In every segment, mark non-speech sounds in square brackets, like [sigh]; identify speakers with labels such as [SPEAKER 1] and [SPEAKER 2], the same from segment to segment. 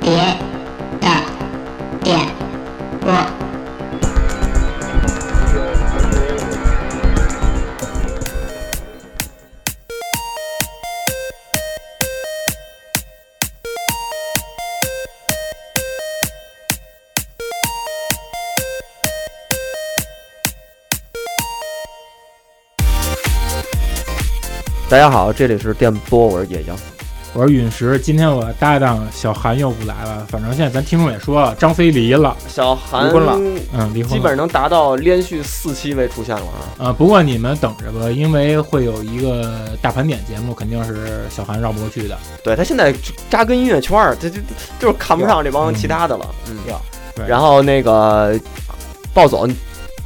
[SPEAKER 1] 别的点播。
[SPEAKER 2] 大家好，这里是电波，我是野羊。
[SPEAKER 3] 我是陨石，今天我搭档小韩又不来了。反正现在咱听众也说了，张飞离了，
[SPEAKER 4] 小韩
[SPEAKER 3] 离婚了嗯，离婚了。
[SPEAKER 4] 基本上能达到连续四期未出现了啊。
[SPEAKER 3] 呃，不过你们等着吧，因为会有一个大盘点节目，肯定是小韩绕不过去的。
[SPEAKER 4] 对他现在扎根音乐圈儿，这这就是看不上这帮其他的了。嗯，
[SPEAKER 3] 对
[SPEAKER 4] 然后那个暴走，你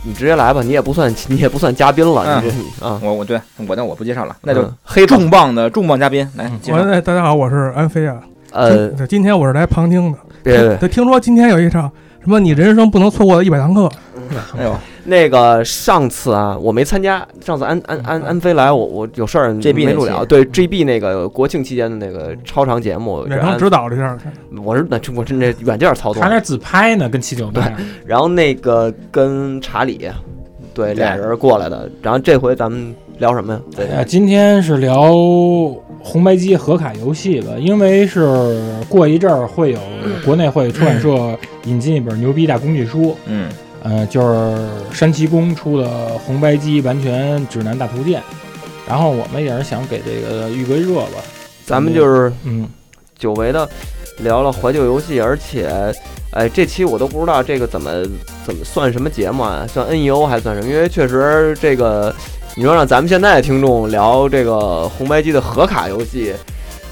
[SPEAKER 4] 你直接来吧，你也不算你也不算嘉宾
[SPEAKER 2] 嗯
[SPEAKER 4] 了，你这啊，
[SPEAKER 5] 我我对我那我不介绍了，那就
[SPEAKER 4] 嗯黑吧
[SPEAKER 5] 重磅的重磅嘉宾来介
[SPEAKER 6] 我
[SPEAKER 5] 绍。
[SPEAKER 6] 哎，大家好，我是安飞啊。
[SPEAKER 4] 呃，
[SPEAKER 6] 今今天我是来旁听的。
[SPEAKER 4] 别别别，
[SPEAKER 6] 对，听说今天有一场什么你人生不能错过的一百堂课，
[SPEAKER 5] 哎呦，
[SPEAKER 4] 那个上次啊，我没参加，上次安安安安飞来，我我有事儿
[SPEAKER 5] JB
[SPEAKER 4] 没录
[SPEAKER 5] 那
[SPEAKER 4] 了。
[SPEAKER 5] 期
[SPEAKER 4] 对 GB 那个国庆期间的那个超长节目，
[SPEAKER 6] 嗯远
[SPEAKER 4] 这安
[SPEAKER 6] 程指导了一下。
[SPEAKER 4] 我是那我真这软件操作
[SPEAKER 3] 他，那自拍呢，跟七九那样。
[SPEAKER 4] 然后那个跟查理，对
[SPEAKER 5] 对
[SPEAKER 4] 俩人过来的。然后这回咱们聊什么呀？对，
[SPEAKER 3] 呃，今天是聊红白机合卡游戏吧，因为是过一阵儿会有国内会出版社引进一本牛逼大工具书，
[SPEAKER 5] 嗯，
[SPEAKER 3] 呃，就是山崎公出的《红白机完全指南大图鉴》，然后我们也是想给这个预个热吧，
[SPEAKER 4] 咱们就是
[SPEAKER 3] 嗯，
[SPEAKER 4] 久违的聊了怀旧游戏，而且，哎，这期我都不知道这个怎么怎么算什么节目啊？算 NEO 还算什么？因为确实这个，你说让咱们现在的听众聊这个红白机的盒卡游戏，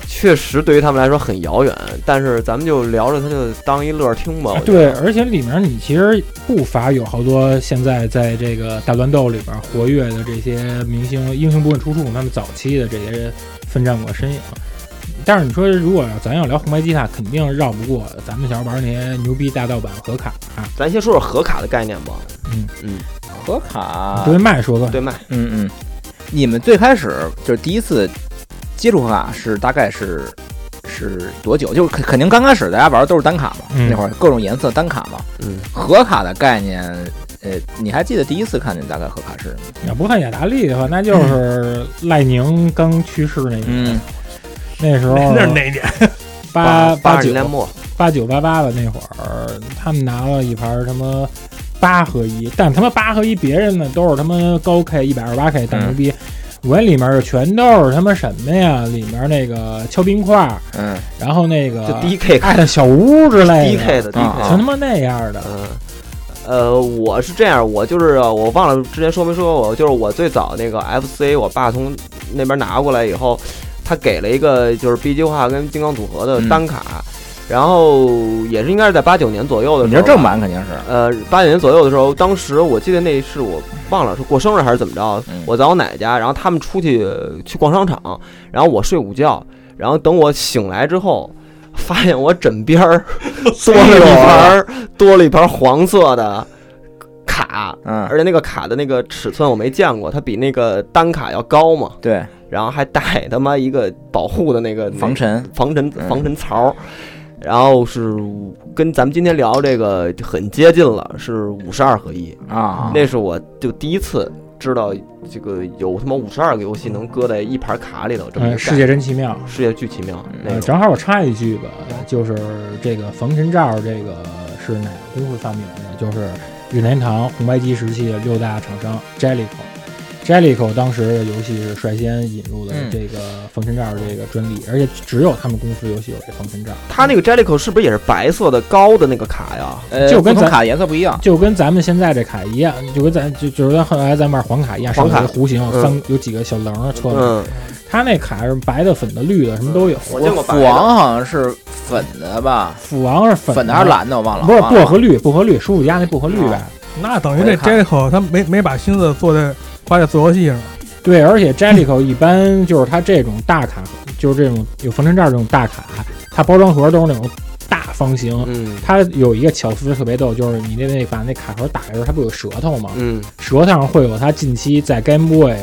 [SPEAKER 4] 确实对于他们来说很遥远。但是咱们就聊着，他就当一乐儿听吧。我觉
[SPEAKER 3] 啊对
[SPEAKER 4] 得，，
[SPEAKER 3] 而且里面你其实不乏有好多现在在这个大乱斗里边活跃的这些明星，英雄不问出处，他们早期的这些奋战过身影。啊但是你说，如果要咱要聊红白机卡，肯定绕不过咱们小伙伴那些牛逼大盗版盒卡。啊
[SPEAKER 4] 咱先说说盒卡的概念吧。
[SPEAKER 5] 盒卡，
[SPEAKER 3] 对麦说吧，
[SPEAKER 4] 啊对麦，
[SPEAKER 5] 嗯嗯，你们最开始就是第一次接触盒卡是大概是是多久？就是肯肯定刚开始大家玩的都是单卡嘛，
[SPEAKER 3] 嗯
[SPEAKER 5] 那会儿各种颜色单卡嘛。
[SPEAKER 4] 嗯，
[SPEAKER 5] 盒卡的概念，呃，你还记得第一次看见大概盒卡是什么？
[SPEAKER 3] 你要不看雅达利的话，那就是
[SPEAKER 4] 嗯
[SPEAKER 3] 赖宁刚去世那年，
[SPEAKER 5] 嗯，
[SPEAKER 3] 那时候
[SPEAKER 6] 那是哪年？
[SPEAKER 3] [laughs] 啊八
[SPEAKER 4] 八十
[SPEAKER 3] 九
[SPEAKER 4] 年代末，
[SPEAKER 3] 八九八八的那会儿，他们拿了一盘什么八合一，但他妈八合一别人呢都是他妈高 K 一百二十八 K 大
[SPEAKER 4] 嗯
[SPEAKER 3] 牛逼，我里面全都是他妈什么呀？里面那个敲冰块儿，
[SPEAKER 5] 嗯，
[SPEAKER 3] 然后那个
[SPEAKER 4] 就 DK
[SPEAKER 3] 爱的小屋之类
[SPEAKER 4] DK
[SPEAKER 3] 的，
[SPEAKER 4] 的
[SPEAKER 5] 啊
[SPEAKER 4] DK
[SPEAKER 5] 啊
[SPEAKER 3] 全他妈那样的。
[SPEAKER 4] 嗯，呃，我是这样，我就是我忘了之前说没说过，就是我最早那个 FC，我爸从那边拿过来以后，他给了一个就是 B 计划跟金刚组合
[SPEAKER 5] 嗯
[SPEAKER 4] 的单卡，然后也是应该是在八九年左右的
[SPEAKER 5] 你
[SPEAKER 4] 时
[SPEAKER 5] 这
[SPEAKER 4] 候，
[SPEAKER 5] 正。版肯定是，
[SPEAKER 4] 呃，八九年左右的时候，当时我记得那是我忘了是过生日还是怎么着，
[SPEAKER 5] 嗯
[SPEAKER 4] 我在我奶奶家，然后他们出去去逛商场，然后我睡午觉，然后等我醒来之后，发现我枕边儿 [laughs] 多了一盘儿，
[SPEAKER 5] 啊
[SPEAKER 4] 多了一盘儿黄色的卡，
[SPEAKER 5] 嗯，
[SPEAKER 4] 而且那个卡的那个尺寸我没见过，它比那个单卡要高嘛，
[SPEAKER 5] 对，
[SPEAKER 4] 然后还带他妈一个保护的那个
[SPEAKER 5] 防尘，
[SPEAKER 4] 防尘
[SPEAKER 5] 嗯
[SPEAKER 4] 防尘槽，然后是跟咱们今天聊这个就很接近了，是五十二合一，
[SPEAKER 5] 啊，
[SPEAKER 4] 那是我就第一次知道这个有他妈五十二个游戏能搁在一盘卡里头，这么一
[SPEAKER 3] 嗯，
[SPEAKER 4] 个
[SPEAKER 3] 世
[SPEAKER 4] 概念
[SPEAKER 3] 界真奇妙。
[SPEAKER 4] 世界巨奇妙，
[SPEAKER 5] 嗯
[SPEAKER 4] 那
[SPEAKER 3] 呃，
[SPEAKER 4] 个
[SPEAKER 3] 正好我插一句吧，就是这个防尘罩，这个是哪个公司发明的？就是任天堂红白机时期的六大厂商 Jellico。Jellico 当时的游戏是率先引入的
[SPEAKER 5] 嗯
[SPEAKER 3] 这个防尘罩这个专利，而且只有他们公司游戏有这防尘罩，
[SPEAKER 4] 它那个 Jellico 是不是也是白色的高的那个卡呀？
[SPEAKER 5] 呃，
[SPEAKER 3] 就跟
[SPEAKER 5] 不同
[SPEAKER 3] 咱
[SPEAKER 5] 卡颜色不一样，
[SPEAKER 3] 就跟咱们现在这卡一样，就跟咱就就是咱后来咱玩黄卡一样，
[SPEAKER 4] 黄卡
[SPEAKER 3] 上面有弧形，
[SPEAKER 4] 嗯
[SPEAKER 3] 三有几个小棱儿侧面。
[SPEAKER 4] 嗯，
[SPEAKER 3] 它那卡是白的、粉的、绿的，什么都有。
[SPEAKER 4] 我见过白
[SPEAKER 5] 斧
[SPEAKER 4] 的。
[SPEAKER 5] 王好像是粉的吧？
[SPEAKER 3] 斧王是粉啊
[SPEAKER 5] 粉的还是蓝的？我忘了。
[SPEAKER 3] 不是
[SPEAKER 5] 忘了
[SPEAKER 3] 薄荷绿，薄荷绿，叔叔家那薄荷绿吧？
[SPEAKER 6] 那等于这 Jellico 他没没把心思做在花在做游戏上。
[SPEAKER 3] 对，而且 Jellico 一般就是它这种大卡，就是这种有防尘罩这种大卡，啊它包装盒都是那种大方形。
[SPEAKER 4] 嗯
[SPEAKER 3] 它有一个巧思特别逗，就是你那那把那卡盒打开的时候，它不有舌头吗？
[SPEAKER 4] 嗯
[SPEAKER 3] 舌头上会有它近期在 Game Boy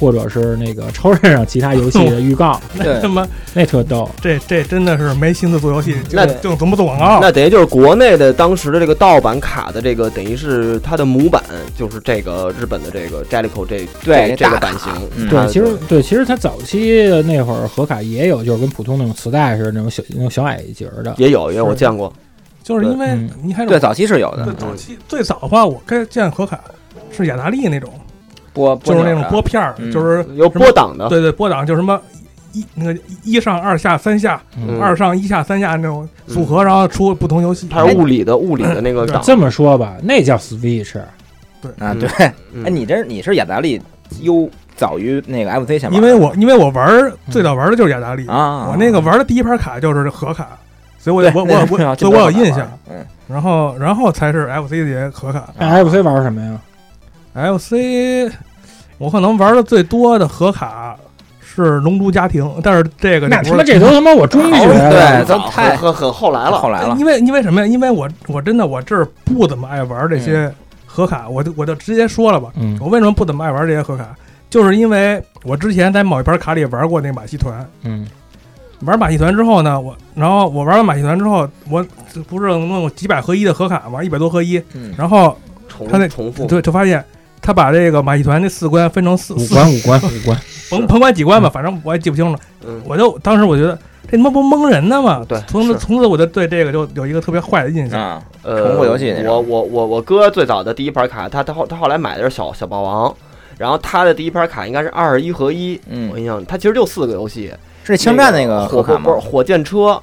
[SPEAKER 3] 或者是那个超任上其他游戏的预告，
[SPEAKER 5] 对
[SPEAKER 6] 那 [laughs] 他妈
[SPEAKER 3] 那特逗。
[SPEAKER 6] 这这真的是没心思做游
[SPEAKER 5] 嗯
[SPEAKER 6] 戏，就
[SPEAKER 4] 那
[SPEAKER 6] 就怎么做广
[SPEAKER 3] 哦
[SPEAKER 6] 告？
[SPEAKER 4] 那等于就是国内的当时的这个盗版卡的这个，等于是它的母版，就是这个日本的这个 Jellico 这
[SPEAKER 5] 对
[SPEAKER 4] 这这
[SPEAKER 5] 大
[SPEAKER 4] 个
[SPEAKER 5] 卡
[SPEAKER 4] 版型。
[SPEAKER 5] 嗯
[SPEAKER 3] 对
[SPEAKER 4] 它，
[SPEAKER 3] 其实对，其实它早期的那会儿盒卡也有，就是跟普通那种磁带似的那种小那种小矮节儿的。
[SPEAKER 4] 也有，也有我
[SPEAKER 6] 是
[SPEAKER 4] 见过。
[SPEAKER 6] 就是因为
[SPEAKER 3] 嗯
[SPEAKER 6] 你看
[SPEAKER 5] 对，早期是有
[SPEAKER 6] 对
[SPEAKER 5] 的，
[SPEAKER 6] 早期最早的话，我该见盒卡是雅达利那种，
[SPEAKER 5] 播
[SPEAKER 6] 就是那种
[SPEAKER 5] 鸟的
[SPEAKER 6] 拨片儿，
[SPEAKER 5] 嗯啊
[SPEAKER 6] 就是
[SPEAKER 4] 有
[SPEAKER 6] 什么
[SPEAKER 4] 波档的，
[SPEAKER 6] 对对拨档，就是什么一那个一上二下三下，
[SPEAKER 3] 嗯
[SPEAKER 6] 二上一下三下那种
[SPEAKER 5] 嗯
[SPEAKER 6] 组合，然后出不同游戏。
[SPEAKER 4] 它是物理的物理的那个档。
[SPEAKER 3] 这么说吧，那叫 Switch，
[SPEAKER 5] 啊，
[SPEAKER 4] 嗯
[SPEAKER 5] 对，
[SPEAKER 4] 嗯
[SPEAKER 5] 哎，你这你是雅达利优早于那个 FC 前面，
[SPEAKER 6] 因为我因为我玩儿最早玩儿的就是雅达利，
[SPEAKER 5] 啊，
[SPEAKER 6] 我那个玩儿的第一盘卡就是盒卡，所以我
[SPEAKER 5] 对 [laughs]
[SPEAKER 6] 我
[SPEAKER 5] 那
[SPEAKER 6] 我
[SPEAKER 5] 个是啊
[SPEAKER 6] 我
[SPEAKER 5] 真
[SPEAKER 6] 所以我有
[SPEAKER 5] 的好玩
[SPEAKER 6] 印象。，
[SPEAKER 5] 嗯，
[SPEAKER 6] 然后然后才是 FC 的盒卡
[SPEAKER 3] 那 FC 玩什么呀？
[SPEAKER 6] ，FC 我可能玩的最多的盒卡是《龙珠家庭》，但是这个
[SPEAKER 3] 那
[SPEAKER 6] 不
[SPEAKER 3] 他
[SPEAKER 6] 是
[SPEAKER 3] 妈这都他妈我中哎学的，
[SPEAKER 5] 对，都
[SPEAKER 4] 早
[SPEAKER 5] 太
[SPEAKER 4] 很很后来了，
[SPEAKER 5] 后来了，
[SPEAKER 6] 因为因为什么呀？因为我我真的我这儿不怎么爱玩这些盒卡，我就我就直接说了吧。
[SPEAKER 3] 嗯
[SPEAKER 6] 我为什么不怎么爱玩这些盒卡？就是因为我之前在某一盘卡里玩过那马戏团，
[SPEAKER 3] 嗯
[SPEAKER 6] 玩马戏团之后呢，我然后我玩了马戏团之后，我这不是弄有几百合一的盒卡嘛，一百多合一，
[SPEAKER 5] 嗯，
[SPEAKER 6] 然后
[SPEAKER 4] 重
[SPEAKER 6] 它那
[SPEAKER 4] 重复。
[SPEAKER 6] 对就发现他把这个马戏团那四关分成 [laughs] 四
[SPEAKER 3] 五
[SPEAKER 6] 四
[SPEAKER 3] 关五关五关，
[SPEAKER 6] 甭甭管几关吧，反正我也记不清了。
[SPEAKER 4] 嗯，
[SPEAKER 6] 我就当时我觉得这他妈不蒙人的嘛，
[SPEAKER 4] 对
[SPEAKER 6] 从此
[SPEAKER 4] 是
[SPEAKER 6] 从此我就对这个就有一个特别坏的印象。
[SPEAKER 5] 啊，
[SPEAKER 4] 呃，
[SPEAKER 5] 重复游戏那
[SPEAKER 4] 我
[SPEAKER 5] 种
[SPEAKER 4] 我我我哥最早的第一盘卡，他他后他后来买的是小小霸王，然后他的第一盘卡应该是二一合一，我
[SPEAKER 5] 嗯，
[SPEAKER 4] 印象他其实就四个游戏，
[SPEAKER 5] 是枪战那
[SPEAKER 4] 那
[SPEAKER 5] 个
[SPEAKER 4] 火
[SPEAKER 5] 盒卡
[SPEAKER 4] 火
[SPEAKER 5] 吗
[SPEAKER 4] 不是？火箭车，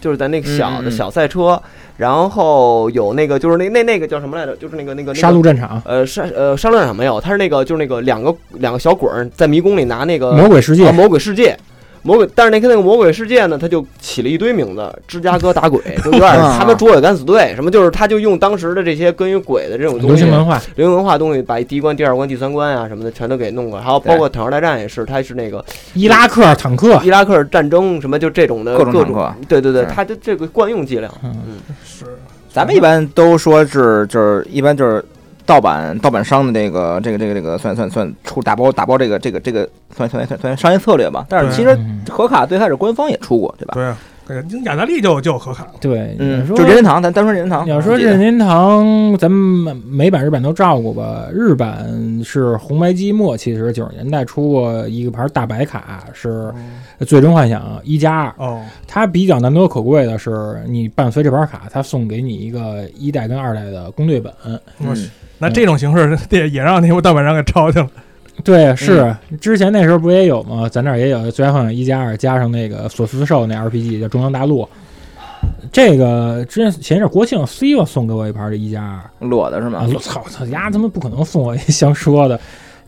[SPEAKER 4] 就是在那个小
[SPEAKER 5] 嗯嗯
[SPEAKER 4] 的
[SPEAKER 5] 嗯
[SPEAKER 4] 小赛车，然后有那个就是那那那个叫什么来着？就是那个那个
[SPEAKER 3] 杀。
[SPEAKER 4] 那
[SPEAKER 3] 戮
[SPEAKER 4] 个
[SPEAKER 3] 战场、
[SPEAKER 4] 呃，沙呃沙漏场没有，他是那个就是那个两个两个小滚儿在迷宫里拿
[SPEAKER 5] 呃
[SPEAKER 4] 那个
[SPEAKER 3] 魔鬼世界
[SPEAKER 4] 啊、、魔鬼世界，魔鬼，但是那个那个魔鬼世界呢，他就起了一堆名字，芝加哥打鬼，就有点
[SPEAKER 5] 啊
[SPEAKER 4] 他们捉鬼敢死队什么，就是他就用当时的这些关于鬼的这种
[SPEAKER 3] 流
[SPEAKER 4] 东西
[SPEAKER 3] 行，文化，
[SPEAKER 4] 流行文化东西，把第一关、第二关、第三关啊什么的全都给弄了，还有包括坦克大战也是，他是那个
[SPEAKER 3] 伊拉克坦克，
[SPEAKER 4] 伊拉克战争什么，就这种的
[SPEAKER 5] 各种
[SPEAKER 4] 各
[SPEAKER 5] 坦
[SPEAKER 4] 种，
[SPEAKER 5] 克。
[SPEAKER 4] 对对对，
[SPEAKER 5] 嗯
[SPEAKER 4] 他的这个惯用伎俩，
[SPEAKER 3] 嗯，
[SPEAKER 6] 是，
[SPEAKER 5] 咱们一般都说是就是一般就是盗版盗版商的这个这个这个这个算算算出打包打包这个这个这个算算算算商业策略吧。但是其实
[SPEAKER 3] 嗯
[SPEAKER 5] 盒卡最开始官方也出过，对吧？
[SPEAKER 6] 对啊，感觉雅达利就就有盒卡了。
[SPEAKER 3] 对，你
[SPEAKER 5] 嗯，
[SPEAKER 3] 说
[SPEAKER 5] 就任天堂，咱单说任天堂。嗯
[SPEAKER 3] 你要说任天堂，咱们美版、日版都照顾吧。日版是红白机末期的时候，九十年代出过一个盘大白卡，
[SPEAKER 5] 哦
[SPEAKER 3] 是《最终幻想一加二》。
[SPEAKER 6] 哦，
[SPEAKER 3] 它比较难得可贵的是，你伴随这盘卡，它送给你一个一代跟二代的公对本。
[SPEAKER 6] 我
[SPEAKER 5] 嗯
[SPEAKER 6] 那这种形式也也让那部盗版商给抄去了。
[SPEAKER 3] 对，是之前那时候不也有吗？咱这儿也有《最佳幻想一加二》，加上那个索斯兽那 RPG 叫《中央大陆》。这个之前前一阵儿国庆 C 吧送给我一盘这一加二。
[SPEAKER 5] 裸的是
[SPEAKER 3] 啊
[SPEAKER 5] 吗！？
[SPEAKER 3] 我操！我操！丫他妈不可能送我一箱说的。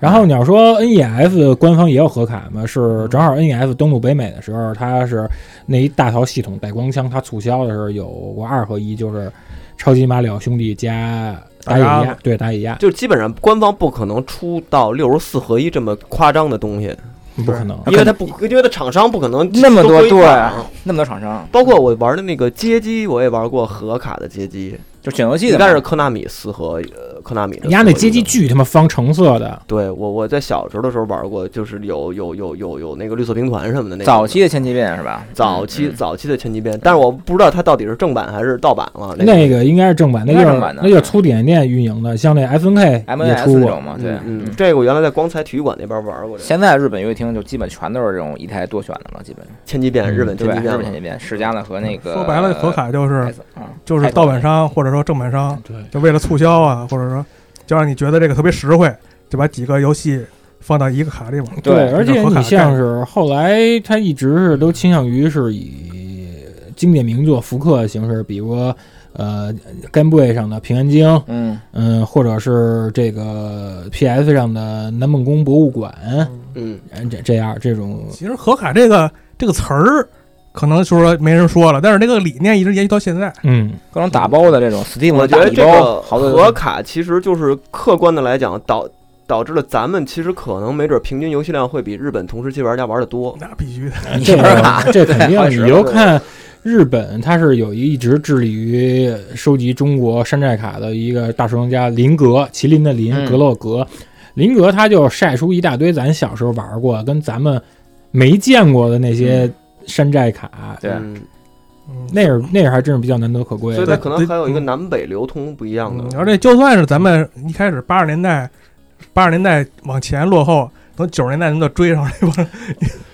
[SPEAKER 3] 然后你要说 NES 官方也有盒卡嘛，是正好 NES 登陆北美的时候，它是那一大套系统带光枪，它促销的时候有过二合一，就是超级马里奥兄弟加打野
[SPEAKER 6] 打
[SPEAKER 3] 鸭
[SPEAKER 6] 鸭，
[SPEAKER 3] 对打野鸭，
[SPEAKER 4] 就基本上官方不可能出到六十四合一这么夸张的东西，
[SPEAKER 3] 不可能。
[SPEAKER 4] 因为他不，因为他厂商不可能
[SPEAKER 5] 那么多
[SPEAKER 4] 都规
[SPEAKER 5] 对
[SPEAKER 4] 范
[SPEAKER 5] 那么多厂商，
[SPEAKER 4] 啊包括我玩的那个街机，我也玩过盒卡的街机，
[SPEAKER 5] 就选游戏
[SPEAKER 4] 应
[SPEAKER 5] 的
[SPEAKER 4] 该
[SPEAKER 5] 嘛，
[SPEAKER 4] 是科纳米四合，呃，科纳米的。
[SPEAKER 3] 人家那街机，巨他妈方橙色的，
[SPEAKER 4] 对我我在小时候的时候玩过，就是有有有有有那个绿色兵团什么的那个
[SPEAKER 5] 早期的千机变是吧？
[SPEAKER 4] 早期
[SPEAKER 5] 嗯
[SPEAKER 4] 早期的千机变，但是我不知道它到底是正版还是盗版了。
[SPEAKER 3] 那个应该是正版，那就
[SPEAKER 5] 应该
[SPEAKER 3] 是
[SPEAKER 5] 正版的
[SPEAKER 3] 那就是粗点店运营的，像那 FNK 也
[SPEAKER 5] MNS
[SPEAKER 3] 出
[SPEAKER 5] 那
[SPEAKER 3] 过
[SPEAKER 5] 种，嘛，
[SPEAKER 4] 嗯
[SPEAKER 5] 对，
[SPEAKER 4] 嗯，嗯这个我原来在光彩体育馆那边玩过，这
[SPEAKER 5] 现在日本乐厅就基本全都是这种一台多选的了，基本
[SPEAKER 4] 千机变，
[SPEAKER 3] 嗯
[SPEAKER 4] 日本
[SPEAKER 5] 对
[SPEAKER 4] 千
[SPEAKER 5] 吧
[SPEAKER 4] 机
[SPEAKER 5] 日本
[SPEAKER 4] 变
[SPEAKER 5] 千
[SPEAKER 4] 嘛。
[SPEAKER 5] 机变世嘉的和那个
[SPEAKER 6] 说白了，盒卡就是
[SPEAKER 5] 啊，
[SPEAKER 6] 就是盗版商或者说正版商，
[SPEAKER 3] 对，
[SPEAKER 6] 就为了促销啊，或者说就让你觉得这个特别实惠，就把几个游戏放到一个卡里嘛。
[SPEAKER 5] 对
[SPEAKER 3] 而且
[SPEAKER 6] 就是盒卡
[SPEAKER 3] 你
[SPEAKER 6] 的概
[SPEAKER 3] 像
[SPEAKER 6] 念
[SPEAKER 3] 是后来他一直是都倾向于是以呃经典名作复刻的形式，比如说呃 Game Boy 上的《平安京》，
[SPEAKER 5] 嗯，
[SPEAKER 3] 嗯，或者是这个 PS 上的《南梦宫博物馆》
[SPEAKER 4] 嗯，
[SPEAKER 3] 呃，这这样这种
[SPEAKER 6] 其实盒卡这个这个词儿，可能就是说没人说了，但是这个理念一直延续到现在。
[SPEAKER 3] 嗯
[SPEAKER 5] 各种打包的这种 Steam
[SPEAKER 4] 我觉得
[SPEAKER 5] 打一
[SPEAKER 4] 这
[SPEAKER 5] 包
[SPEAKER 4] 个
[SPEAKER 5] 好多
[SPEAKER 4] 盒卡其实就是客观的来讲导导致了咱们其实可能没准平均游戏量会比日本同时期玩家玩的多。
[SPEAKER 6] 那必须的，
[SPEAKER 3] 这
[SPEAKER 5] 盒卡
[SPEAKER 3] 个这肯定
[SPEAKER 5] 好几
[SPEAKER 3] 你
[SPEAKER 5] 十
[SPEAKER 3] 就
[SPEAKER 5] 个
[SPEAKER 3] 看。日本它是有一一直致力于收集中国山寨卡的一个大收藏家林格，麒麟的林，
[SPEAKER 5] 嗯
[SPEAKER 3] 格洛格。林格他就晒出一大堆咱小时候玩过跟咱们没见过的那些山寨卡，
[SPEAKER 5] 对
[SPEAKER 4] 嗯
[SPEAKER 6] 嗯
[SPEAKER 3] 那是那是还真是比较难得可贵
[SPEAKER 4] 所以
[SPEAKER 3] 的。
[SPEAKER 4] 它可能还有一个南北流通不一样的
[SPEAKER 6] 嗯。而且就算是咱们一开始八十年代，八十年代往前落后，等九十年代能够追上这帮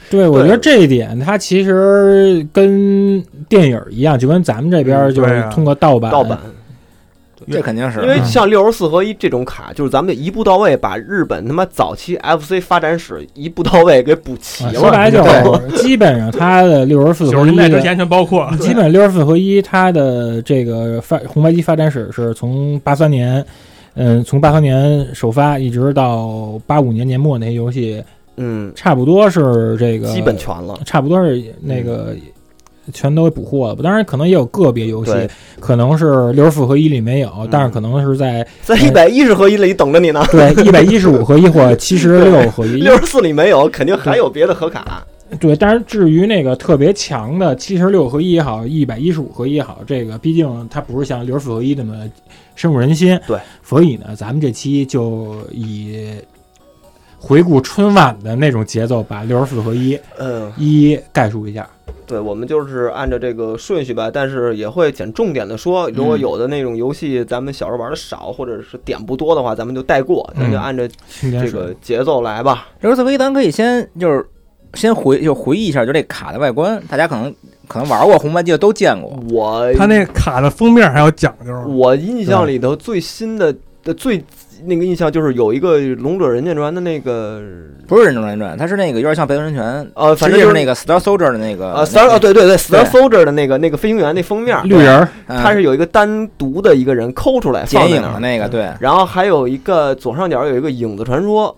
[SPEAKER 3] 对，我觉得这一点，它其实跟电影一样，就跟咱们这边
[SPEAKER 6] 嗯
[SPEAKER 3] 就
[SPEAKER 6] 对
[SPEAKER 3] 是
[SPEAKER 6] 啊
[SPEAKER 3] 通过盗版、
[SPEAKER 4] 盗版，
[SPEAKER 5] 这肯定是嗯
[SPEAKER 4] 因为像六十四合一这种卡，就是咱们一步到位，把日本他妈早期 FC 发展史一步到位给补齐
[SPEAKER 3] 啊
[SPEAKER 4] 了。
[SPEAKER 3] 说白就是基本上它的六十四
[SPEAKER 6] 九
[SPEAKER 3] 合
[SPEAKER 6] 十
[SPEAKER 3] 一
[SPEAKER 6] 年代之
[SPEAKER 3] 的，
[SPEAKER 6] 前全包括。
[SPEAKER 3] 基本六十四合一它的这个发红白机发展史是从八三年，嗯，从八三年首发一直到八五年年末那些游戏，
[SPEAKER 4] 嗯，
[SPEAKER 3] 差不多是这个
[SPEAKER 4] 基本全了。
[SPEAKER 3] 差不多是那个全都给捕获了吧。当然，可能也有个别游戏
[SPEAKER 4] 对嗯
[SPEAKER 3] 可能是六十四合一里没有，但是可能是在
[SPEAKER 4] 在一百一十合一里等着你呢，
[SPEAKER 3] 对一百一十五合一或七十六
[SPEAKER 4] [laughs]
[SPEAKER 3] 合一。
[SPEAKER 4] 六十四里没有，肯定还有别的合卡。
[SPEAKER 3] 对，但是至于那个特别强的七十六合一也好，一百一十五合一也好，这个毕竟它不是像六十四合一那么深入人心。
[SPEAKER 4] 对，
[SPEAKER 3] 所以呢，咱们这期就以。回顾春晚的那种节奏，把六十四合一
[SPEAKER 4] 嗯，
[SPEAKER 3] 一概述一下。
[SPEAKER 4] 对，我们就是按照这个顺序吧，但是也会捡重点的说。如
[SPEAKER 3] 嗯
[SPEAKER 4] 果有的那种游戏咱们小时候玩的少，或者是点不多的话，咱们就带过，咱就按照
[SPEAKER 3] 嗯应该
[SPEAKER 4] 这
[SPEAKER 3] 是
[SPEAKER 4] 个节奏来吧。
[SPEAKER 5] 刘思维，咱可以先就是先回就回忆一下，就这卡的外观，大家可能可能玩过红白机的都见
[SPEAKER 4] 嗯
[SPEAKER 5] 过。
[SPEAKER 4] 我
[SPEAKER 6] 他那卡的封面还有讲究，
[SPEAKER 4] 我印象里头最新的的最那个印象就是有一个《龙者人间传》的那个
[SPEAKER 5] 不是人中人传，它是那个有点像白龙人拳，
[SPEAKER 4] 呃，反正
[SPEAKER 5] 直接
[SPEAKER 4] 就是
[SPEAKER 5] 那个 Star Soldier 的那个
[SPEAKER 4] 啊，Star 啊，
[SPEAKER 5] 那个
[SPEAKER 4] 对对对，Star
[SPEAKER 5] 对
[SPEAKER 4] Soldier 的那个那个飞行员那封面，
[SPEAKER 3] 绿人儿，
[SPEAKER 5] 嗯
[SPEAKER 4] 它是有一个单独的一个人抠出来
[SPEAKER 5] 剪
[SPEAKER 4] 放在
[SPEAKER 5] 影
[SPEAKER 4] 那
[SPEAKER 5] 的
[SPEAKER 4] 儿，
[SPEAKER 5] 那个，对，
[SPEAKER 4] 然后还有一个左上角有一个影子传说，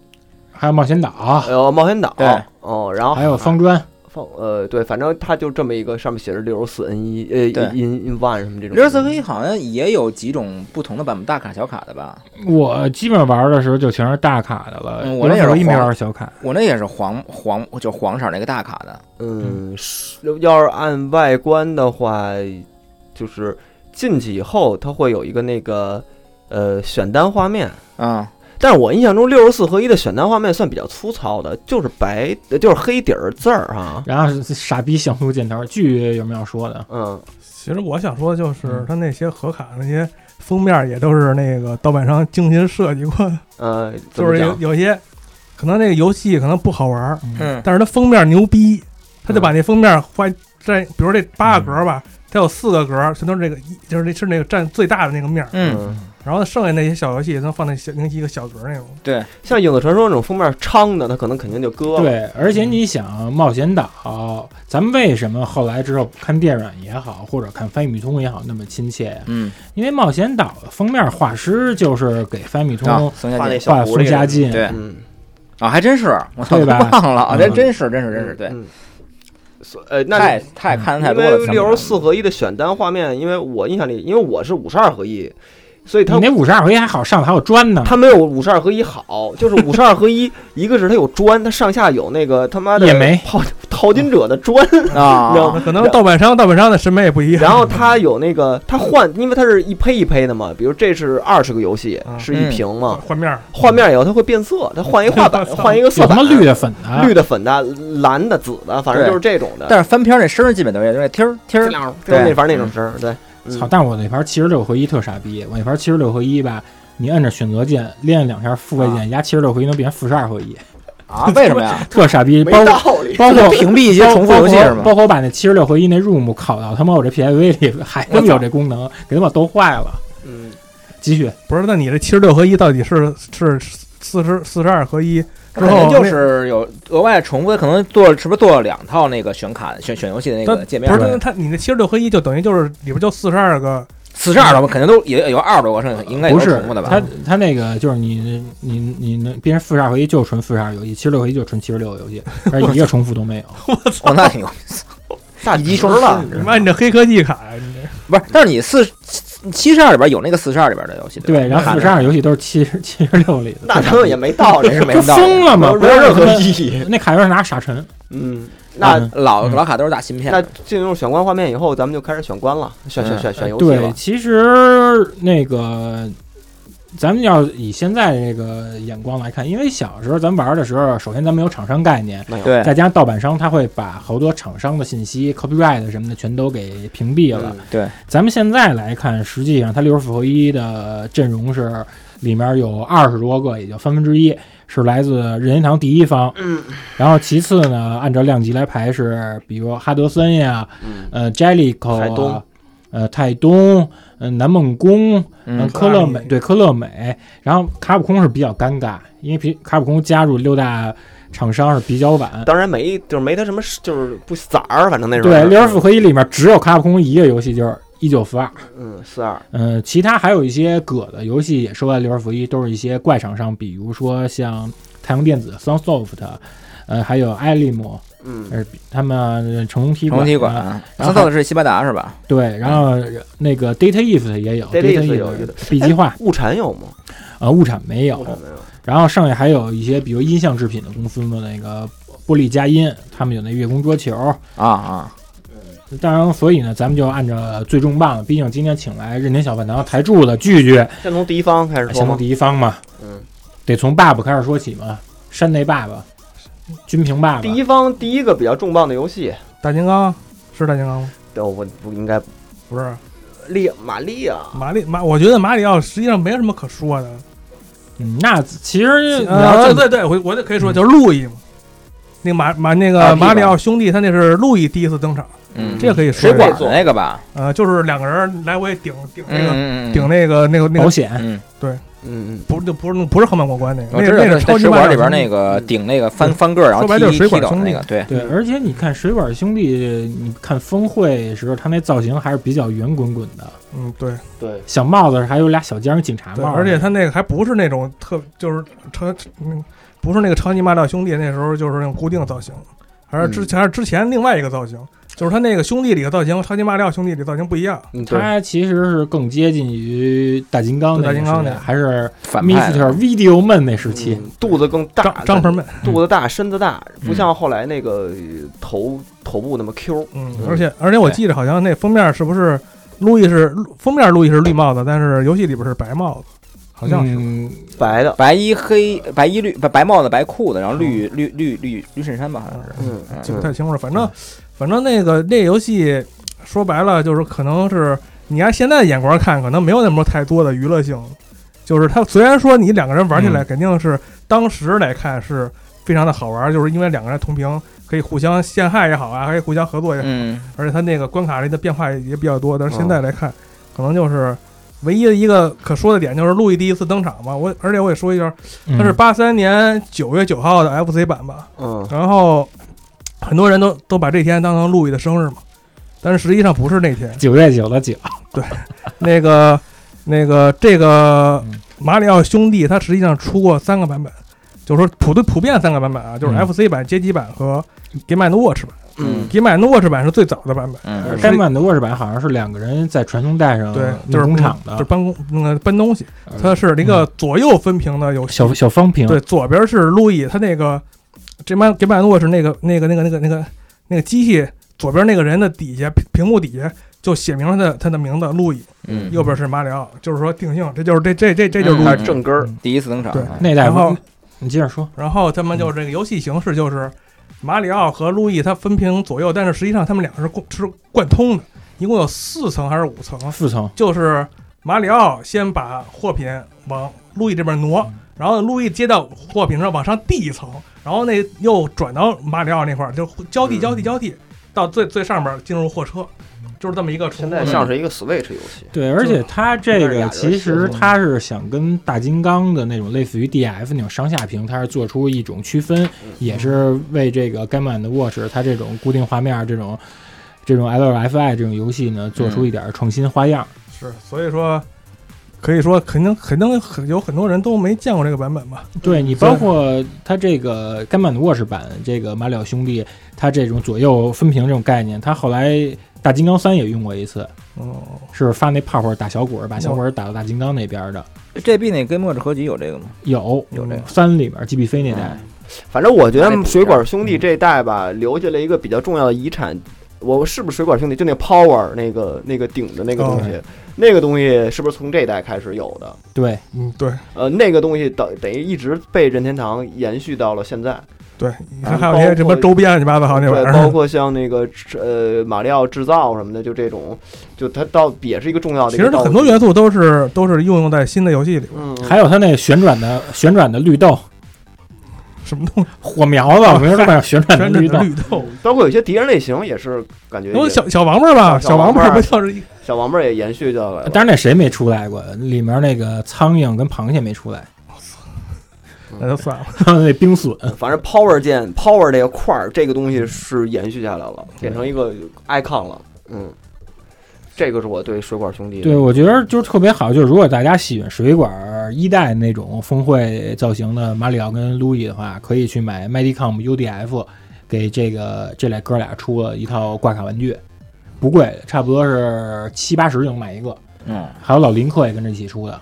[SPEAKER 3] 还有冒险岛，
[SPEAKER 4] 呃，冒险岛
[SPEAKER 5] 啊对，
[SPEAKER 4] 哦，然后
[SPEAKER 3] 还有方砖，
[SPEAKER 4] 放呃对，反正它就这么一个，上面写着六十四 N 一呃
[SPEAKER 5] 对
[SPEAKER 4] N N one 什么这种。
[SPEAKER 5] 六十四合一好像也有几种不同的版本，大卡小卡的吧？
[SPEAKER 3] 我基本玩的时候就全是大卡的了，
[SPEAKER 5] 嗯我那也是
[SPEAKER 3] 一没
[SPEAKER 5] 黄
[SPEAKER 3] 玩小卡。
[SPEAKER 5] 我那也是黄黄就黄色那个大卡的，
[SPEAKER 4] 嗯，是要是按外观的话，就是进去以后，它会有一个那个呃选单画面。
[SPEAKER 5] 嗯，
[SPEAKER 4] 但是我印象中六十四合一的选单画面算比较粗糙的，就是白，呃就是黑底儿字儿哈。
[SPEAKER 3] 然后是傻逼像素箭头，剧有没有说的？
[SPEAKER 4] 嗯，
[SPEAKER 6] 其实我想说的就是
[SPEAKER 3] 嗯
[SPEAKER 6] 他那些盒卡那些封面也都是那个盗版商精心设计过的，
[SPEAKER 4] 呃，怎
[SPEAKER 6] 就
[SPEAKER 4] 么
[SPEAKER 6] 是有
[SPEAKER 4] 讲？
[SPEAKER 6] 有些可能那个游戏可能不好玩儿，
[SPEAKER 5] 嗯，
[SPEAKER 6] 但是它封面牛逼，他就把那封面换占，比如这
[SPEAKER 5] 嗯
[SPEAKER 6] 八个格吧，它有四个格全都是这个一，就是那是那个占最大的那个面儿，
[SPEAKER 5] 嗯，
[SPEAKER 6] 然后剩下那些小游戏能放在小那一个小格那种。
[SPEAKER 4] 像《影子传说》那种封面昌的，它可能肯定就割了。
[SPEAKER 3] 对，而且你想，冒险岛，咱们为什么后来之后看电影也好，或者看翻译米通也好，那么亲切呀？
[SPEAKER 5] 嗯
[SPEAKER 3] 因为冒险岛的封面画师就是给翻译米通
[SPEAKER 5] 啊，松下
[SPEAKER 4] 画那
[SPEAKER 5] 姐
[SPEAKER 4] 小
[SPEAKER 3] 画
[SPEAKER 4] 狐狸
[SPEAKER 3] 孙
[SPEAKER 4] 人
[SPEAKER 3] 家进，
[SPEAKER 5] 对
[SPEAKER 4] 嗯，
[SPEAKER 5] 啊，还真是，我操，
[SPEAKER 3] 对
[SPEAKER 5] 都
[SPEAKER 3] 吧
[SPEAKER 5] 忘了啊，真
[SPEAKER 3] 嗯
[SPEAKER 5] 真是真是真是，对，
[SPEAKER 4] 嗯。所呃，那
[SPEAKER 5] 太太看的太
[SPEAKER 4] 因
[SPEAKER 5] 多了，
[SPEAKER 4] 为
[SPEAKER 5] 想不
[SPEAKER 4] 六
[SPEAKER 5] 了
[SPEAKER 4] 十四合一的选单画面，因为我印象里，因为我是五十二合一，所以它
[SPEAKER 3] 你那五十二回还好上头还有砖呢，
[SPEAKER 4] 它没有五十二合一好，就是五十二合一，一个是它有砖，它上下有那个他妈的
[SPEAKER 3] 也没
[SPEAKER 4] 淘淘金者的砖，
[SPEAKER 5] 啊，
[SPEAKER 6] 那可能盗版商盗版商的审美也不一样。
[SPEAKER 4] 然后它有那个它换，因为它是一胚一胚的嘛，比如这是二十个游戏
[SPEAKER 6] 啊
[SPEAKER 4] 是一屏嘛，
[SPEAKER 6] 换面儿，，
[SPEAKER 4] 画面以后它会变色，它换一画板换一个
[SPEAKER 3] 有
[SPEAKER 4] 色
[SPEAKER 3] 他妈
[SPEAKER 4] 板，
[SPEAKER 3] 绿的粉啊的，
[SPEAKER 4] 绿的、粉的、蓝的、紫的，反正就是这种的，
[SPEAKER 5] 但是翻篇儿那声儿基本都是就是踢儿踢
[SPEAKER 4] [laughs] 这
[SPEAKER 5] 儿，
[SPEAKER 4] 两
[SPEAKER 5] 对
[SPEAKER 4] 那反正那种声儿，对，
[SPEAKER 3] 操！
[SPEAKER 4] 嗯
[SPEAKER 3] 但是我那盘七十六合一特傻逼，我那盘七十六合一吧，你摁着选择键练两下复位键，压七十六合一能变成四十二合一，
[SPEAKER 5] 啊，为什么呀？
[SPEAKER 3] 特傻逼。
[SPEAKER 4] 没
[SPEAKER 3] 包括
[SPEAKER 4] 道理。
[SPEAKER 3] 包括
[SPEAKER 5] 屏蔽一些
[SPEAKER 3] 包
[SPEAKER 5] 重复游戏是
[SPEAKER 3] 包括
[SPEAKER 5] 吗？
[SPEAKER 3] 包括把那七十六合一那 room 拷到他妈我这 PSV 里，还他妈有这功能，给他妈都坏了。
[SPEAKER 4] 嗯，
[SPEAKER 3] 继续，
[SPEAKER 6] 不是？那你这七十六合一到底是是四十四十二合一之
[SPEAKER 5] 可能
[SPEAKER 6] 后
[SPEAKER 5] 就
[SPEAKER 6] 那
[SPEAKER 5] 是有额外重复，可能做是不是做了两套那个选卡选选游戏的那个界面
[SPEAKER 6] 不是
[SPEAKER 5] 儿？
[SPEAKER 6] 那他你那七十六合一就等于就是里边就四十二个，
[SPEAKER 5] 四十二的吧，肯定都也有二十多个，剩下应该也
[SPEAKER 3] 不
[SPEAKER 5] 都
[SPEAKER 3] 是
[SPEAKER 5] 重复的吧
[SPEAKER 3] 他？他那个就是你你你你变成四十二合一就纯四十二游戏，七十六合一就纯七十六游
[SPEAKER 4] [laughs]
[SPEAKER 3] 戏，而一个重复都没有。
[SPEAKER 5] 哦，那挺有
[SPEAKER 4] 大
[SPEAKER 5] 一
[SPEAKER 4] 集
[SPEAKER 5] 击
[SPEAKER 4] 成
[SPEAKER 5] 双
[SPEAKER 4] 了，
[SPEAKER 6] 你妈你这黑科技卡呀！你这
[SPEAKER 5] 不是，但是你四七十二里边有那个四十二里边的游戏，吧
[SPEAKER 3] 对，然后四十二游戏都是七十七十六里的，
[SPEAKER 4] 那他们也没道理
[SPEAKER 5] 真，是没
[SPEAKER 3] 就 [laughs]
[SPEAKER 5] 道理
[SPEAKER 3] 疯。了吗？
[SPEAKER 4] 没有任何意义。
[SPEAKER 3] 那卡片是拿傻沉，
[SPEAKER 4] 嗯，那
[SPEAKER 3] 嗯
[SPEAKER 5] 老
[SPEAKER 3] 嗯
[SPEAKER 5] 老卡都是打芯片
[SPEAKER 4] 那
[SPEAKER 5] 的，
[SPEAKER 4] 进入选关画面以后，咱们就开始选关了，选选
[SPEAKER 5] 嗯
[SPEAKER 4] 选选游戏
[SPEAKER 3] 对，
[SPEAKER 4] 了。
[SPEAKER 3] 其实那个咱们要以现在这个眼光来看，因为小时候咱玩的时候，首先咱没有厂商概念，
[SPEAKER 5] 对
[SPEAKER 3] 再加上盗版商他会把好多厂商的信息、copyright 什么的全都给屏蔽
[SPEAKER 4] 嗯
[SPEAKER 3] 了。
[SPEAKER 5] 对，
[SPEAKER 3] 咱们现在来看，实际上它六十四合一的阵容是里面有二十多个，也就三分之一是来自任天堂第一方，
[SPEAKER 4] 嗯，
[SPEAKER 3] 然后其次呢，按照量级来排是，比如哈德森呀，
[SPEAKER 4] 嗯
[SPEAKER 3] 呃，Jellico
[SPEAKER 4] 泰
[SPEAKER 3] 啊
[SPEAKER 4] 东，
[SPEAKER 3] 呃，泰东，嗯、南梦宫，嗯、
[SPEAKER 5] 嗯
[SPEAKER 3] 科乐美
[SPEAKER 6] 科拉米
[SPEAKER 3] 对科乐美，然后卡普空是比较尴尬，因为皮卡普空加入六大厂商是比较晚。
[SPEAKER 4] 当然没就是没他什么事，就是不崽儿，反正那时候
[SPEAKER 3] 对，六十四合一里面只有卡普空一个游戏就是一九四二，
[SPEAKER 4] 嗯四二
[SPEAKER 3] 嗯，其他还有一些葛的游戏也收在六十四合一，都是一些怪厂商，比如说像太阳电子、Sunsoft，呃，还有艾利姆，
[SPEAKER 4] 嗯
[SPEAKER 3] 呃，他们成龙踢
[SPEAKER 5] 红体
[SPEAKER 3] 啊
[SPEAKER 5] 馆，
[SPEAKER 3] 然
[SPEAKER 5] 他
[SPEAKER 3] 后
[SPEAKER 5] 造的是西班牙是吧？
[SPEAKER 3] 对，然后那个 Data If 也有
[SPEAKER 4] Data East 有有
[SPEAKER 3] B 计划，
[SPEAKER 4] 物产有吗？
[SPEAKER 3] 呃，物产没有
[SPEAKER 4] 物，产没有。
[SPEAKER 3] 然后剩下还有一些比如音像制品的公司的那个玻璃佳音，他们有那月宫桌球，
[SPEAKER 5] 啊啊，
[SPEAKER 3] 当然，所以呢，咱们就按照最重磅的，毕竟今天请来任天小饭堂台柱的聚聚，
[SPEAKER 4] 先从第一方开始说
[SPEAKER 3] 先从
[SPEAKER 4] 吗？
[SPEAKER 3] 第一方嘛，
[SPEAKER 4] 嗯，
[SPEAKER 3] 得从爸爸开始说起嘛，山内爸爸，军平爸爸，
[SPEAKER 4] 第一方第一个比较重磅的游戏，
[SPEAKER 6] 大金刚是大金刚吗？
[SPEAKER 4] 对，我不应该
[SPEAKER 6] 不是，
[SPEAKER 4] 利玛利亚，
[SPEAKER 6] 马里马，我觉得马里奥实际上没有什么可说的。
[SPEAKER 3] 嗯，那其实你要
[SPEAKER 6] 呃，
[SPEAKER 3] 这么
[SPEAKER 6] 对对，我我就可以说
[SPEAKER 3] 嗯
[SPEAKER 6] 就是路易嘛。那个马马那
[SPEAKER 5] 啊
[SPEAKER 6] 个
[SPEAKER 5] 屁股
[SPEAKER 6] 马里奥兄弟，他那是路易第一次登场，
[SPEAKER 5] 嗯，
[SPEAKER 6] 这个可以说
[SPEAKER 5] 水
[SPEAKER 6] 一下。
[SPEAKER 5] 管子那个吧，
[SPEAKER 6] 呃，就是两个人来回顶顶那个
[SPEAKER 5] 嗯嗯嗯
[SPEAKER 6] 顶那个那个那
[SPEAKER 3] 保
[SPEAKER 6] 个，
[SPEAKER 3] 险，
[SPEAKER 5] 嗯，
[SPEAKER 4] 嗯嗯，
[SPEAKER 6] 不是就不是不是横版过关那个，
[SPEAKER 5] 我
[SPEAKER 6] 那
[SPEAKER 5] 知
[SPEAKER 6] 个
[SPEAKER 5] 道
[SPEAKER 6] 那
[SPEAKER 5] 哦在
[SPEAKER 6] 是超级
[SPEAKER 5] 水
[SPEAKER 6] 马里
[SPEAKER 5] 管里边
[SPEAKER 6] 奥兄弟
[SPEAKER 5] 那个顶那个翻翻个儿，然后
[SPEAKER 6] 说白就是
[SPEAKER 5] 踢
[SPEAKER 6] 水管
[SPEAKER 5] 踢倒
[SPEAKER 6] 兄弟
[SPEAKER 5] 那个，对，
[SPEAKER 3] 对，而且你看水管兄弟，你看峰会时候，他那造型还是比较圆滚滚的，
[SPEAKER 6] 嗯对
[SPEAKER 4] 对，
[SPEAKER 3] 小帽子还有俩小尖儿警察
[SPEAKER 6] 对，
[SPEAKER 3] 帽，
[SPEAKER 6] 而且他那个还不是那种特就是超嗯不是那个超级马里奥兄弟那时候就是那种固定造型，还是之
[SPEAKER 5] 嗯
[SPEAKER 6] 前还是之前另外一个造型，就是他那个兄弟里的造型和超级马里奥兄弟里的造型不一样。
[SPEAKER 4] 嗯对，
[SPEAKER 3] 他其实是更接近于大金刚那个
[SPEAKER 6] 大金刚
[SPEAKER 3] 时代
[SPEAKER 6] 那个
[SPEAKER 3] 还是
[SPEAKER 5] 反派
[SPEAKER 3] Mister
[SPEAKER 5] 的
[SPEAKER 3] Video Man 那时期。
[SPEAKER 4] 嗯肚子更大，
[SPEAKER 6] 张张鹏们，
[SPEAKER 4] 肚子大，身子大，不
[SPEAKER 5] 嗯
[SPEAKER 4] 像后来那个呃头头部那么 Q。
[SPEAKER 6] 嗯
[SPEAKER 4] 嗯，
[SPEAKER 6] 而且而且我记得好像那封面是不是路易是封面路易是绿帽子，但是游戏里边是白帽子，好像是。
[SPEAKER 3] 嗯，
[SPEAKER 4] 白的，
[SPEAKER 5] 白衣黑白衣绿白白帽子白裤子，然后绿绿绿绿绿衬衫吧，好像是。
[SPEAKER 4] 嗯
[SPEAKER 5] 嗯
[SPEAKER 6] 记不太清楚了。反正反正那个那游戏说白了就是可能是你按现在的眼光看，可能没有那么太多的娱乐性。就是它虽然说你两个人玩起来肯定是当时来看是非常的好玩，就是因为两个人同屏可以互相陷害也好啊，可以互相合作也好，
[SPEAKER 5] 嗯，
[SPEAKER 6] 而且它那个关卡里的变化也比较多。但是现在来看，可能就是。唯一的一个可说的点就是路易第一次登场嘛，我而且我也说一下，
[SPEAKER 3] 他。
[SPEAKER 6] 它是八三年九月九号的 FC 版吧，
[SPEAKER 4] 嗯，
[SPEAKER 6] 然后很多人都都把这天当成路易的生日嘛，但是实际上不是那天
[SPEAKER 3] 九月九的九，
[SPEAKER 6] 那个 [laughs] 那个这个
[SPEAKER 3] 嗯
[SPEAKER 6] 马里奥兄弟，它实际上出过三个版本，就是说普对普遍三个版本啊，就是
[SPEAKER 3] 嗯
[SPEAKER 6] FC 版、街机版和 Game and Watch 版。
[SPEAKER 4] 嗯
[SPEAKER 6] Game and Watch 版是最早的版本，
[SPEAKER 5] 嗯
[SPEAKER 6] 是
[SPEAKER 3] 该版的沃士版好像是两个人在传送带上
[SPEAKER 6] 对，就
[SPEAKER 3] 弄嗯
[SPEAKER 6] 是
[SPEAKER 3] 工厂的
[SPEAKER 6] 就是，搬工那个搬东西，
[SPEAKER 3] 呃
[SPEAKER 6] 它是一个左右分屏的游戏。
[SPEAKER 3] 小小方屏，
[SPEAKER 6] 对，左边是路易，他那个这曼给曼诺是那个那个那个那个那个那个机器左边那个人的底下屏屏幕底下就写明了他的他的名字路易，
[SPEAKER 5] 嗯，
[SPEAKER 6] 右边是马里奥，就是说定性，这就是这这这这就是
[SPEAKER 5] 嗯
[SPEAKER 6] 路易。
[SPEAKER 4] 还是正根儿。
[SPEAKER 3] 嗯
[SPEAKER 5] 第一次登场
[SPEAKER 6] 对，
[SPEAKER 3] 那代
[SPEAKER 6] 然后
[SPEAKER 3] 文，你接着说，
[SPEAKER 6] 然后他们就是这个游戏形式就是马里奥和路易他分屏左右，但是实际上他们俩是贯是贯通的，一共有四层还是五层？
[SPEAKER 3] 四层，
[SPEAKER 6] 就是马里奥先把货品往路易这边挪
[SPEAKER 3] 嗯，
[SPEAKER 6] 然后路易接到货品之后往上递一层，然后那又转到马里奥那块儿，就交替
[SPEAKER 4] 嗯
[SPEAKER 6] 交替交替，到最最上边进入货车，
[SPEAKER 3] 嗯
[SPEAKER 6] 就是这么一个重
[SPEAKER 4] 现
[SPEAKER 6] 复的。
[SPEAKER 4] 在像是一个 Switch 游戏，
[SPEAKER 3] 对，而且它这
[SPEAKER 4] 有点
[SPEAKER 3] 个
[SPEAKER 4] 雅致
[SPEAKER 3] 其实
[SPEAKER 4] 是吗
[SPEAKER 3] 它是想跟大金刚的那种类似于 DF 那种上下屏，它是做出一种区分，
[SPEAKER 4] 嗯
[SPEAKER 3] 也是为这个 Game and Watch 它这种固定画面这种这种 LFI 这种游戏呢，做
[SPEAKER 4] 嗯
[SPEAKER 3] 出一点创新花样。
[SPEAKER 6] 是，所以说可以说肯定肯定很有很多人都没见过这个版本吧？
[SPEAKER 3] 对你包括它这个 Game and Watch 版这个马里奥兄弟，它这种左右分屏这种概念，它后来大金刚三也用过一次，
[SPEAKER 6] 嗯，
[SPEAKER 3] 是发那炮火打小鬼儿，把小鬼儿打到大金刚那边的，
[SPEAKER 5] GB 那跟末日合集有这个吗？
[SPEAKER 3] 有嗯
[SPEAKER 5] 有这个
[SPEAKER 3] 三里面 GBC 那代。
[SPEAKER 4] 反正我觉得水管兄弟这一代吧，留下了一个比较重要的遗产，我是不是水管兄弟？就那 Power 那个那个顶的那个东西，
[SPEAKER 6] 哦
[SPEAKER 4] 那个东西是不是从这代开始有的？
[SPEAKER 3] 对，
[SPEAKER 6] 嗯，对
[SPEAKER 4] 呃，那个东西等等于一直被任天堂延续到了现在。
[SPEAKER 6] 对，你看还有一些什么周边乱七八糟啊那玩
[SPEAKER 4] 嗯
[SPEAKER 6] 意
[SPEAKER 4] 对，包
[SPEAKER 6] 儿。
[SPEAKER 4] 括像那个呃马里奥制造什么的，就这种，就它到也是一个重要的
[SPEAKER 6] 其
[SPEAKER 4] 一个
[SPEAKER 6] 实
[SPEAKER 4] 道具。
[SPEAKER 6] 它很多元素都是都是应用在新的游戏里，
[SPEAKER 4] 嗯，嗯，
[SPEAKER 3] 还有它那旋转的旋转的绿豆
[SPEAKER 6] 什么东西，
[SPEAKER 3] 火苗子，我跟你说，旋转的
[SPEAKER 6] 全是
[SPEAKER 3] 绿豆，
[SPEAKER 6] 绿豆。
[SPEAKER 4] 包括有些敌人类型也是感觉
[SPEAKER 6] 因为
[SPEAKER 4] 也
[SPEAKER 6] 小小王八吧，
[SPEAKER 4] 小
[SPEAKER 6] 小王
[SPEAKER 4] 王
[SPEAKER 6] 八
[SPEAKER 4] 八
[SPEAKER 6] 不就是一
[SPEAKER 4] 小王八也延续到了。
[SPEAKER 3] 当然那谁没出来过？里面那个苍蝇跟螃蟹没出来， [laughs]
[SPEAKER 6] 那就算了。
[SPEAKER 3] 还有那冰笋，
[SPEAKER 4] 反正 Power 键 Power 这个块儿，这个东西是延续下来了，变成一个 icon 了。嗯，这个是我对水管兄弟的
[SPEAKER 3] 对，我觉得就是特别好。就是如果大家喜欢水管儿一代那种峰会造型的马里奥跟路易的话，可以去买 Medicom UDF 给这个这俩哥俩出了一套挂卡玩具，不贵，差不多是七八十就能买一个。
[SPEAKER 5] 嗯，
[SPEAKER 3] 还有老林克也跟着一起出的，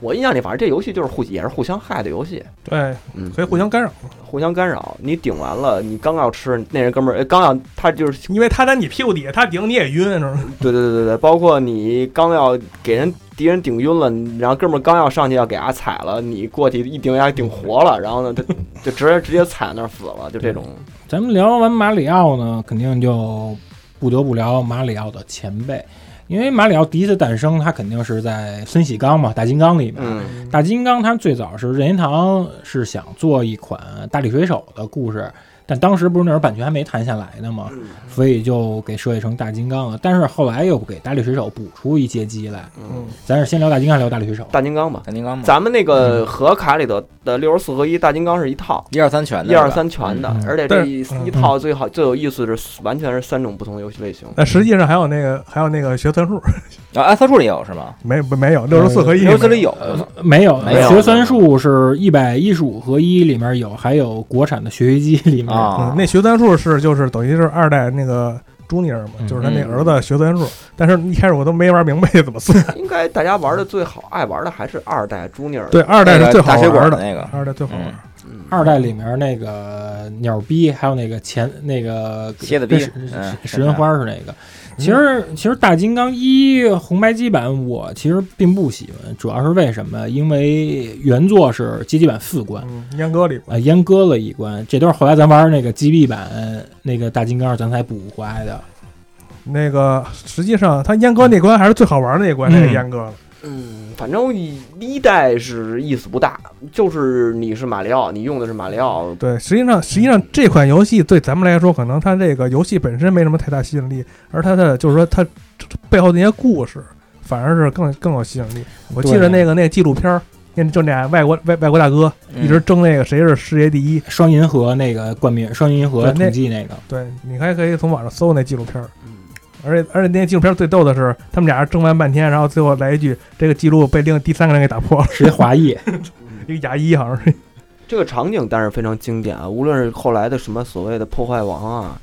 [SPEAKER 4] 我印象里，反正这游戏就是互也是互相害的游戏，
[SPEAKER 6] 对，
[SPEAKER 4] 嗯，
[SPEAKER 6] 可以互相干扰，
[SPEAKER 4] 互相干扰。你顶完了，你刚要吃，那人哥们儿哎刚要他就是
[SPEAKER 6] 因为他在你屁股底下，他顶你也晕，是吧？
[SPEAKER 4] 对对对对对，包括你刚要给人敌人顶晕了，然后哥们儿刚要上去要给他踩了，你过去一顶，给他顶活了，然后呢，他就直接直接踩那儿死了，就这种。
[SPEAKER 3] 咱们聊完马里奥呢，肯定就不得不聊马里奥的前辈，因为马里奥第一次诞生，他肯定是在孙喜刚嘛，大金刚里面。
[SPEAKER 4] 嗯
[SPEAKER 3] 大金刚它最早是任天堂是想做一款大力水手的故事，但当时不是那时候版权还没谈下来呢嘛，
[SPEAKER 5] 嗯
[SPEAKER 3] 所以就给设计成大金刚了。但是后来又给大力水手补出一阶机来，
[SPEAKER 4] 嗯，
[SPEAKER 3] 咱是先聊大金刚，聊大力水手。
[SPEAKER 4] 大金刚吧，
[SPEAKER 5] 大金刚
[SPEAKER 6] 嗯
[SPEAKER 5] 嘛，
[SPEAKER 4] 咱们那个盒卡里头的六十四合一大金刚是一套。
[SPEAKER 5] 一二三全的，
[SPEAKER 4] 一二三全的
[SPEAKER 3] 嗯，
[SPEAKER 4] 而且这
[SPEAKER 6] 但
[SPEAKER 4] 一
[SPEAKER 6] 嗯
[SPEAKER 4] 一套最好最有意思的是，完全是三种不同的游戏
[SPEAKER 6] [laughs]
[SPEAKER 4] 类型。
[SPEAKER 6] 那实际上还有那个还有那个学算术，
[SPEAKER 5] 是吧啊，按三数里也有是吗？
[SPEAKER 6] 没不没有六十四合一，
[SPEAKER 5] 六四里有，
[SPEAKER 3] 没有，
[SPEAKER 5] 没有
[SPEAKER 3] 学算术是一百一十五合一里面有，还有国产的学习机里面。
[SPEAKER 5] 啊
[SPEAKER 6] 嗯，，那学算术是就是等于是二代那个朱尼尔嘛，
[SPEAKER 3] 嗯
[SPEAKER 6] 就是他那儿子学算术，但是一开始我都没玩明白怎么算。
[SPEAKER 4] 应该大家玩的最好、爱玩的还是二代朱尼尔。
[SPEAKER 6] 对，二代
[SPEAKER 5] 那个
[SPEAKER 6] 是最好
[SPEAKER 5] 大水管
[SPEAKER 6] 玩
[SPEAKER 5] 的
[SPEAKER 6] 的，
[SPEAKER 5] 那个，
[SPEAKER 6] 二代最好玩
[SPEAKER 5] 嗯。
[SPEAKER 4] 嗯，
[SPEAKER 3] 二代里面那个鸟逼，还有那个前那个
[SPEAKER 5] 蝎子逼
[SPEAKER 3] 跟石
[SPEAKER 5] 嗯
[SPEAKER 3] 石原花是哪个？其实
[SPEAKER 6] 嗯
[SPEAKER 3] 其实大金刚一红白机版我其实并不喜欢，主要是为什么？因为原作是街机版四关。
[SPEAKER 6] 嗯，阉割里
[SPEAKER 3] 啊，阉割了一关，这都是后来咱玩那个 GB 版那个大金刚，咱才补回来的。
[SPEAKER 6] 那个实际上他阉割那关还是最好玩的那关，
[SPEAKER 3] 嗯
[SPEAKER 6] 那个阉割了。
[SPEAKER 4] 嗯，反正一一代是意思不大，就是你是马里奥，你用的是马里奥，
[SPEAKER 6] 对，实际上实际上这款游戏对咱们来说，可能它这个游戏本身没什么太大吸引力，而它的就是说它背后那些故事反而是更更有吸引力。我记
[SPEAKER 3] 对
[SPEAKER 6] 得那个那个纪录片儿，那就那俩外国外外国大哥
[SPEAKER 5] 嗯
[SPEAKER 6] 一直争那个谁是世界第一。
[SPEAKER 3] 双银河那个冠名，双银河
[SPEAKER 6] 对那
[SPEAKER 3] 统计那个，
[SPEAKER 6] 对，你还可以从网上搜那纪录片儿。
[SPEAKER 4] 嗯
[SPEAKER 6] 而且而且那纪录片儿最逗的是，他们俩人争完半天，然后最后来一句：“这个记录被另第三个人给打破了。 [laughs]
[SPEAKER 3] 是一华裔，” [laughs]
[SPEAKER 6] 一个牙医好像是，
[SPEAKER 4] 这个场景当然非常经典啊，无论是后来的什么所谓的破坏王啊，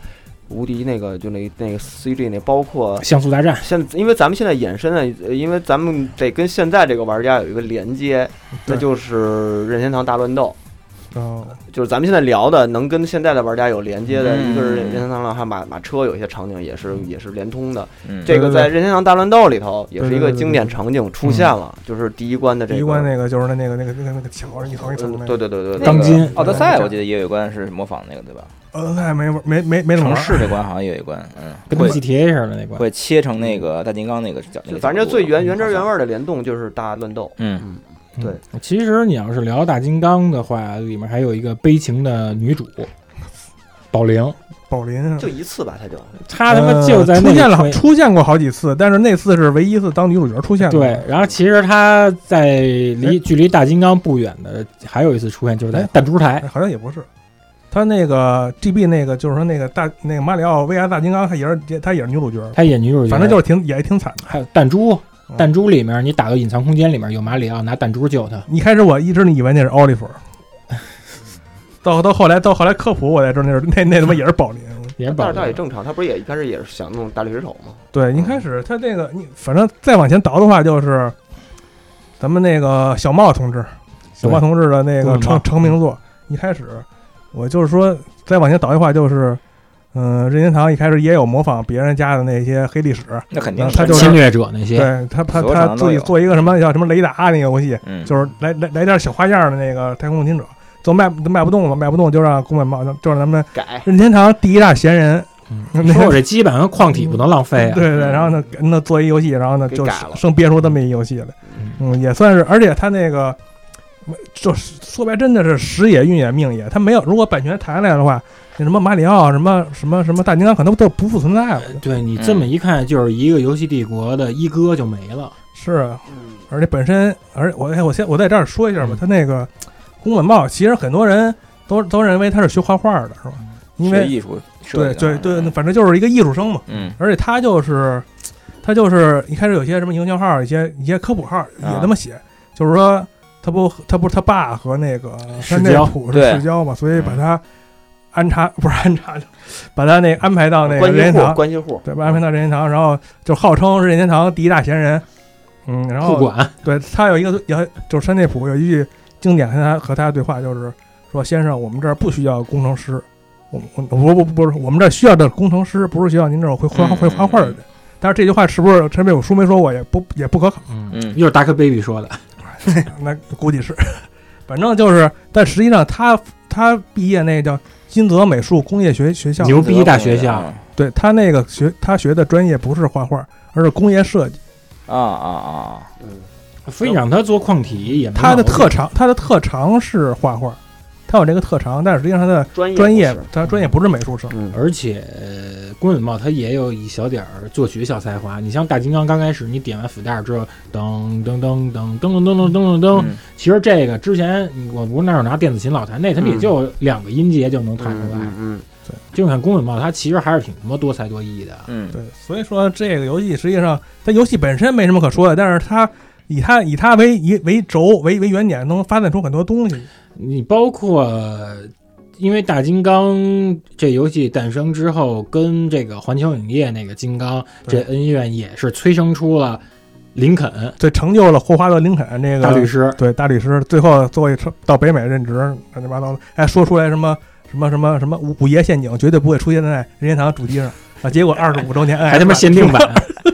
[SPEAKER 4] 无敌那个就那那个 CG 那，包括
[SPEAKER 3] 像素大战。
[SPEAKER 4] 现因为咱们现在衍生的，呃因为咱们得跟现在这个玩家有一个连接，那
[SPEAKER 6] 对
[SPEAKER 4] 就是任天堂大乱斗。
[SPEAKER 6] 嗯，
[SPEAKER 4] 就是咱们现在聊的，能跟现在的玩家有连接的，
[SPEAKER 5] 嗯
[SPEAKER 4] 一个是任天堂还有马马车，有一些场景也是也是连通的。
[SPEAKER 5] 嗯
[SPEAKER 4] 这个
[SPEAKER 6] 对对对
[SPEAKER 4] 在任天堂大乱斗里头也是一
[SPEAKER 6] 对对
[SPEAKER 4] 个
[SPEAKER 6] 对对
[SPEAKER 4] 经典场景出现了，就是第一关的这
[SPEAKER 6] 第
[SPEAKER 4] 个。
[SPEAKER 6] 一关那个就是那那个那个那个那个桥一层一层
[SPEAKER 4] 嗯
[SPEAKER 6] 的。
[SPEAKER 4] 对，对对对
[SPEAKER 5] 那个
[SPEAKER 4] 对，
[SPEAKER 3] 钢筋
[SPEAKER 5] 奥德赛，我记得也有一关是模仿那个对吧？
[SPEAKER 6] 呃，那也没玩没没没怎么
[SPEAKER 5] 城
[SPEAKER 6] 玩。
[SPEAKER 5] 市这关好像也有一关，嗯，
[SPEAKER 3] 跟
[SPEAKER 5] 会
[SPEAKER 3] GTA 似的那关。
[SPEAKER 5] 会切成那个大金刚那个角，那
[SPEAKER 4] 就
[SPEAKER 5] 个
[SPEAKER 4] 反
[SPEAKER 5] 角
[SPEAKER 4] 正
[SPEAKER 5] 度
[SPEAKER 4] 最原
[SPEAKER 5] 嗯
[SPEAKER 4] 原汁
[SPEAKER 5] 好像
[SPEAKER 4] 原味的联动就是大乱斗。
[SPEAKER 5] 嗯，
[SPEAKER 4] 嗯，
[SPEAKER 3] 嗯
[SPEAKER 4] 对，
[SPEAKER 3] 其实你要是聊大金刚的话，里面还有一个悲情的女主宝玲，
[SPEAKER 6] 宝林啊是吧
[SPEAKER 4] 就一次吧，他就
[SPEAKER 3] 她他妈就在
[SPEAKER 6] 呃
[SPEAKER 3] 那
[SPEAKER 6] 出
[SPEAKER 3] 个
[SPEAKER 6] 现了，
[SPEAKER 3] 推
[SPEAKER 6] 出现过好几次，但是那次是唯一一次当女主角出现的。
[SPEAKER 3] 对，然后其实她在离距离大金刚不远的还有一次出现，就是在弹珠台
[SPEAKER 6] 哎哎，好像也不是。他那个 GB 那个就是说那个大那个马里奥 VR 大金刚，他也是他也是女主角，
[SPEAKER 3] 她演女主角，
[SPEAKER 6] 反正就是挺也挺惨的。
[SPEAKER 3] 还有弹珠，
[SPEAKER 6] 嗯
[SPEAKER 3] 弹珠里面你打到隐藏空间里面有马里奥拿弹珠救她，
[SPEAKER 6] 一开始我一直以为那是奥
[SPEAKER 3] [laughs]
[SPEAKER 6] 利弗，到到后来到后来科普我才知道那是那那他妈也是宝林。
[SPEAKER 3] 也是
[SPEAKER 4] 但
[SPEAKER 3] 宝
[SPEAKER 4] 是倒也
[SPEAKER 3] 玲。
[SPEAKER 4] 正常，他不是也一开始也是想弄大力水手吗？
[SPEAKER 6] 对，一开始他这个你反正再往前倒的话就是，咱们那个小茂同志，小茂同志的那
[SPEAKER 3] 杜
[SPEAKER 6] 个
[SPEAKER 3] 文茂
[SPEAKER 6] 成成名作，一开始我就是说再往前倒的话就是，嗯、任天堂一开始也有模仿别人家的那些黑历史，
[SPEAKER 5] 那肯定
[SPEAKER 6] 他就是
[SPEAKER 3] 侵略者那些，
[SPEAKER 6] 对他他
[SPEAKER 5] 所有
[SPEAKER 6] 他
[SPEAKER 5] 厂商都
[SPEAKER 6] 自己
[SPEAKER 5] 有
[SPEAKER 6] 做一个什么叫什么雷达那个游戏，
[SPEAKER 5] 嗯，
[SPEAKER 6] 就是来来来点小花样的那个太空入侵者，都卖都卖不动了，卖不动就让宫本茂就让咱们
[SPEAKER 4] 改
[SPEAKER 6] 任天堂第一大闲人，
[SPEAKER 3] 嗯说我这基本上矿体不能浪费啊。
[SPEAKER 6] 对对，然后呢，给那做一游戏，然后呢
[SPEAKER 4] 给
[SPEAKER 6] 就
[SPEAKER 4] 改
[SPEAKER 6] 生
[SPEAKER 4] 了
[SPEAKER 6] 生憋出这么一游戏来，嗯，也算是，而且他那个就是说白真的是时也运也命也，他没有如果版权谈来的话，那什么马里奥什么什么什么大金刚可能都不复存在了，
[SPEAKER 3] 对你这么一看，就是一个游戏帝国的一哥就没了。
[SPEAKER 6] 是啊，而且本身，而我哎我先我在这儿说一下吧
[SPEAKER 3] 嗯，
[SPEAKER 6] 他那个宫本茂其实很多人都都认为他是学画画的，是吧？因
[SPEAKER 5] 学
[SPEAKER 6] 为
[SPEAKER 5] 艺术，
[SPEAKER 6] 对对对，
[SPEAKER 5] 嗯
[SPEAKER 6] 反正就是一个艺术生嘛，
[SPEAKER 5] 嗯，
[SPEAKER 6] 而且他就是他就是一开始有些什么营销号，一些一些科普号也
[SPEAKER 5] 啊
[SPEAKER 6] 那么写，就是说他不他不是他爸和那个他
[SPEAKER 3] 世
[SPEAKER 6] 那
[SPEAKER 3] 交
[SPEAKER 6] 谱是
[SPEAKER 5] 对
[SPEAKER 6] 世交嘛，所以把他安插不是安插，把他那安排到啊那个
[SPEAKER 4] 关
[SPEAKER 6] 任
[SPEAKER 4] 系
[SPEAKER 6] 天
[SPEAKER 4] 户，
[SPEAKER 6] 堂，
[SPEAKER 4] 关系户，
[SPEAKER 6] 对，把他安排到任天堂，然后就号称是任天堂第一大闲人，嗯，然
[SPEAKER 3] 不
[SPEAKER 6] 后
[SPEAKER 3] 管
[SPEAKER 6] 对他有一个也就是山内溥有一句经典和他和他的对话就是说：“先生，我们这儿不需要工程师，我我我不不是我们这儿需要的工程师，不是需要您这种会画
[SPEAKER 5] 嗯
[SPEAKER 6] 会画画的人。”但是这句话是不是陈北武书没说过，也不也不可考，
[SPEAKER 5] 嗯
[SPEAKER 3] 又是达克 baby 说的，
[SPEAKER 6] 那估计是， [laughs] 反正就是，但实际上他他毕业那叫金泽美术工业学学校，
[SPEAKER 3] 牛逼大学校，
[SPEAKER 5] 啊
[SPEAKER 6] 对他那个学他学的专业不是画画，而是工业设计。
[SPEAKER 5] 啊啊，
[SPEAKER 4] 嗯，
[SPEAKER 3] 非让他做矿体也没
[SPEAKER 6] 他的
[SPEAKER 3] 毛病
[SPEAKER 6] 特长他的特长是画画，他有这个特长，但是实际上他的
[SPEAKER 4] 专业
[SPEAKER 6] 专业
[SPEAKER 4] 不是，
[SPEAKER 6] 他专业不是美术生，
[SPEAKER 4] 嗯，
[SPEAKER 3] 而且呃宫本茂他也有一小点儿作曲小才华。你像大金刚刚开始，你点完辅带之后，噔噔噔噔噔噔噔噔噔噔噔，
[SPEAKER 5] 嗯
[SPEAKER 3] 其实这个之前我不是那儿有拿电子琴老弹，那他妈也就两个音节就能弹出来。
[SPEAKER 4] 嗯嗯，
[SPEAKER 3] 就看宫本茂他其实还是挺他妈多才多艺的。
[SPEAKER 5] 嗯，
[SPEAKER 6] 对，所以说这个游戏实际上它游戏本身没什么可说的，但是它以它以它为一为轴为为原点，能发展出很多东西。
[SPEAKER 3] 你包括，呃因为大金刚这游戏诞生之后，跟这个环球影业那个金刚这
[SPEAKER 6] 对
[SPEAKER 3] 恩怨也是催生出了林肯嗯
[SPEAKER 6] 对，成就了霍华德·林肯这个
[SPEAKER 3] 大律师。
[SPEAKER 6] 对大律师，最后最后一成到北美任职，乱七八糟的，哎，说出来什么什么什么什么午午夜陷阱绝对不会出现在任天堂主机上啊，结果二十五周年，哎，
[SPEAKER 3] 还他妈限定版， [laughs]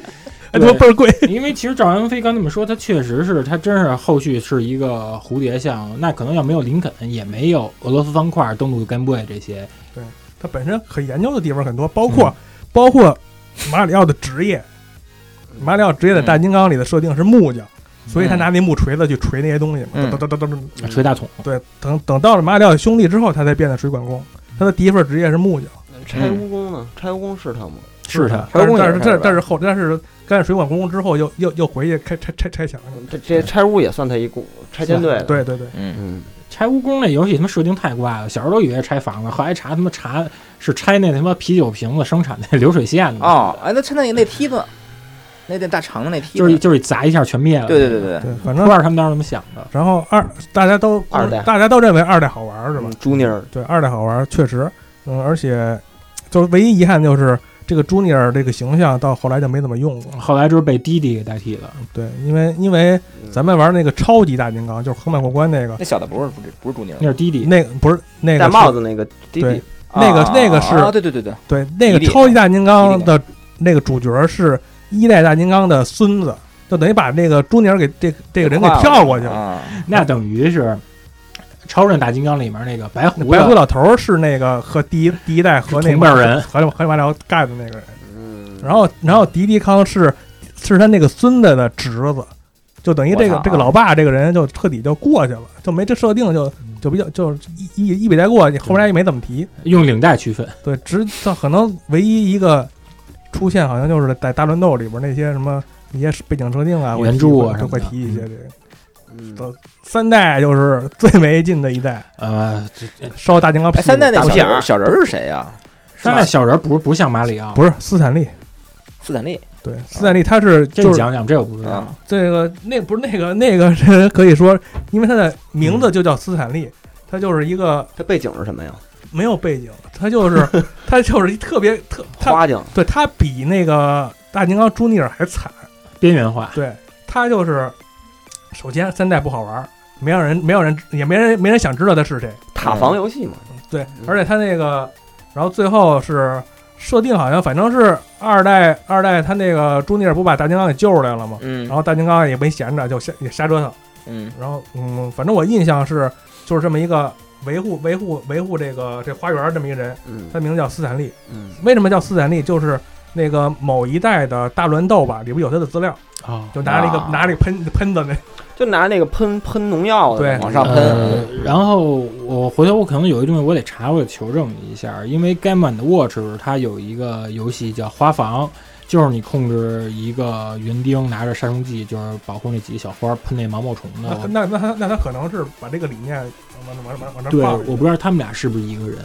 [SPEAKER 6] 还他妈倍儿贵，
[SPEAKER 3] 因为其实赵阳飞刚那么说，他确实是他真是后续是一个蝴蝶项，那可能要没有林肯，也没有俄罗斯方块、登陆 Game Boy 这些，
[SPEAKER 6] 它本身可研究的地方很多，包括、
[SPEAKER 3] 嗯
[SPEAKER 6] 包括马里奥的职业，
[SPEAKER 4] 嗯
[SPEAKER 6] 马里奥职业在大金刚里的设定是木匠，所以他拿那木锤子去锤那些东西嘛，
[SPEAKER 5] 嗯
[SPEAKER 6] 噔噔噔噔噔。
[SPEAKER 3] 吹大桶。
[SPEAKER 6] 对，等等到了马里奥兄弟之后，他才变得水管工。他的第一份职业是木匠，
[SPEAKER 5] 嗯
[SPEAKER 4] 拆
[SPEAKER 6] 嗯
[SPEAKER 4] 蜈蚣呢？拆蜈蚣是他吗？
[SPEAKER 3] 是他，
[SPEAKER 5] 水管工
[SPEAKER 6] 但
[SPEAKER 5] 也
[SPEAKER 6] 是
[SPEAKER 5] 是
[SPEAKER 6] 但是
[SPEAKER 5] 吧
[SPEAKER 6] 但是后但是干水管工之后又又又回去开拆拆拆墙去了。
[SPEAKER 4] 嗯这这拆屋也算他一工拆迁队的，，
[SPEAKER 6] 对对对，
[SPEAKER 5] 嗯
[SPEAKER 4] 嗯，
[SPEAKER 3] 拆蜈蚣那游戏他妈设定太怪了，小时候都以为拆房子，后来查他妈查是拆那他妈啤酒瓶子生产那流水线的，
[SPEAKER 5] 哦，哎，那趁那那梯子，那那大长的那梯子，
[SPEAKER 3] 就是就是砸一下全灭了。
[SPEAKER 5] 对对对对，
[SPEAKER 6] 对，反
[SPEAKER 3] 不
[SPEAKER 6] 正
[SPEAKER 3] 知道他们当时怎么想的。
[SPEAKER 6] 然后二大家都
[SPEAKER 4] 二代嗯
[SPEAKER 6] 大家都认为二代好玩是吧？
[SPEAKER 4] 朱妮儿
[SPEAKER 6] 对，二代好玩儿，确实，嗯，而且就是唯一遗憾就是这个朱尼尔这个形象到后来就没怎么用过。
[SPEAKER 3] 后来就是被滴滴给代替了，
[SPEAKER 6] 对，因为因为
[SPEAKER 4] 嗯
[SPEAKER 6] 咱们玩那个超级大金刚，就是横版过关那个，
[SPEAKER 5] 那小的不是不是不是啊朱宁，
[SPEAKER 3] 那是滴滴。
[SPEAKER 6] 那个不是那个
[SPEAKER 4] 戴帽
[SPEAKER 6] 子，
[SPEAKER 4] 子那个弟
[SPEAKER 6] 对
[SPEAKER 4] 弟，
[SPEAKER 6] 那个
[SPEAKER 5] 啊
[SPEAKER 6] 那个是
[SPEAKER 5] 啊，对对对对，
[SPEAKER 6] 对，那个
[SPEAKER 5] 迪丽
[SPEAKER 6] 超级大金刚
[SPEAKER 5] 迪丽
[SPEAKER 6] 的那个主角是一代大金刚的孙子，就等于把那个朱尼尔给这这个人给
[SPEAKER 5] 跨
[SPEAKER 6] 跳过去了。
[SPEAKER 5] 啊，
[SPEAKER 3] 那等于是超人大金刚里面那个白胡
[SPEAKER 6] 那
[SPEAKER 3] 子
[SPEAKER 6] 白胡老头儿是那个和第一第一代和那
[SPEAKER 3] 同辈儿人
[SPEAKER 6] 和和马里奥干的那个人。
[SPEAKER 4] 嗯，
[SPEAKER 6] 然后然后迪迪康是是他那个孙子的侄子，就等于这
[SPEAKER 5] 我
[SPEAKER 6] 个
[SPEAKER 5] 操
[SPEAKER 6] 这个老爸这个人就彻底就过去了，就没这设定就就比较就是一一一笔带过，你后来也没怎么提。
[SPEAKER 3] 用领带区分，
[SPEAKER 6] 对，直到可能唯一一个出现好像就是在大乱斗里边那些什么。一些背景设定啊，
[SPEAKER 3] 原著啊
[SPEAKER 6] 啊，
[SPEAKER 3] 什么的
[SPEAKER 6] 都会提一些这个。
[SPEAKER 4] 嗯
[SPEAKER 6] 都三代就是最没劲的一代，
[SPEAKER 3] 呃，
[SPEAKER 6] 烧大金刚屁
[SPEAKER 5] 哎，
[SPEAKER 6] 股。
[SPEAKER 5] 三代那
[SPEAKER 4] 大
[SPEAKER 5] 小
[SPEAKER 4] 屁眼儿
[SPEAKER 5] 人小人儿是谁啊呀？
[SPEAKER 3] 三代小人不不像马里奥，
[SPEAKER 6] 不是斯坦利，
[SPEAKER 5] 斯坦利
[SPEAKER 6] 对，斯坦利他是
[SPEAKER 3] 啊这你
[SPEAKER 6] 就是
[SPEAKER 3] 讲讲，这我
[SPEAKER 6] 嗯
[SPEAKER 3] 不知道。
[SPEAKER 5] 啊，
[SPEAKER 6] 这个那不是那个那个人可以说，因为他的名
[SPEAKER 3] 嗯
[SPEAKER 6] 字就叫斯坦利，他就是一个
[SPEAKER 4] 他背景是什么呀？
[SPEAKER 6] 没有背景，他就是
[SPEAKER 3] [laughs]
[SPEAKER 6] 他就是一特别特他嗯
[SPEAKER 4] 花匠，
[SPEAKER 6] 对他比那个大金刚朱尼尔还惨，
[SPEAKER 3] 边缘化，
[SPEAKER 6] 对他就是首先三代不好玩，没让人没有人也没人没人想知道他是谁，
[SPEAKER 4] 塔防游戏嘛，
[SPEAKER 6] 对
[SPEAKER 4] 嗯，
[SPEAKER 6] 而且他那个然后最后是设定好像反正是二代二代他那个朱尼尔不把大金刚给救出来了吗？
[SPEAKER 5] 嗯
[SPEAKER 6] 然后大金刚也没闲着，就瞎也瞎折腾。
[SPEAKER 5] 嗯
[SPEAKER 6] 然后嗯，反正我印象是就是这么一个维护维护维护这个这花园儿这么一人，
[SPEAKER 4] 嗯
[SPEAKER 6] 他名字叫斯坦利。
[SPEAKER 4] 嗯
[SPEAKER 6] 为什么叫斯坦利？就是那个某一代的大乱斗吧，里边有他的资料，
[SPEAKER 3] 啊，
[SPEAKER 6] 就拿了一个、
[SPEAKER 5] 啊
[SPEAKER 6] 拿了一个喷喷子那，
[SPEAKER 4] 就拿那个喷喷农药的
[SPEAKER 6] 对
[SPEAKER 5] 往上喷
[SPEAKER 3] 呃，
[SPEAKER 4] 嗯
[SPEAKER 3] 然后我回头我可能有一东西我得查，我得求证一下，因为 Game and Watch 它有一个游戏叫花房，就是你控制一个园丁拿着杀虫剂，就是保护那几个小花喷那毛毛虫的。我
[SPEAKER 6] 那那他那他可能是把这个理念往往往往那
[SPEAKER 3] 对，
[SPEAKER 6] 放。
[SPEAKER 3] 我不知道他们俩是不是一个人。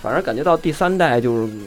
[SPEAKER 4] 反正感觉到第三代就是，嗯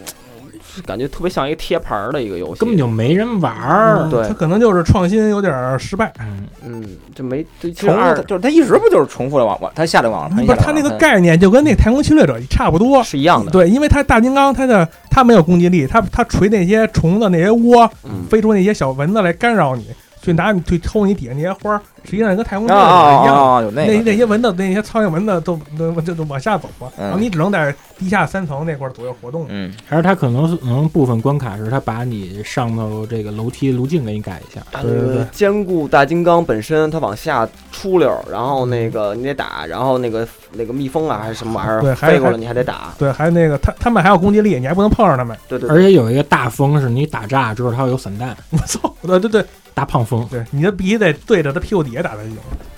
[SPEAKER 4] 感觉特别像一个贴牌儿的一个游戏，
[SPEAKER 3] 根本就没人玩儿。
[SPEAKER 4] 对
[SPEAKER 6] 他可能就是创新有点儿失败，
[SPEAKER 3] 嗯，
[SPEAKER 4] 嗯，就没就其
[SPEAKER 5] 重
[SPEAKER 4] 实
[SPEAKER 5] 复
[SPEAKER 4] 二
[SPEAKER 5] 的就是他一直不就是重复的往往啊他下来往上喷，
[SPEAKER 6] 不是
[SPEAKER 5] 下
[SPEAKER 6] 他
[SPEAKER 5] 来往
[SPEAKER 6] 那
[SPEAKER 5] 上喷
[SPEAKER 6] 个概念就跟那太空侵略者差不多。
[SPEAKER 4] 是一样的，
[SPEAKER 6] 对，因为他大金刚他的他没有攻击力，他他锤那些虫子那些窝，
[SPEAKER 4] 嗯，
[SPEAKER 6] 飞出那些小蚊子来干扰你，去拿你去偷你底下那些花儿，实际上跟太空
[SPEAKER 5] 啊
[SPEAKER 6] 侵略者一
[SPEAKER 5] 啊
[SPEAKER 6] 样。
[SPEAKER 5] 啊啊有那
[SPEAKER 6] 那
[SPEAKER 5] 个
[SPEAKER 6] 那些蚊子，那些苍蝇蚊子都都就都往下走嘛，
[SPEAKER 5] 嗯
[SPEAKER 6] 然后你只能在地下三层那块儿左右活动。
[SPEAKER 5] 嗯
[SPEAKER 3] 还是他可能是可能部分关卡是他把你上头这个楼梯路径给你改一下。
[SPEAKER 4] 它那个兼顾大金刚本身，它往下出溜儿，然后那个你得打，然后那个那个蜜蜂啊还是什么玩意
[SPEAKER 6] 对
[SPEAKER 4] 儿
[SPEAKER 6] 还
[SPEAKER 4] 飞过来
[SPEAKER 6] 还
[SPEAKER 4] 你还得打，
[SPEAKER 6] 对，还有那个他他们还有攻击力，你还不能碰上他们。 [laughs]
[SPEAKER 4] 对对，
[SPEAKER 3] 而且有一个大风是你打炸之后它会有散弹，
[SPEAKER 6] 我操！对对对
[SPEAKER 3] 大胖风。
[SPEAKER 6] 对，你的必须得对着他屁股底下打才行，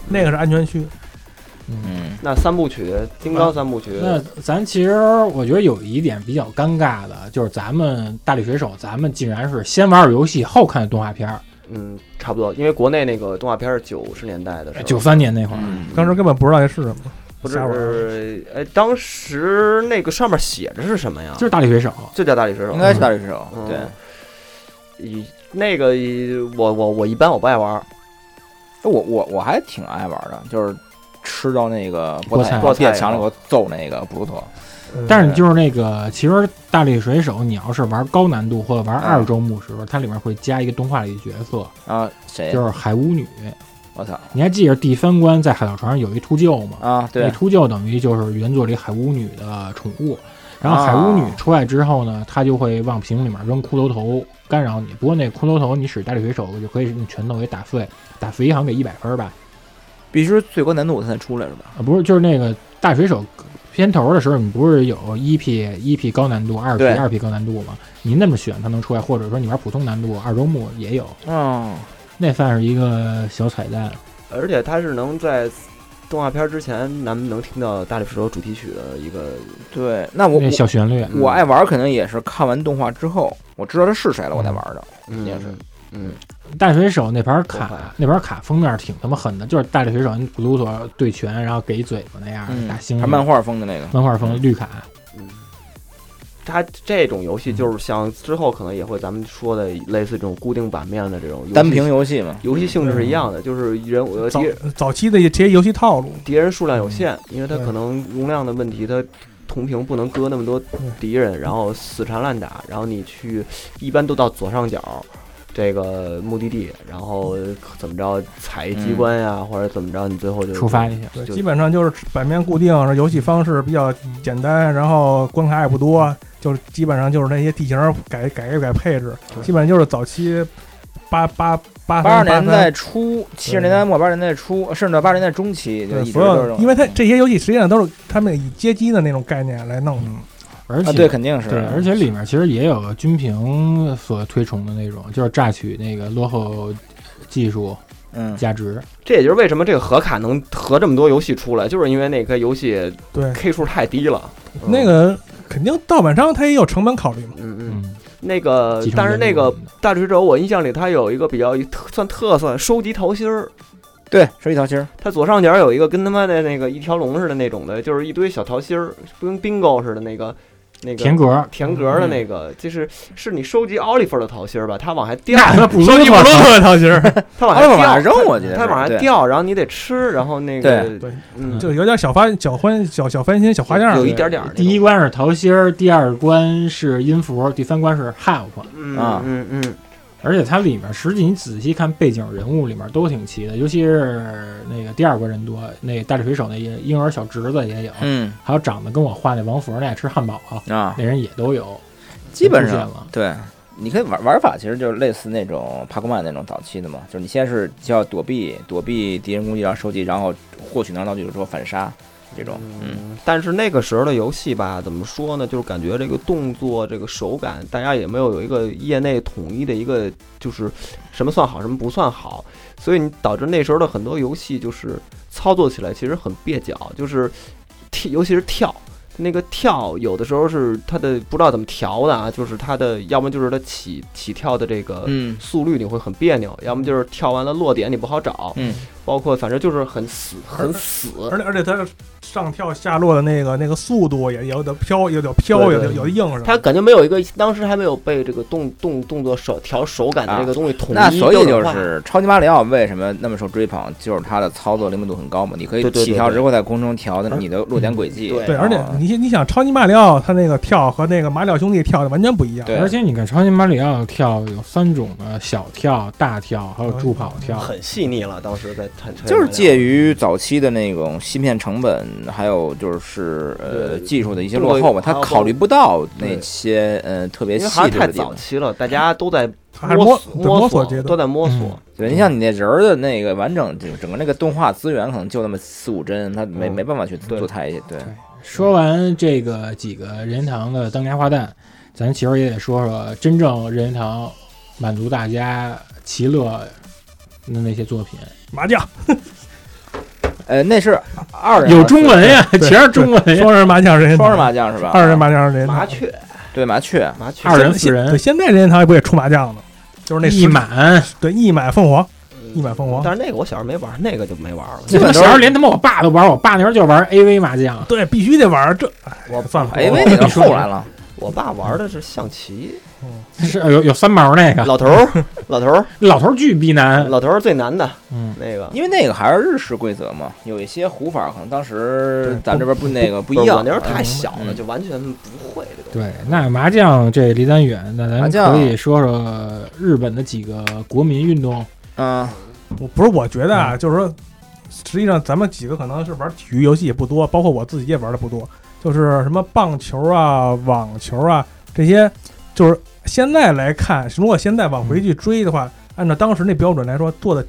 [SPEAKER 6] 那个是安全区。
[SPEAKER 5] 嗯
[SPEAKER 4] 那三部曲金刚三部曲，
[SPEAKER 3] 啊那咱其实我觉得有一点比较尴尬的，就是咱们大力水手，咱们竟然是先玩儿游戏后看的动画片儿，
[SPEAKER 4] 嗯，差不多，因为国内那个动画片是九十年代的时候，
[SPEAKER 3] 九三年那会儿。
[SPEAKER 5] 嗯
[SPEAKER 6] 当时根本不知道这是什么，
[SPEAKER 4] 不
[SPEAKER 6] 瞎玩儿
[SPEAKER 4] 是，哎，当时那个上面写着是什么呀？
[SPEAKER 3] 就是大力水手，
[SPEAKER 4] 就叫大力水手
[SPEAKER 5] 应，该是大力水手
[SPEAKER 4] 嗯
[SPEAKER 5] 对。
[SPEAKER 4] 以那个我我我一般我不爱玩儿，
[SPEAKER 5] 我我我还挺爱玩的，就是吃到那个
[SPEAKER 3] 菠
[SPEAKER 5] 菠
[SPEAKER 3] 菜
[SPEAKER 5] 菠
[SPEAKER 4] 菠菜
[SPEAKER 5] 菜墙里给我揍那个布鲁特，
[SPEAKER 3] 但是就是那个，其实大力水手，你要是玩高难度或者玩二周目时候，它里面会加一个动画里的角色，
[SPEAKER 5] 啊谁
[SPEAKER 3] 就？是海巫女。
[SPEAKER 5] 我操
[SPEAKER 3] 你还记着第三关在海盗船上有一秃鹫吗？
[SPEAKER 5] 啊！
[SPEAKER 3] 那
[SPEAKER 5] 对，
[SPEAKER 3] 秃鹫等于就是原作里海巫女的宠物。然后海巫女
[SPEAKER 5] 啊
[SPEAKER 3] 出来之后呢，她就会往瓶里面扔骷髅头干扰你。不过那骷髅头你使大力水手就可以用拳头给打碎，打碎一好像给一百分吧？
[SPEAKER 5] 必须是最高难度才能出来是吧？
[SPEAKER 3] 啊，不是，就是那个大力水手片头的时候，你不是有一 P 一 P 高难度、二 P
[SPEAKER 5] 对
[SPEAKER 3] 二 P 高难度吗？你那么选它能出来，或者说你玩普通难度，二周目也有，
[SPEAKER 5] 嗯，
[SPEAKER 3] 那算是一个小彩蛋。
[SPEAKER 4] 而且它是能在动画片之前，咱们能听到大力水手主题曲的一个，
[SPEAKER 5] 对，那我
[SPEAKER 3] 那
[SPEAKER 5] 我
[SPEAKER 3] 小旋律，
[SPEAKER 5] 我爱玩，可能也是看完动画之后，我知道他是谁了，我才玩的。
[SPEAKER 4] 嗯
[SPEAKER 5] 也是，
[SPEAKER 4] 嗯，
[SPEAKER 3] 大水手那盘
[SPEAKER 4] 我看
[SPEAKER 3] 卡，那盘卡封面挺他妈狠的，就是大水手跟普鲁托对拳，然后给一嘴巴那样、
[SPEAKER 5] 嗯
[SPEAKER 3] 打星
[SPEAKER 5] 还
[SPEAKER 3] 星，
[SPEAKER 5] 漫画风的那个，
[SPEAKER 3] 漫画风绿卡，
[SPEAKER 4] 嗯，它这种游戏就是像之后可能也会咱们说的类似这种固定版面的这种游戏
[SPEAKER 5] 单屏游戏嘛。
[SPEAKER 4] 游戏性质是一样的，就是人呃
[SPEAKER 6] 早
[SPEAKER 4] 敌人
[SPEAKER 6] 早期的这些游戏套路，
[SPEAKER 4] 敌人数量有限，因为它
[SPEAKER 6] 对
[SPEAKER 4] 可能容量的问题，它同屏不能搁那么多敌人，然后死缠烂打，然后你去一般都到左上角。这个目的地，然后怎么着踩一机关呀，或者怎么着，你最后就
[SPEAKER 3] 触发一下。
[SPEAKER 6] 对，
[SPEAKER 4] 就
[SPEAKER 6] 基本上就是版面固定，然后游戏方式比较简单，然后关卡也不多，就是基本上就是那些地形改改一改配置，基本上就是早期八八八
[SPEAKER 5] 八
[SPEAKER 6] 三
[SPEAKER 5] 十年
[SPEAKER 6] 83
[SPEAKER 5] 代初、七十年代末、八十年代初，甚至到八十年代中期，就
[SPEAKER 6] 对
[SPEAKER 5] 一直
[SPEAKER 6] 所
[SPEAKER 5] 都是这
[SPEAKER 6] 有，
[SPEAKER 5] 种。
[SPEAKER 6] 因为它这些游戏实际上都是他们以街机的那种概念来弄的。
[SPEAKER 3] 嗯，而且、
[SPEAKER 5] 啊，对，肯定是。
[SPEAKER 3] 对而且里面其实也有军平所推崇的那种，就是榨取那个落后技术
[SPEAKER 5] 嗯，
[SPEAKER 3] 价值。
[SPEAKER 4] 这也就是为什么这个盒卡能合这么多游戏出来，就是因为那个游戏
[SPEAKER 6] 对，
[SPEAKER 4] K 数太低了。嗯
[SPEAKER 6] 那，个肯定盗版商他也有成本考虑嘛。
[SPEAKER 4] 嗯嗯，
[SPEAKER 3] 嗯，
[SPEAKER 4] 那个
[SPEAKER 3] 继，承
[SPEAKER 4] 但是那个
[SPEAKER 3] 人
[SPEAKER 5] 嗯
[SPEAKER 3] 物
[SPEAKER 4] 大锤者，我印象里它有一个比较特算特色，收集桃心儿。
[SPEAKER 5] 对，是一条心儿。
[SPEAKER 4] 它左上角有一个跟他妈的那个一条龙似的那种的，就是一堆小桃心儿，跟 bingo 似的那个那个
[SPEAKER 3] 田格，
[SPEAKER 4] 田格
[SPEAKER 5] 嗯
[SPEAKER 4] 的那个，就是是你收集奥利弗的桃心儿吧？它往下掉，
[SPEAKER 3] 那不
[SPEAKER 6] 收集不乐桃心儿，
[SPEAKER 4] 它往
[SPEAKER 5] 奥利弗往
[SPEAKER 4] 下
[SPEAKER 5] 下
[SPEAKER 4] 掉，
[SPEAKER 5] 扔，我记得是。
[SPEAKER 4] 它往下
[SPEAKER 5] 对。
[SPEAKER 4] 掉，然后你得吃，然后那个
[SPEAKER 5] 对
[SPEAKER 6] 对，
[SPEAKER 4] 嗯，
[SPEAKER 6] 就有点小翻小欢小小翻新小花样儿。
[SPEAKER 4] 有一点点儿那种。
[SPEAKER 3] 第一关是桃心儿，第二关是音符，第三关是 help。
[SPEAKER 4] 嗯
[SPEAKER 5] 啊
[SPEAKER 4] 嗯嗯，
[SPEAKER 3] 而且它里面实际你仔细看背景人物里面都挺齐的，尤其是那个第二个人多，那大力水手那也婴儿小侄子也有，
[SPEAKER 5] 嗯
[SPEAKER 3] 还有长得跟我画那王佛那爱吃汉堡啊，
[SPEAKER 5] 啊，
[SPEAKER 3] 那人也都有，
[SPEAKER 5] 基本
[SPEAKER 3] 都
[SPEAKER 5] 上
[SPEAKER 3] 见了。
[SPEAKER 5] 对，你可以玩玩法其实就是类似那种帕克曼那种早期的嘛，就是你先是需要躲避躲避敌人攻击，然后收集，然后获取能量道具，就是说反杀这种，嗯，
[SPEAKER 4] 但是那个时候的游戏吧，怎么说呢？就是感觉这个动作、这个手感，大家也没有有一个业内统一的一个，就是什么算好，什么不算好，所以你导致那时候的很多游戏就是操作起来其实很蹩脚，就是跳，尤其是跳。那个跳有的时候是它的不知道怎么调的啊，就是它的，要么就是它起起跳的这个
[SPEAKER 5] 嗯
[SPEAKER 4] 速率你会很别扭，要么就是跳完了落点你不好找，
[SPEAKER 5] 嗯，
[SPEAKER 4] 包括反正就是很死，很死，
[SPEAKER 6] 而且而且它上跳下落的那个那个速度也也有点飘，有点飘，
[SPEAKER 4] 对对
[SPEAKER 6] 有点有点硬什么的。
[SPEAKER 4] 他感觉没有一个，当时还没有被这个动动动作手调手感的这个东西统一、
[SPEAKER 5] 那所以就
[SPEAKER 4] 标准化
[SPEAKER 5] 是超级马里奥为什么那么受追捧，就是它的操作灵敏度很高嘛，你可以
[SPEAKER 4] 对对对嗯
[SPEAKER 5] 起跳之后在空中调的你的落点轨迹，啊
[SPEAKER 4] 对
[SPEAKER 6] 对，
[SPEAKER 5] 然后
[SPEAKER 6] 而且你你想，超级马里奥他那个跳和那个马里奥兄弟跳的完全不一样。
[SPEAKER 5] 对
[SPEAKER 3] 而且你看超级马里奥跳有三种嘛，小跳、大跳还有助跑跳，
[SPEAKER 4] 很细腻了。当时在产
[SPEAKER 5] 就是介于早期的那种芯片成本，还有就是呃
[SPEAKER 4] 对
[SPEAKER 5] 技术的一些落后吧，
[SPEAKER 4] 还
[SPEAKER 5] 他
[SPEAKER 4] 有
[SPEAKER 5] 考虑不到那
[SPEAKER 4] 对
[SPEAKER 5] 些呃特别
[SPEAKER 4] 因为
[SPEAKER 5] 细
[SPEAKER 4] 还是
[SPEAKER 5] 致
[SPEAKER 4] 太
[SPEAKER 5] 的地
[SPEAKER 4] 早
[SPEAKER 5] 方。
[SPEAKER 4] 期了，大家都在
[SPEAKER 6] 还是摸
[SPEAKER 4] 索
[SPEAKER 6] 对摸
[SPEAKER 4] 摸
[SPEAKER 6] 索阶段
[SPEAKER 4] 都在摸索
[SPEAKER 3] 嗯。
[SPEAKER 5] 对，你像你那人儿的那个完整整个那个动画资源，可能就那么四五帧，他没
[SPEAKER 4] 嗯
[SPEAKER 5] 没办法去做
[SPEAKER 4] 对
[SPEAKER 5] 太对
[SPEAKER 3] 对说完这个几个任天堂的当家花旦，咱其实也得说说真正任天堂满足大家其乐的那些作品，
[SPEAKER 6] 麻将，
[SPEAKER 5] 呃，那是二人
[SPEAKER 3] 有
[SPEAKER 5] 麻
[SPEAKER 3] 中文呀，
[SPEAKER 6] 对
[SPEAKER 3] 全是中文呀，
[SPEAKER 6] 双人麻将是
[SPEAKER 5] 双人麻将是吧？
[SPEAKER 6] 二人麻将
[SPEAKER 5] 嗯
[SPEAKER 6] 是人
[SPEAKER 4] 麻哦雀，
[SPEAKER 5] 对麻雀，
[SPEAKER 4] 麻雀，
[SPEAKER 3] 二人四
[SPEAKER 6] 现对，
[SPEAKER 3] 人，
[SPEAKER 6] 现在任天堂也不也出麻将呢，就是那
[SPEAKER 3] 一
[SPEAKER 6] 十
[SPEAKER 3] 满。
[SPEAKER 6] 对一买凤凰，
[SPEAKER 4] 嗯
[SPEAKER 6] 一买凤凰
[SPEAKER 4] 但是那个我小时候没玩，那个就没
[SPEAKER 6] [laughs]
[SPEAKER 4] 玩了。
[SPEAKER 5] 基
[SPEAKER 3] 这
[SPEAKER 5] 本
[SPEAKER 3] 他小
[SPEAKER 5] 都是
[SPEAKER 3] 时候连他妈我爸都玩，我爸那时候就玩 AV 麻将，
[SPEAKER 6] 对，必须得玩儿这。
[SPEAKER 4] 哦
[SPEAKER 6] 我算了，
[SPEAKER 5] 哎，
[SPEAKER 6] 我
[SPEAKER 5] 喂，那都后来了，
[SPEAKER 4] 我爸玩的是象棋，
[SPEAKER 3] 是有有三毛那
[SPEAKER 6] 哎
[SPEAKER 3] 个
[SPEAKER 4] 老头儿， [laughs] 老头儿，
[SPEAKER 3] 老头儿巨逼难，
[SPEAKER 4] 老头儿最难的
[SPEAKER 3] 嗯，
[SPEAKER 4] 那个。
[SPEAKER 5] 因为那个还是日式规则嘛，有一些胡法可能当时
[SPEAKER 6] 对
[SPEAKER 5] 咱这边不那个
[SPEAKER 4] 不
[SPEAKER 5] 不一
[SPEAKER 4] 是
[SPEAKER 5] 样。
[SPEAKER 4] 我那时候太小了，
[SPEAKER 5] 嗯
[SPEAKER 4] 就完全不会这东西。
[SPEAKER 3] 对，那麻将这离咱远，那
[SPEAKER 5] 麻
[SPEAKER 3] 咱
[SPEAKER 5] 将
[SPEAKER 3] 可以说说日本的几个国民运动，
[SPEAKER 5] 嗯，
[SPEAKER 6] 我不是我觉得啊，就是说，实际上咱们几个可能是玩体育游戏也不多，包括我自己也玩的不多，就是什么棒球啊、网球啊这些，就是现在来看，如果现在往回去追的话，按照当时那标准来说，做的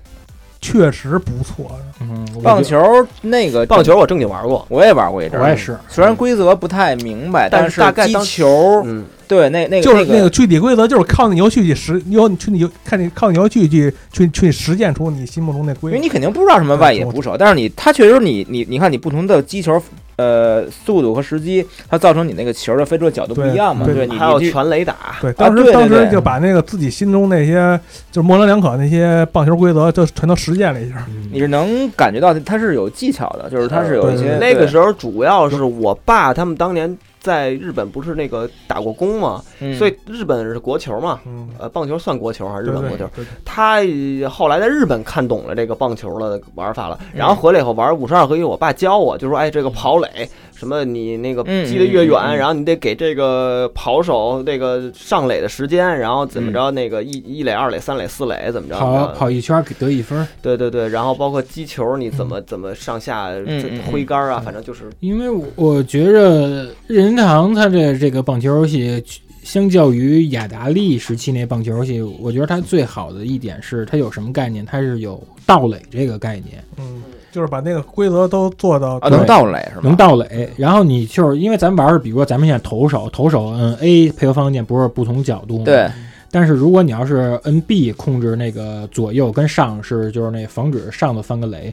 [SPEAKER 6] 确实不错。
[SPEAKER 3] 嗯，我
[SPEAKER 5] 棒
[SPEAKER 3] 觉
[SPEAKER 5] 球那个
[SPEAKER 4] 棒球我正经玩过，
[SPEAKER 5] 我也玩过一阵
[SPEAKER 3] 得
[SPEAKER 5] 儿，
[SPEAKER 3] 我也是，
[SPEAKER 5] 虽然规则不太明白，
[SPEAKER 4] 但
[SPEAKER 5] 是
[SPEAKER 4] 是大概
[SPEAKER 5] 击
[SPEAKER 4] 当
[SPEAKER 5] 球，
[SPEAKER 4] 嗯，
[SPEAKER 5] 对那那个
[SPEAKER 6] 就是
[SPEAKER 5] 那
[SPEAKER 6] 那个具体规则，就是靠你游戏去实，有你去你游看你靠你游戏去去去实践出你心目中那
[SPEAKER 5] 因为
[SPEAKER 6] 规则。
[SPEAKER 5] 你肯定不知道什么外野捕手，但是你它确实你你你看你不同的击球，呃，速度和时机，它造成你那个球的飞出的角度不
[SPEAKER 6] 对
[SPEAKER 5] 一样嘛，
[SPEAKER 6] 对
[SPEAKER 5] 对你
[SPEAKER 4] 还有
[SPEAKER 5] 你去
[SPEAKER 4] 全雷打，
[SPEAKER 6] 对，当时、
[SPEAKER 5] 啊对对
[SPEAKER 6] 当时
[SPEAKER 5] 对
[SPEAKER 6] 就把那个自己心中那些就是模棱两可那些棒球规则，就全都实践了一下。
[SPEAKER 3] 嗯
[SPEAKER 5] 你是能感觉到它是有技巧的，就是它是有一些
[SPEAKER 6] 对
[SPEAKER 4] 那个时
[SPEAKER 5] 候，
[SPEAKER 4] 候主要是我爸他们当年在日本不是那个打过工嘛，
[SPEAKER 5] 嗯
[SPEAKER 4] 所以日本是国球嘛，
[SPEAKER 6] 嗯，
[SPEAKER 4] 呃，棒球算国球还是日
[SPEAKER 6] 对
[SPEAKER 4] 本
[SPEAKER 6] 对
[SPEAKER 4] 国球？
[SPEAKER 6] 对
[SPEAKER 4] 他呃后来在日本看懂了这个棒球的玩法
[SPEAKER 5] 嗯
[SPEAKER 4] 了，然后回来以后玩五十二合一，我爸教我，就说哎，这个跑垒什么，你那个
[SPEAKER 5] 嗯
[SPEAKER 4] 击得越远，
[SPEAKER 5] 嗯嗯嗯
[SPEAKER 4] 然后你得给这个跑手这个上垒的时间，然后怎么
[SPEAKER 5] 嗯
[SPEAKER 4] 着那个一一垒、二垒、三垒、四垒怎么着？
[SPEAKER 3] 跑跑一圈儿给得一分儿，
[SPEAKER 4] 对对对，然后包括击球你怎么怎么上下这
[SPEAKER 5] 嗯嗯
[SPEAKER 4] 挥杆啊，
[SPEAKER 3] 嗯
[SPEAKER 4] 反正就是
[SPEAKER 3] 因为我我觉着任天堂它的这个棒球游戏，相较于雅达利时期那棒球游戏，我觉得它最好的一点是它有什么概念？它是有盗垒这个概念，
[SPEAKER 6] 嗯，就是把那个规则都做到
[SPEAKER 5] 啊
[SPEAKER 3] 对
[SPEAKER 5] 能倒垒是吧？
[SPEAKER 3] 能盗垒。然后你就是因为咱们玩儿，比如说咱们现在投手，投手摁 A 配合方向键不是不同角度吗？
[SPEAKER 5] 对。
[SPEAKER 3] 但是如果你要是 N B 控制那个左右跟上是就是那防止上头翻个垒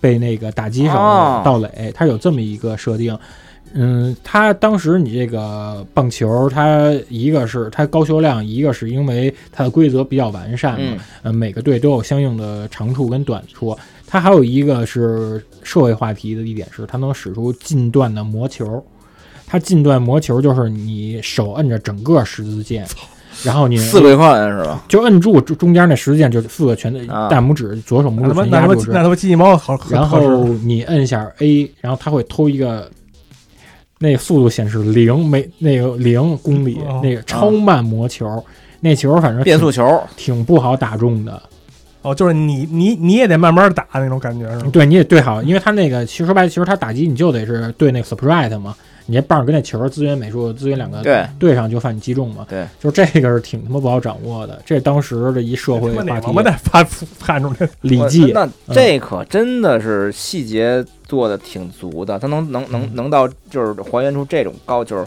[SPEAKER 3] 被那个打击手
[SPEAKER 5] 哦
[SPEAKER 3] 盗垒，它有这么一个设定。嗯，它当时你这个棒球，它一个是它高球量，一个是因为它的规则比较完善嘛
[SPEAKER 5] 嗯，
[SPEAKER 3] 呃，每个队都有相应的长处跟短处。它还有一个是社会话题的一点是，它能使出近段的魔球。它近段魔球就是你手摁着整个十字键，然后你
[SPEAKER 5] 四规范是吧？
[SPEAKER 3] 就摁住中中间那十键，就是四个拳的
[SPEAKER 5] 啊
[SPEAKER 3] 大拇指、左手拇
[SPEAKER 6] 那
[SPEAKER 3] 指
[SPEAKER 6] 他妈
[SPEAKER 3] 全
[SPEAKER 6] 那他
[SPEAKER 3] 压
[SPEAKER 6] 妈
[SPEAKER 3] 住
[SPEAKER 6] 那
[SPEAKER 3] 是，
[SPEAKER 6] 他妈机器猫好，好
[SPEAKER 3] 然
[SPEAKER 6] 好使
[SPEAKER 3] 后你摁一下 A，然后它会偷一个，那个速度显示零每那个零公里
[SPEAKER 6] 哦，
[SPEAKER 3] 那个超慢魔球，那球反正
[SPEAKER 5] 变速球，
[SPEAKER 3] 挺不好打中的，
[SPEAKER 6] 哦，就是你你你也得慢慢打那种感觉是吗？
[SPEAKER 3] 对，你也对好，因为他那个其实说白了，其实他打击你就得是对那个 surprise 嘛，你这棒儿跟那球儿资源美术资源两个
[SPEAKER 5] 对
[SPEAKER 3] 对上就算你击中嘛，
[SPEAKER 5] 对，
[SPEAKER 3] 就是这个是挺他妈不好掌握的，这是当时的一社会话
[SPEAKER 6] 他妈哪
[SPEAKER 3] 题啊
[SPEAKER 6] 王八蛋发看出来？
[SPEAKER 3] 礼
[SPEAKER 5] 我
[SPEAKER 3] 记，
[SPEAKER 5] 那这可真的是细节做的挺足的，它能能能能到就是还原出这种高，就是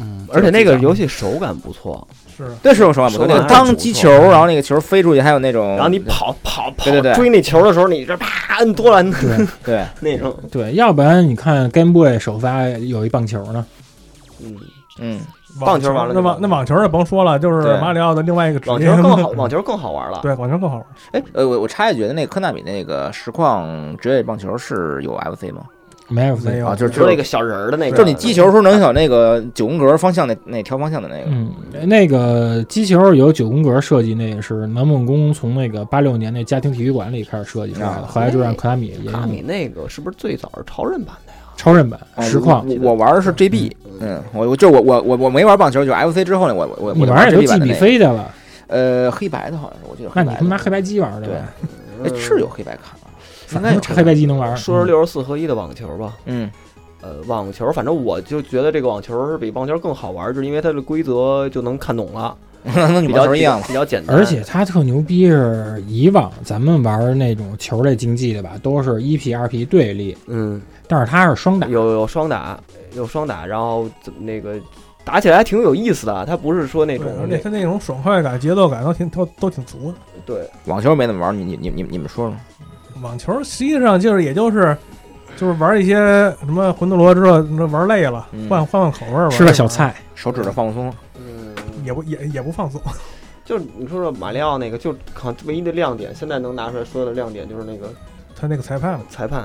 [SPEAKER 4] 嗯，而且那个游戏手感不错，
[SPEAKER 3] 啊
[SPEAKER 6] 是
[SPEAKER 5] 对是用手腕不
[SPEAKER 4] 手
[SPEAKER 5] 那
[SPEAKER 4] 腕
[SPEAKER 5] 个
[SPEAKER 4] 还是
[SPEAKER 5] 当
[SPEAKER 4] 不
[SPEAKER 5] 击
[SPEAKER 4] 错
[SPEAKER 5] 球，然后那个球飞出去，还有那种
[SPEAKER 4] 然后你跑跑跑
[SPEAKER 5] 呃对对对
[SPEAKER 4] 追那球的时候，你这啪摁多了
[SPEAKER 3] 对
[SPEAKER 5] 对
[SPEAKER 4] 那种，
[SPEAKER 3] 对，要不然你看 Game Boy 首发有一棒球呢，
[SPEAKER 4] 嗯，
[SPEAKER 5] 嗯
[SPEAKER 4] 棒球完了
[SPEAKER 6] 那网那网球就甭说了，就是
[SPEAKER 5] 对
[SPEAKER 6] 马里奥的另外一个职
[SPEAKER 4] 网球
[SPEAKER 6] 业
[SPEAKER 4] 更
[SPEAKER 6] [laughs]
[SPEAKER 4] 好，网球更好玩了。
[SPEAKER 6] 对网球更好玩。
[SPEAKER 5] 哎呃我我插一句，那个科纳米那个实况职业棒球是有 FC 吗？
[SPEAKER 3] 没有 C，
[SPEAKER 6] 没有
[SPEAKER 5] 啊，就是
[SPEAKER 4] 就是那
[SPEAKER 5] 是
[SPEAKER 4] 个小人儿的那个，
[SPEAKER 5] 就是你击球的时候能有那个九宫格方向那那调方向的那个，
[SPEAKER 3] 嗯，那个击球有九宫格设计，那也是南梦宫从那个八六年那家庭体育馆里开始设计出来的，
[SPEAKER 5] 啊
[SPEAKER 3] 后来就让克拉米沿
[SPEAKER 4] 卡米
[SPEAKER 3] 用
[SPEAKER 4] 那个是不是最早是超人版的呀？
[SPEAKER 3] 超人版
[SPEAKER 5] 啊
[SPEAKER 3] 实况。
[SPEAKER 5] 我我玩的是 GB，嗯，我我就我我我我没玩棒球，就 FC 之后呢，我我我
[SPEAKER 3] 你
[SPEAKER 5] 我就
[SPEAKER 3] 玩也
[SPEAKER 5] 玩
[SPEAKER 3] 都
[SPEAKER 5] GB
[SPEAKER 3] 记
[SPEAKER 5] 版的
[SPEAKER 3] 比
[SPEAKER 5] 那个，
[SPEAKER 3] 飞的了，
[SPEAKER 5] 呃，黑白的好像是，我记得
[SPEAKER 3] 那
[SPEAKER 5] 黑
[SPEAKER 3] 你
[SPEAKER 5] 白
[SPEAKER 3] 他妈黑
[SPEAKER 5] 的，
[SPEAKER 3] 白机玩的
[SPEAKER 5] 对
[SPEAKER 3] 吧？，
[SPEAKER 5] 哎是有黑白卡，应
[SPEAKER 3] 反
[SPEAKER 5] 该
[SPEAKER 3] 正
[SPEAKER 5] 有
[SPEAKER 3] 黑白机能玩。
[SPEAKER 4] 说说
[SPEAKER 3] 嗯
[SPEAKER 4] 六十四合一的网球吧，
[SPEAKER 5] [laughs] 嗯
[SPEAKER 4] 呃，网球，反正我就觉得这个网球是比棒球更好玩，就是因为它的规则就能看懂了，，
[SPEAKER 5] 跟
[SPEAKER 4] 比
[SPEAKER 5] 女
[SPEAKER 4] 较
[SPEAKER 5] 棒球一样嘛，
[SPEAKER 4] 比较简单。
[SPEAKER 3] 而且它特牛逼是，以往咱们玩那种球类竞技的吧，都是一 P 二 P 对立，
[SPEAKER 4] 嗯，
[SPEAKER 3] 但是它是双打，
[SPEAKER 4] 有有双打，有双打，然后怎么那个打起来还挺有意思的，啊它不是说那
[SPEAKER 6] 对，
[SPEAKER 4] 种
[SPEAKER 6] 而且他那种爽快感、节奏感都挺都都挺足的。
[SPEAKER 4] 对
[SPEAKER 5] 网球没怎么玩，你你你你你们说说，
[SPEAKER 6] 网球实际上就是也就是就是玩一些什么魂斗罗之后那玩累了
[SPEAKER 5] 嗯，
[SPEAKER 6] 换换换口味儿，
[SPEAKER 3] 吃个小，菜，
[SPEAKER 5] 手指头放松，
[SPEAKER 4] 嗯，
[SPEAKER 6] 也不也也不放松。
[SPEAKER 4] 就是你说说马里奥那个，就好像唯一的亮点，现在能拿出来说的亮点就是那个
[SPEAKER 6] 他那个裁判嘛，
[SPEAKER 4] 裁判，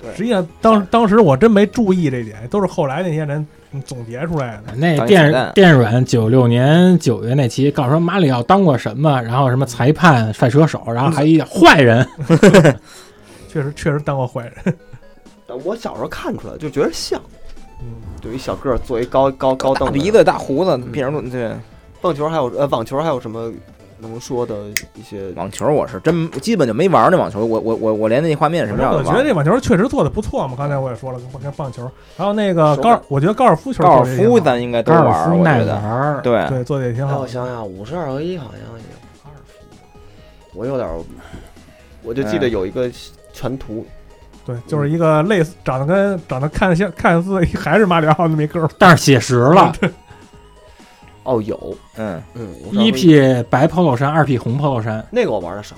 [SPEAKER 4] 对
[SPEAKER 6] 实际上当当时我真没注意这点，都是后来那些人总结出来的。
[SPEAKER 3] 那
[SPEAKER 5] 当一彩
[SPEAKER 3] 电
[SPEAKER 5] 蛋
[SPEAKER 3] 电软九六年九月那期告诉说马里奥当过什么，然后什么裁判、赛车手，然后还一坏人，
[SPEAKER 6] 确实确实当过坏人。
[SPEAKER 4] 呃我小时候看出来就觉得像，
[SPEAKER 6] 嗯，
[SPEAKER 4] 就一小个儿坐一高高高凳子
[SPEAKER 5] 大鼻子大胡子，变成对
[SPEAKER 4] 棒球还有呃网球还有什么能说的一些？
[SPEAKER 5] 网球我是真基本就没玩那网球，我我我我连那画面什
[SPEAKER 6] 反
[SPEAKER 5] 么
[SPEAKER 6] 正
[SPEAKER 5] 样
[SPEAKER 6] 我
[SPEAKER 5] 的
[SPEAKER 6] 觉
[SPEAKER 5] 忘
[SPEAKER 6] 得
[SPEAKER 5] 了
[SPEAKER 6] 这。网球确实做的不错嘛，刚才我也说了，跟跟棒球，还有那个
[SPEAKER 4] 手
[SPEAKER 6] 高
[SPEAKER 4] 感
[SPEAKER 6] 尔，我觉得高尔夫球
[SPEAKER 5] 高尔
[SPEAKER 6] 做得也挺好
[SPEAKER 5] 夫咱应该都
[SPEAKER 3] 高尔
[SPEAKER 5] 玩，
[SPEAKER 3] 夫
[SPEAKER 5] 我
[SPEAKER 3] 耐
[SPEAKER 5] 觉
[SPEAKER 3] 玩
[SPEAKER 5] 得
[SPEAKER 3] 儿。
[SPEAKER 5] 对，
[SPEAKER 6] 对做的也挺
[SPEAKER 4] 哎，
[SPEAKER 6] 好
[SPEAKER 4] 我。想想，五十二合一好像也二十，我有点儿，我就记得有一个全图，
[SPEAKER 6] 对，就是一个类似长得跟长得看像看似还是马里奥那么一个儿，
[SPEAKER 3] 但是写实了，
[SPEAKER 4] 哦有，
[SPEAKER 5] 嗯，
[SPEAKER 4] 嗯，52合
[SPEAKER 3] 一 P 白 polo 衫，二 P 红 polo 衫。
[SPEAKER 4] 那个我玩的少，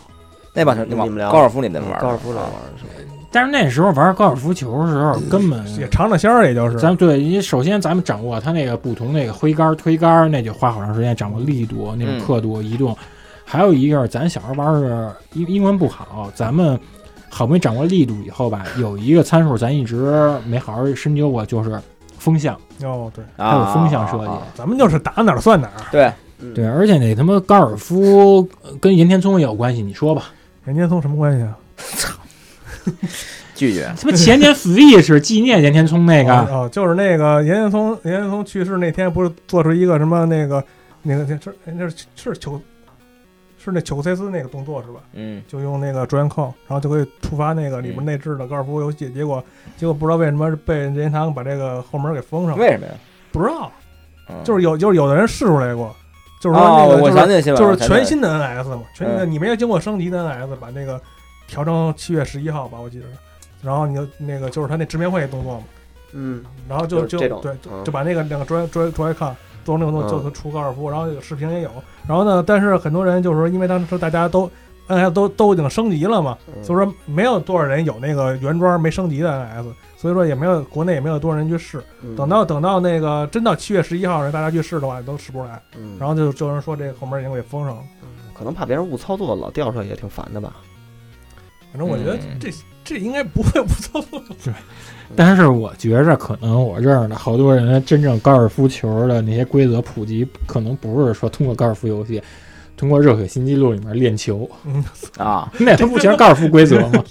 [SPEAKER 5] 那网球
[SPEAKER 4] 你
[SPEAKER 5] 那
[SPEAKER 4] 们
[SPEAKER 5] 网
[SPEAKER 4] 聊
[SPEAKER 5] 高尔夫你怎么玩？
[SPEAKER 4] 高尔夫老玩的少，
[SPEAKER 3] 但是那时候玩高尔夫球的时候，根本
[SPEAKER 6] 也尝尝鲜儿，也就是
[SPEAKER 3] 咱们对，因为首先咱们掌握它那个不同那个挥杆、推杆，那就花好长时间掌握力度、那种
[SPEAKER 5] 嗯
[SPEAKER 3] 刻度、移动。还有一个，咱小时候玩儿是英英文不好，咱们好不容易掌握力度以后吧，有一个参数咱一直没好好深究过，就是风向，
[SPEAKER 6] 哦，对，
[SPEAKER 5] 啊
[SPEAKER 3] 还有风向设计。
[SPEAKER 5] 啊啊
[SPEAKER 6] 咱们就是打哪儿算哪儿。
[SPEAKER 5] 对，
[SPEAKER 4] 嗯
[SPEAKER 3] 对，，而且那他妈高尔夫呃跟盐田聪也有关系，你说吧？
[SPEAKER 6] 人家从什么关系啊？
[SPEAKER 5] 拒绝。
[SPEAKER 3] 他妈前年 Switch 纪念盐田聪那个，
[SPEAKER 6] 哦，哦就是那个严建聪，严建聪去世那天不是做出一个什么那个那个那是哎那是是球是那球塞斯那个动作是吧？
[SPEAKER 5] 嗯，
[SPEAKER 6] 就用那个转控，然后就可以触发那个里面内置的高尔夫游戏。结果结果不知道为什么是被任天堂把这个后门给封上了，
[SPEAKER 5] 为什么呀？
[SPEAKER 6] 不知道，
[SPEAKER 5] 嗯
[SPEAKER 6] 就是有就是有的人试出来过，就是说那
[SPEAKER 5] 哦，
[SPEAKER 6] 个
[SPEAKER 5] 我
[SPEAKER 6] 就是
[SPEAKER 5] 想起新闻
[SPEAKER 6] 就
[SPEAKER 5] 了
[SPEAKER 6] 是
[SPEAKER 5] 想起来
[SPEAKER 6] 全新的 NS 嘛，全新的
[SPEAKER 5] 嗯
[SPEAKER 6] 你没有经过升级的 NS 把那个调成七月十一号吧，我记得是。然后你就那个就是他那直面会动作嘛，
[SPEAKER 4] 嗯，
[SPEAKER 6] 然后
[SPEAKER 4] 就
[SPEAKER 6] 就是就
[SPEAKER 4] 这种
[SPEAKER 6] 对就
[SPEAKER 4] 嗯
[SPEAKER 6] 就把那个两个 Joy Joy Joy-Con 做那种动作
[SPEAKER 4] 嗯
[SPEAKER 6] 就出高尔夫，然后有视频也有。然后呢，但是很多人就是说，因为当时大家都 NS 都都已经升级了嘛，
[SPEAKER 4] 嗯
[SPEAKER 6] 所以说没有多少人有那个原装没升级的 NS，所以说也没有国内也没有多少人去试。
[SPEAKER 4] 嗯
[SPEAKER 6] 等到等到那个真到七月十一号让大家去试的话，都试不出来。
[SPEAKER 4] 嗯
[SPEAKER 6] 然后就就有人说这个后门已经给封上了。
[SPEAKER 4] 可能怕别人误操作，老调出来也挺烦的吧？
[SPEAKER 6] 反正我觉得
[SPEAKER 5] 嗯
[SPEAKER 6] 这、这应该不会不操作。
[SPEAKER 3] 但是我觉着可能我认识的好多人，真正高尔夫球的那些规则普及，可能不是说通过高尔夫游戏，通过《热血新纪录》里面练球， [laughs]
[SPEAKER 6] 嗯，
[SPEAKER 5] 啊，
[SPEAKER 3] 那他不全是高尔夫规则吗？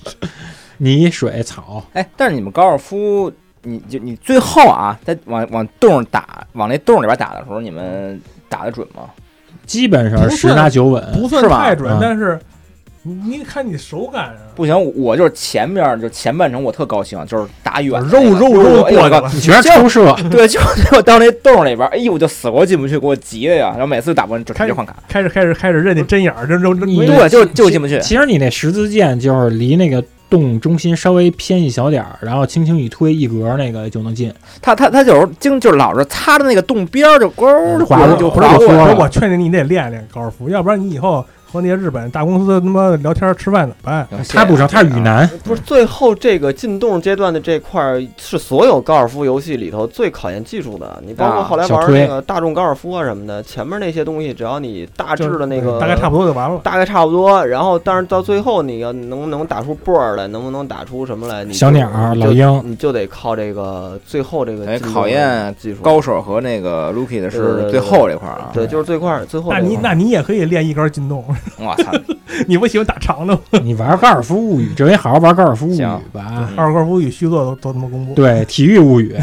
[SPEAKER 3] 泥水草，
[SPEAKER 5] 哎，但是你们高尔夫，你就你最后啊，在往往洞儿打，往那洞里边打的时候，你们打得准吗？
[SPEAKER 3] 基本上
[SPEAKER 6] 不
[SPEAKER 3] 十
[SPEAKER 6] 算
[SPEAKER 3] 拿九稳。
[SPEAKER 6] 不算
[SPEAKER 5] 是吧
[SPEAKER 6] 太准
[SPEAKER 3] 嗯，
[SPEAKER 6] 但是你你看你手感啊，
[SPEAKER 5] 不行，我就是前面就前半程我特高兴，就是打远
[SPEAKER 6] 肉
[SPEAKER 5] 那个
[SPEAKER 6] 肉
[SPEAKER 5] 哎呦
[SPEAKER 6] 肉
[SPEAKER 5] 哎呦我
[SPEAKER 6] 过去
[SPEAKER 5] 靠
[SPEAKER 6] 了，
[SPEAKER 3] 你全是抽射，
[SPEAKER 5] 对，就就到那洞里边，哎呦，我就死活进不去，给我急的呀！然后每次打完就直
[SPEAKER 6] 开
[SPEAKER 5] 接换卡，
[SPEAKER 6] 开始开始开始认你针眼儿，这这这
[SPEAKER 3] 你
[SPEAKER 5] 对，就就进不去。
[SPEAKER 3] 其实你那十字剑就是离那个洞中心稍微偏一小点儿，然后轻轻一推一格，那个就能进。
[SPEAKER 5] 他他他就是经就是老是擦着那个洞边儿就勾
[SPEAKER 3] 嗯
[SPEAKER 5] 就
[SPEAKER 3] 划
[SPEAKER 5] 过
[SPEAKER 3] 过
[SPEAKER 5] 去就
[SPEAKER 3] 不是
[SPEAKER 5] 划
[SPEAKER 3] 我
[SPEAKER 5] 过
[SPEAKER 3] 说
[SPEAKER 5] 来
[SPEAKER 6] 不
[SPEAKER 5] 了
[SPEAKER 6] 是，我劝你，你得练练高尔夫，要不然你以后和那些日本大公司他妈聊天吃饭怎么哎
[SPEAKER 5] 行
[SPEAKER 6] 办？
[SPEAKER 5] 谢谢
[SPEAKER 3] 他不成，他是
[SPEAKER 5] 谢谢
[SPEAKER 3] 雨
[SPEAKER 5] 啊
[SPEAKER 3] 男， [laughs]
[SPEAKER 4] 不是最后这个进洞阶段的这块儿是所有高尔夫游戏里头最考验技术的。你包括
[SPEAKER 5] 啊
[SPEAKER 4] 后来
[SPEAKER 3] 小
[SPEAKER 4] 玩
[SPEAKER 3] 推
[SPEAKER 4] 那个大众高尔夫啊什么的，前面那些东西只要你大致的那
[SPEAKER 6] 就
[SPEAKER 4] 个
[SPEAKER 6] 大概差不多就完了。
[SPEAKER 4] 大概差不多，然后但是到最后你要能不能打出波儿来，能不能打出什么来，你就
[SPEAKER 3] 小鸟儿
[SPEAKER 4] 你
[SPEAKER 3] 老
[SPEAKER 4] 就
[SPEAKER 3] 鹰
[SPEAKER 4] 你就得靠这个最后这个
[SPEAKER 5] 哎
[SPEAKER 4] 进
[SPEAKER 5] 考
[SPEAKER 4] 洞
[SPEAKER 5] 验
[SPEAKER 4] 技术
[SPEAKER 5] 高。手和那个 Lucky
[SPEAKER 4] 对对
[SPEAKER 5] 的是
[SPEAKER 4] 对
[SPEAKER 5] 最后这块儿啊。
[SPEAKER 4] 对，就是最快最后
[SPEAKER 6] 那
[SPEAKER 4] 这
[SPEAKER 6] 你
[SPEAKER 4] 块儿。
[SPEAKER 6] 那你也可以练一杆进洞，
[SPEAKER 5] 我操，
[SPEAKER 6] [laughs] 你不喜欢打长的吗？
[SPEAKER 3] 你玩高尔夫物语，这回好好玩高尔夫物语吧。
[SPEAKER 5] 嗯
[SPEAKER 6] 二高尔夫与续作都都他妈公布，
[SPEAKER 3] 对，体育物语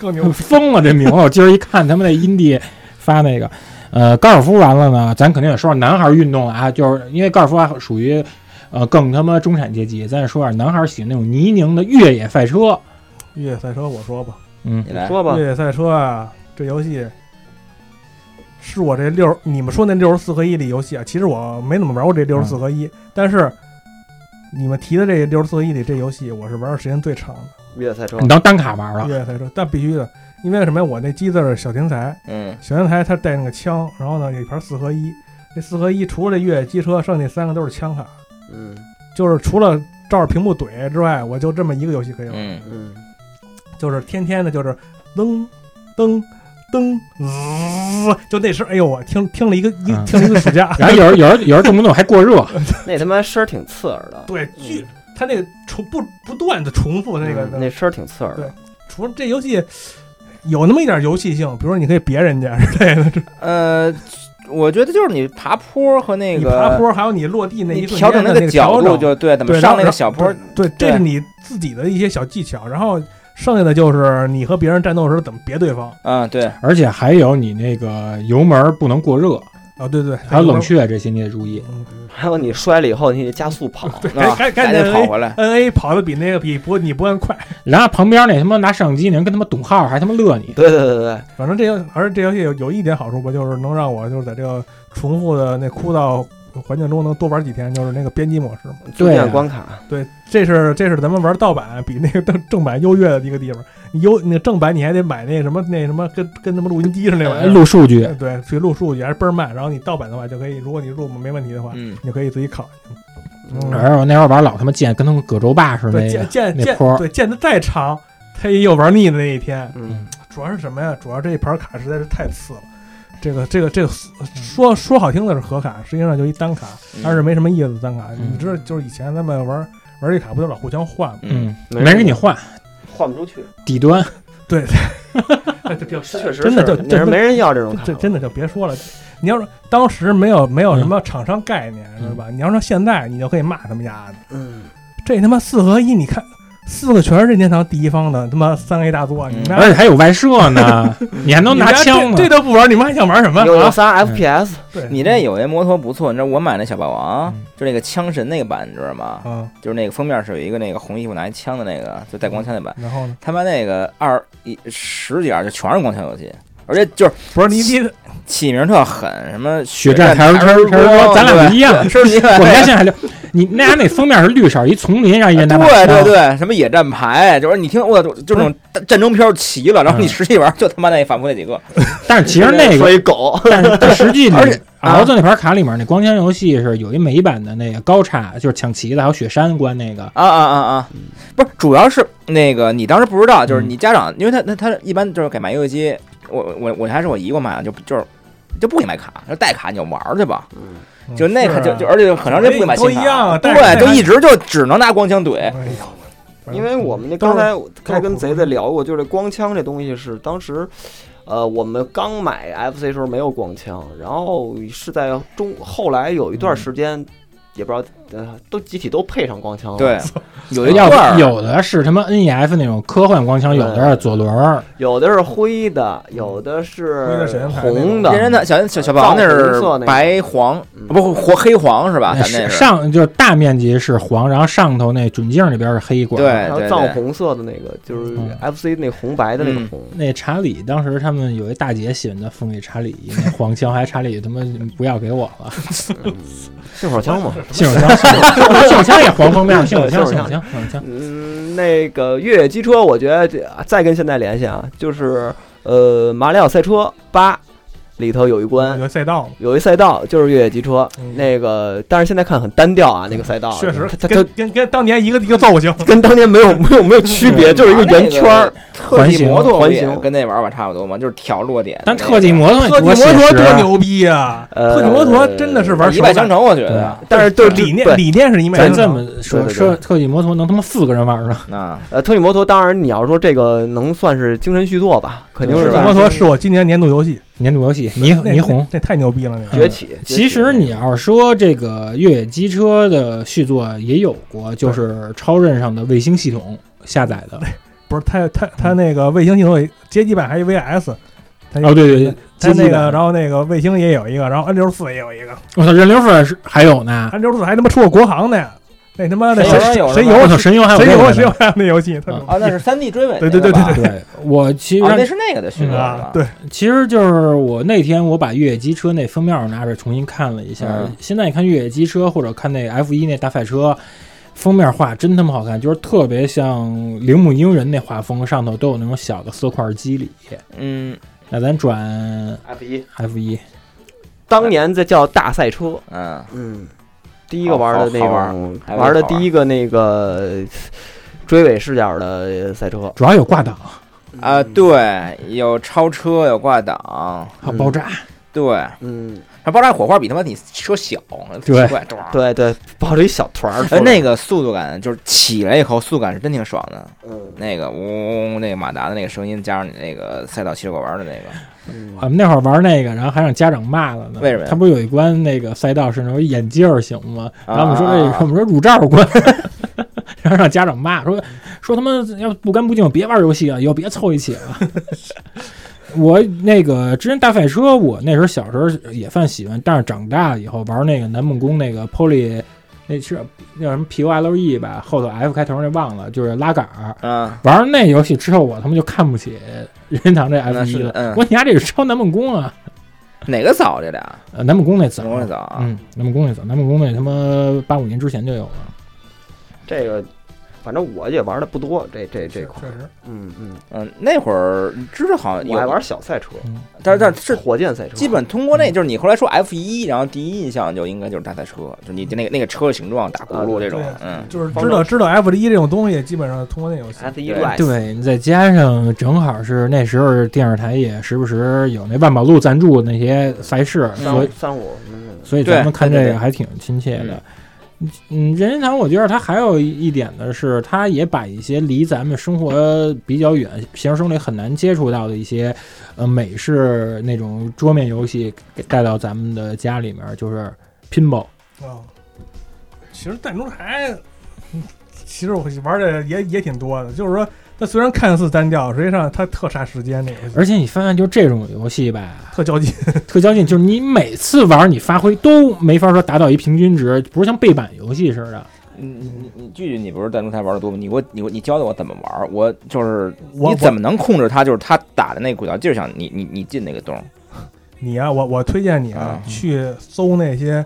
[SPEAKER 6] 更牛逼。
[SPEAKER 3] 疯啊了这名字，我今儿一看他们那阴地发那个，呃，高尔夫完了呢，咱肯定也说说男孩运动了啊，就是因为高尔夫还属于。呃，更他妈中产阶级，咱也说点男孩喜欢那种泥泞的越野赛车，
[SPEAKER 6] 越野赛车，我说吧，
[SPEAKER 3] 嗯
[SPEAKER 5] 你，来，
[SPEAKER 4] 说吧
[SPEAKER 6] 越，野赛车啊，这游戏是我这六你们说那六十四合一里游戏啊，其实我没怎么玩过这六十四合一，但是你们提的这六十四合一里这游戏，我是玩的时间最长的
[SPEAKER 4] 越野赛车
[SPEAKER 3] 你。当单卡玩了，
[SPEAKER 6] 越野赛车，但必须的，因为什么呀？我那机子是小天才，
[SPEAKER 5] 嗯，
[SPEAKER 6] 小天才他带那个枪，然后呢有一盘四合一，这四合一除了这越野机车，剩下三个都是枪卡，
[SPEAKER 4] 嗯
[SPEAKER 6] 就是除了照着屏幕怼之外，我就这么一个游戏可以玩。
[SPEAKER 5] 嗯，
[SPEAKER 4] 嗯，
[SPEAKER 6] 就是天天的，就是噔噔噔，滋，就那声，哎呦，我听听了一个一
[SPEAKER 3] 嗯，
[SPEAKER 6] 听了一个暑
[SPEAKER 3] [laughs]
[SPEAKER 6] 假
[SPEAKER 3] 然后有人有人有人动不动还过热，
[SPEAKER 4] 那他妈声儿挺刺耳的。
[SPEAKER 6] 对，巨，他那个重不不断的重复那个
[SPEAKER 4] 嗯，那声儿挺刺耳的。
[SPEAKER 6] 除了这游戏有那么一点游戏性，比如说你可以别人家 [laughs] 之类的，这
[SPEAKER 5] 呃，我觉得就是你爬坡和那
[SPEAKER 6] 你
[SPEAKER 5] 个
[SPEAKER 6] 爬坡还有你落地那一
[SPEAKER 5] 你
[SPEAKER 6] 瞬
[SPEAKER 5] 调整
[SPEAKER 6] 间的
[SPEAKER 5] 那
[SPEAKER 6] 那
[SPEAKER 5] 个角
[SPEAKER 6] 调
[SPEAKER 5] 度
[SPEAKER 6] 整，
[SPEAKER 5] 就对，怎么
[SPEAKER 6] 对，
[SPEAKER 5] 上
[SPEAKER 6] 然后
[SPEAKER 5] 那个小坡，
[SPEAKER 6] 对，这是
[SPEAKER 5] 对
[SPEAKER 6] 你自己的一些小技巧，然后剩下的就是你和别人战斗的时候怎么别对方
[SPEAKER 5] 嗯，对，
[SPEAKER 3] 而且还有你那个油门不能过热，
[SPEAKER 6] 啊，对对，
[SPEAKER 3] 还有冷，却这些你得注意。
[SPEAKER 6] 嗯，
[SPEAKER 4] 还有你摔了以后，你得加速跑。
[SPEAKER 6] 对，
[SPEAKER 5] 啊
[SPEAKER 6] 赶
[SPEAKER 5] 赶
[SPEAKER 6] 赶赶
[SPEAKER 5] 紧
[SPEAKER 6] 紧哎
[SPEAKER 5] 跑回来。
[SPEAKER 6] N A 跑的比那个比不你不按快，
[SPEAKER 3] 然后旁边那他妈拿摄像机那人跟他妈董浩还他妈乐你，
[SPEAKER 4] 对对对对，
[SPEAKER 6] 反正这游而且这游戏有有一点好处吧，就是能让我就是在这个重复的那枯燥环境中能多玩几天，就是那个编辑模式嘛。
[SPEAKER 4] 逐
[SPEAKER 3] 对啊
[SPEAKER 4] 渐关卡。
[SPEAKER 6] 对，这是这是咱们玩盗版比那个正正版优越的一个地方。你优那正版你还得买那什么那什么跟跟他妈录音机似的那玩意儿，
[SPEAKER 3] 录数据，
[SPEAKER 6] 呃对，去录数据还是倍儿慢。然后你盗版的话就可以，如果你录没问题的话，
[SPEAKER 5] 嗯，
[SPEAKER 6] 你就可以自己考。嗯，
[SPEAKER 3] 而我那会儿玩老他妈贱，跟他们葛洲霸似的
[SPEAKER 6] 对，
[SPEAKER 3] 那
[SPEAKER 6] 见
[SPEAKER 3] 个。
[SPEAKER 6] 见
[SPEAKER 3] 那
[SPEAKER 6] 见
[SPEAKER 3] 坡，儿
[SPEAKER 6] 对见的再长，他也有玩腻的那一天。
[SPEAKER 4] 嗯，
[SPEAKER 6] 主要是什么呀？主要这一盘卡实在是太次了。这个这个这个
[SPEAKER 3] 嗯
[SPEAKER 6] 说说好听的是合卡，实际上就一单卡，但是没什么意思。单卡，
[SPEAKER 3] 嗯
[SPEAKER 6] 你知道，就是以前咱们玩玩这卡不都老互相换吗？
[SPEAKER 3] 嗯，没人给你换
[SPEAKER 4] 换不出去，
[SPEAKER 3] 底端，
[SPEAKER 6] 哎这这
[SPEAKER 4] 确实
[SPEAKER 6] 真的
[SPEAKER 4] 是那
[SPEAKER 6] 就
[SPEAKER 4] 是
[SPEAKER 6] 真的
[SPEAKER 4] 没人要这种卡
[SPEAKER 6] [laughs] 这
[SPEAKER 4] 了。
[SPEAKER 6] 真的就别说了。你要是当时没有没有什么厂商概念，
[SPEAKER 3] 嗯
[SPEAKER 6] 是吧？你要说现在，你就可以骂他们丫的，
[SPEAKER 4] 嗯，
[SPEAKER 6] 这他妈四合一，你看四个全是任天堂第一方的，他妈三 A 大作，你
[SPEAKER 5] 嗯
[SPEAKER 3] [laughs]
[SPEAKER 6] 妈
[SPEAKER 3] 而且还有外设 [laughs] 呢，你还哎能拿枪
[SPEAKER 6] 你
[SPEAKER 3] 呢
[SPEAKER 6] 这这。都不玩，你们还想玩什么
[SPEAKER 4] 有有
[SPEAKER 6] 啊？
[SPEAKER 4] 仨 FPS，
[SPEAKER 6] 对，
[SPEAKER 5] [laughs] 你这有一摩托不错，你知道我买那小霸王
[SPEAKER 3] 嗯，哦
[SPEAKER 5] 就那个枪神那个版，你知道吗？
[SPEAKER 6] 啊，
[SPEAKER 5] 就是那个封面是有一个那个红衣服拿一枪的那个，就带光枪那版。
[SPEAKER 6] 然后呢？
[SPEAKER 5] 他妈那个二一十几二就全是光枪游戏，而且就是
[SPEAKER 6] 不是你你
[SPEAKER 5] 起名特狠，什么
[SPEAKER 3] 血战台
[SPEAKER 5] 台
[SPEAKER 3] 儿台儿台儿咱俩不一
[SPEAKER 5] [laughs]
[SPEAKER 3] 样。
[SPEAKER 5] 是不是？
[SPEAKER 3] 我们家现在还聊，你那家那封面是绿色，一丛林上一人拿把
[SPEAKER 5] 对对
[SPEAKER 3] 枪，
[SPEAKER 5] 对，什么野战牌，就是你听我就就那种战争片齐了，然后你
[SPEAKER 3] 嗯
[SPEAKER 5] 实际玩就他妈那反复那几个，
[SPEAKER 3] 但是其实
[SPEAKER 6] 哎
[SPEAKER 3] 那个
[SPEAKER 4] 所以狗，
[SPEAKER 3] 但
[SPEAKER 5] [laughs]
[SPEAKER 3] 是但实际
[SPEAKER 5] 而
[SPEAKER 3] 里
[SPEAKER 5] 且啊
[SPEAKER 3] 敖子那盘卡里面那光枪游戏是有一美版的那个高叉，就是抢旗子还有雪山关那个，
[SPEAKER 5] 啊啊啊啊！不是，主要是那个你当时不知道，就是你家长，因为他他他一般就是给买游戏机，我我我还是我姨给我买的，就就是就不给你买卡，就带卡你就玩儿去吧，就那卡
[SPEAKER 6] 是
[SPEAKER 5] 就
[SPEAKER 6] 啊
[SPEAKER 5] 就而且很长时间不给你买新
[SPEAKER 6] 都
[SPEAKER 5] 卡，
[SPEAKER 6] 一样啊带卡
[SPEAKER 5] 对，就一直就只能拿光枪怼，
[SPEAKER 6] 哎呦，
[SPEAKER 4] 因为我们那
[SPEAKER 6] 都是
[SPEAKER 4] 刚才刚才跟
[SPEAKER 6] 都是
[SPEAKER 4] 贼贼聊过，就是这光枪这东西是当时，呃，我们刚
[SPEAKER 6] 嗯
[SPEAKER 4] 买 FC 时候没有光枪，然后是在中后来有一段时间，也不知道，呃，都集体都配上光枪了。
[SPEAKER 5] 对，有一
[SPEAKER 3] 要
[SPEAKER 5] 段儿嗯
[SPEAKER 3] 不有的是他妈 NEF E 那种科幻光枪，有的是左轮儿，
[SPEAKER 5] 啊
[SPEAKER 4] 有的是灰的，有的
[SPEAKER 6] 灰
[SPEAKER 4] 是
[SPEAKER 6] 的沈阳牌那
[SPEAKER 4] 红
[SPEAKER 6] 种
[SPEAKER 5] 任
[SPEAKER 4] 的，
[SPEAKER 5] 天堂小小小霸王那
[SPEAKER 4] 藏红
[SPEAKER 5] 是
[SPEAKER 4] 色那个
[SPEAKER 5] 白黄，
[SPEAKER 4] 嗯
[SPEAKER 5] 不火黑黄是吧？咱那
[SPEAKER 3] 是
[SPEAKER 5] 是
[SPEAKER 3] 上就是大面积是黄，然后上头那准镜那边是黑一管。
[SPEAKER 5] 对，
[SPEAKER 4] 还有
[SPEAKER 5] 对
[SPEAKER 4] 藏
[SPEAKER 5] 对，
[SPEAKER 4] 红色的那个，就是
[SPEAKER 3] 嗯
[SPEAKER 4] FC 那红白的那个
[SPEAKER 5] 嗯
[SPEAKER 4] 红。
[SPEAKER 3] 那查理当时他们有一大姐喜欢的送给查理一
[SPEAKER 6] [laughs]
[SPEAKER 3] 那黄枪，还查理他妈不要给我了，
[SPEAKER 4] 信号枪嘛。
[SPEAKER 3] 信手枪，信手枪也黄封面，信手枪，
[SPEAKER 4] 信
[SPEAKER 3] 信
[SPEAKER 4] 手
[SPEAKER 3] 手枪，信手枪。
[SPEAKER 4] 嗯，那个越野机车，我觉得这啊再跟现在联系啊，就是呃，马里奥赛车八里头有一关。
[SPEAKER 6] 有赛道嘛，
[SPEAKER 4] 有一赛道就是越野机车，
[SPEAKER 6] 嗯
[SPEAKER 4] 那个但是现在看很单调啊，那个赛道
[SPEAKER 6] 确实
[SPEAKER 4] 它它
[SPEAKER 6] 跟
[SPEAKER 4] 它
[SPEAKER 6] 跟跟当年一个一个造型，
[SPEAKER 4] 跟当年没有没有没有区别，
[SPEAKER 5] 嗯
[SPEAKER 4] 就是一个圆圈儿。
[SPEAKER 5] 特
[SPEAKER 3] 环
[SPEAKER 5] 技
[SPEAKER 3] 形
[SPEAKER 5] 摩托不
[SPEAKER 4] 环
[SPEAKER 5] 也
[SPEAKER 4] 形
[SPEAKER 5] 跟那玩法差不多嘛，就是调落点。
[SPEAKER 3] 但特技摩托
[SPEAKER 6] [laughs] 特技
[SPEAKER 3] 多
[SPEAKER 6] 摩
[SPEAKER 3] 写
[SPEAKER 6] 托
[SPEAKER 3] 实
[SPEAKER 6] 多
[SPEAKER 3] 啊，
[SPEAKER 6] 牛逼啊！
[SPEAKER 4] 呃
[SPEAKER 6] 特技摩托真的是玩
[SPEAKER 5] 一脉
[SPEAKER 6] 手
[SPEAKER 5] 相
[SPEAKER 6] 感
[SPEAKER 5] 承，我觉
[SPEAKER 6] 啊
[SPEAKER 3] 对
[SPEAKER 5] 得
[SPEAKER 4] 但是就是
[SPEAKER 6] 理
[SPEAKER 4] 对
[SPEAKER 6] 念理念是一脉
[SPEAKER 3] 咱
[SPEAKER 6] 相
[SPEAKER 3] 这
[SPEAKER 6] 承。
[SPEAKER 4] 对
[SPEAKER 3] 么说，
[SPEAKER 4] 对
[SPEAKER 3] 说特技摩托能他妈四个人玩呢，
[SPEAKER 5] 啊，
[SPEAKER 4] 呃，特技摩托当然你要说这个能算是精神续作吧，肯定
[SPEAKER 6] 特
[SPEAKER 4] 是
[SPEAKER 6] 技摩托是我今年年度游戏，
[SPEAKER 3] 年度游
[SPEAKER 6] [laughs]
[SPEAKER 3] 戏霓
[SPEAKER 6] 那
[SPEAKER 3] 嗯霓虹。
[SPEAKER 6] 那太牛逼了！那个
[SPEAKER 4] 崛起。
[SPEAKER 3] 其实你要是说这个越野机车的续作也有过，就是超任上的卫星系统下载
[SPEAKER 6] [laughs]
[SPEAKER 3] 的。
[SPEAKER 6] 不是它它它那个卫星系统街机版还有 VS，它
[SPEAKER 3] 哦，对对对，
[SPEAKER 6] 它那
[SPEAKER 3] 街机
[SPEAKER 6] 个
[SPEAKER 3] 版
[SPEAKER 6] 然后那个卫星也有一个，然后 N 六四也有一个
[SPEAKER 3] 我操，人流粉是还有呢。
[SPEAKER 6] ，N 六四还他妈出过国行的呀！那他妈的
[SPEAKER 5] 谁
[SPEAKER 6] 谁
[SPEAKER 5] 有
[SPEAKER 6] 谁
[SPEAKER 5] 人
[SPEAKER 6] 有
[SPEAKER 3] 我操，神游还有
[SPEAKER 6] 谁
[SPEAKER 3] 这
[SPEAKER 6] 有
[SPEAKER 3] 个
[SPEAKER 6] 谁有
[SPEAKER 3] 呢
[SPEAKER 6] 那游戏？特牛
[SPEAKER 5] 啊，那是三 D 追尾那个吧，
[SPEAKER 6] 对对对对对
[SPEAKER 3] 对，我其
[SPEAKER 5] 啊，那
[SPEAKER 3] 实
[SPEAKER 5] 是那个的续作是
[SPEAKER 6] 啊
[SPEAKER 5] 吧，？
[SPEAKER 6] 对，
[SPEAKER 3] 其实就是我那天我把越野机车那封面我拿出来重新看了一下
[SPEAKER 5] 嗯，
[SPEAKER 3] 现在你看越野机车或者看那 F 一那大赛车。封面画真他妈好看，就是特别像铃木英人那画风，上头都有那种小的色块肌理。
[SPEAKER 5] 嗯
[SPEAKER 3] 那咱转
[SPEAKER 4] F 一
[SPEAKER 3] F 一，
[SPEAKER 4] 当年这叫大赛车，
[SPEAKER 5] 嗯，
[SPEAKER 4] 嗯，第一个玩的那
[SPEAKER 5] 好好玩
[SPEAKER 4] 种
[SPEAKER 5] 还是
[SPEAKER 4] 玩的
[SPEAKER 5] 好玩
[SPEAKER 4] 第一个那个追尾视角的赛车
[SPEAKER 3] 主要有挂档，
[SPEAKER 4] 嗯
[SPEAKER 5] 啊，，对，有超车，有挂档，
[SPEAKER 3] 还有爆炸，
[SPEAKER 5] 对，
[SPEAKER 4] 嗯，
[SPEAKER 5] 它爆炸火花比他妈你车小，
[SPEAKER 3] 对
[SPEAKER 5] 奇怪，对
[SPEAKER 4] 对对，抱着一小团儿出
[SPEAKER 5] 呃，
[SPEAKER 4] 来，
[SPEAKER 5] 那个速度感就是起来以后速度感是真挺爽的，
[SPEAKER 4] 嗯，
[SPEAKER 5] 那个嗡嗡嗡那个马达的那个声音，加上你那个赛道骑着我玩的那个，
[SPEAKER 4] 嗯
[SPEAKER 3] 我们啊那会儿玩那个，然后还让家长骂了呢。
[SPEAKER 5] 为什么呀
[SPEAKER 3] 他不是有一关那个赛道是那种眼镜儿行吗？然后我们说
[SPEAKER 5] 啊啊啊
[SPEAKER 3] 这，我们说乳罩关， [laughs] 然后让家长骂说说他妈要不干不净别玩游戏啊，以后别凑一起了。 [laughs] 我那个之前大赛车，我那时候小时候也算喜欢，但是长大了以后玩那个南梦宫那个 Poly，那是叫什么 P O L E 吧，后头 F 开头那忘了，就是拉杆儿。
[SPEAKER 5] 嗯，
[SPEAKER 3] 玩那游戏之后，我他妈就看不起 [laughs] 任天堂这 F 一
[SPEAKER 5] 是
[SPEAKER 3] 了。
[SPEAKER 5] 嗯
[SPEAKER 3] 我说你丫这是抄南梦宫啊？
[SPEAKER 5] 哪个早这俩？
[SPEAKER 3] 呃，南梦宫那早，
[SPEAKER 5] 中国早啊，
[SPEAKER 3] 嗯，南梦宫那早，南梦宫那他妈八五年之前就有了。
[SPEAKER 4] 这个。反正我也玩的不多，这这这
[SPEAKER 6] 确
[SPEAKER 4] 块，
[SPEAKER 6] 实
[SPEAKER 4] 嗯嗯，
[SPEAKER 5] 嗯，那会儿知道好像
[SPEAKER 4] 我爱
[SPEAKER 5] 有，
[SPEAKER 4] 玩小赛车，
[SPEAKER 3] 嗯
[SPEAKER 5] 但是但是是
[SPEAKER 4] 火箭赛车，
[SPEAKER 5] 基本通过那，就是你后来说 F 一，然后第一印象就应该就是大赛车，就是你那个那个车的形状、打轱辘这种
[SPEAKER 6] 对，
[SPEAKER 5] 嗯，
[SPEAKER 6] 就是
[SPEAKER 4] 方
[SPEAKER 6] 知道知道 F 一这种东西，基本上通过那游戏。
[SPEAKER 4] F 一
[SPEAKER 5] 对
[SPEAKER 4] Race，
[SPEAKER 3] 对，你再加上正好是那时候电视台也时不时有那万宝路赞助那些赛事，所
[SPEAKER 4] 三
[SPEAKER 3] 以
[SPEAKER 4] 三五，嗯，
[SPEAKER 3] 所以
[SPEAKER 5] 对
[SPEAKER 3] 咱们看
[SPEAKER 5] 对对
[SPEAKER 3] 这
[SPEAKER 5] 对
[SPEAKER 3] 个还挺亲切的。嗯，任天堂我觉得它还有一点的是，它也把一些离咱们生活比较远、现实生活里很难接触到的一些呃美式那种桌面游戏给带到咱们的家里面，就是 pinball。
[SPEAKER 6] 啊，其实弹珠台，嗯其实我玩的也也挺多的，就是说它虽然看似单调，实际上它特杀时间那游戏，
[SPEAKER 3] 而且你发现就这种游戏吧，
[SPEAKER 6] 特较劲。
[SPEAKER 3] 特较劲，就是你每次玩你发挥都没法说达到一平均值，不是像背板游戏似的。
[SPEAKER 5] 你你你句句你不是弹珠台玩的多吗？你给我你给我你教教我怎么玩儿，我就是
[SPEAKER 6] 我
[SPEAKER 5] 你怎么能控制它？就是它打的那股劲儿，就是想你你你进那个洞，
[SPEAKER 6] 你啊，我我推荐你啊
[SPEAKER 5] 啊，
[SPEAKER 6] 去搜那些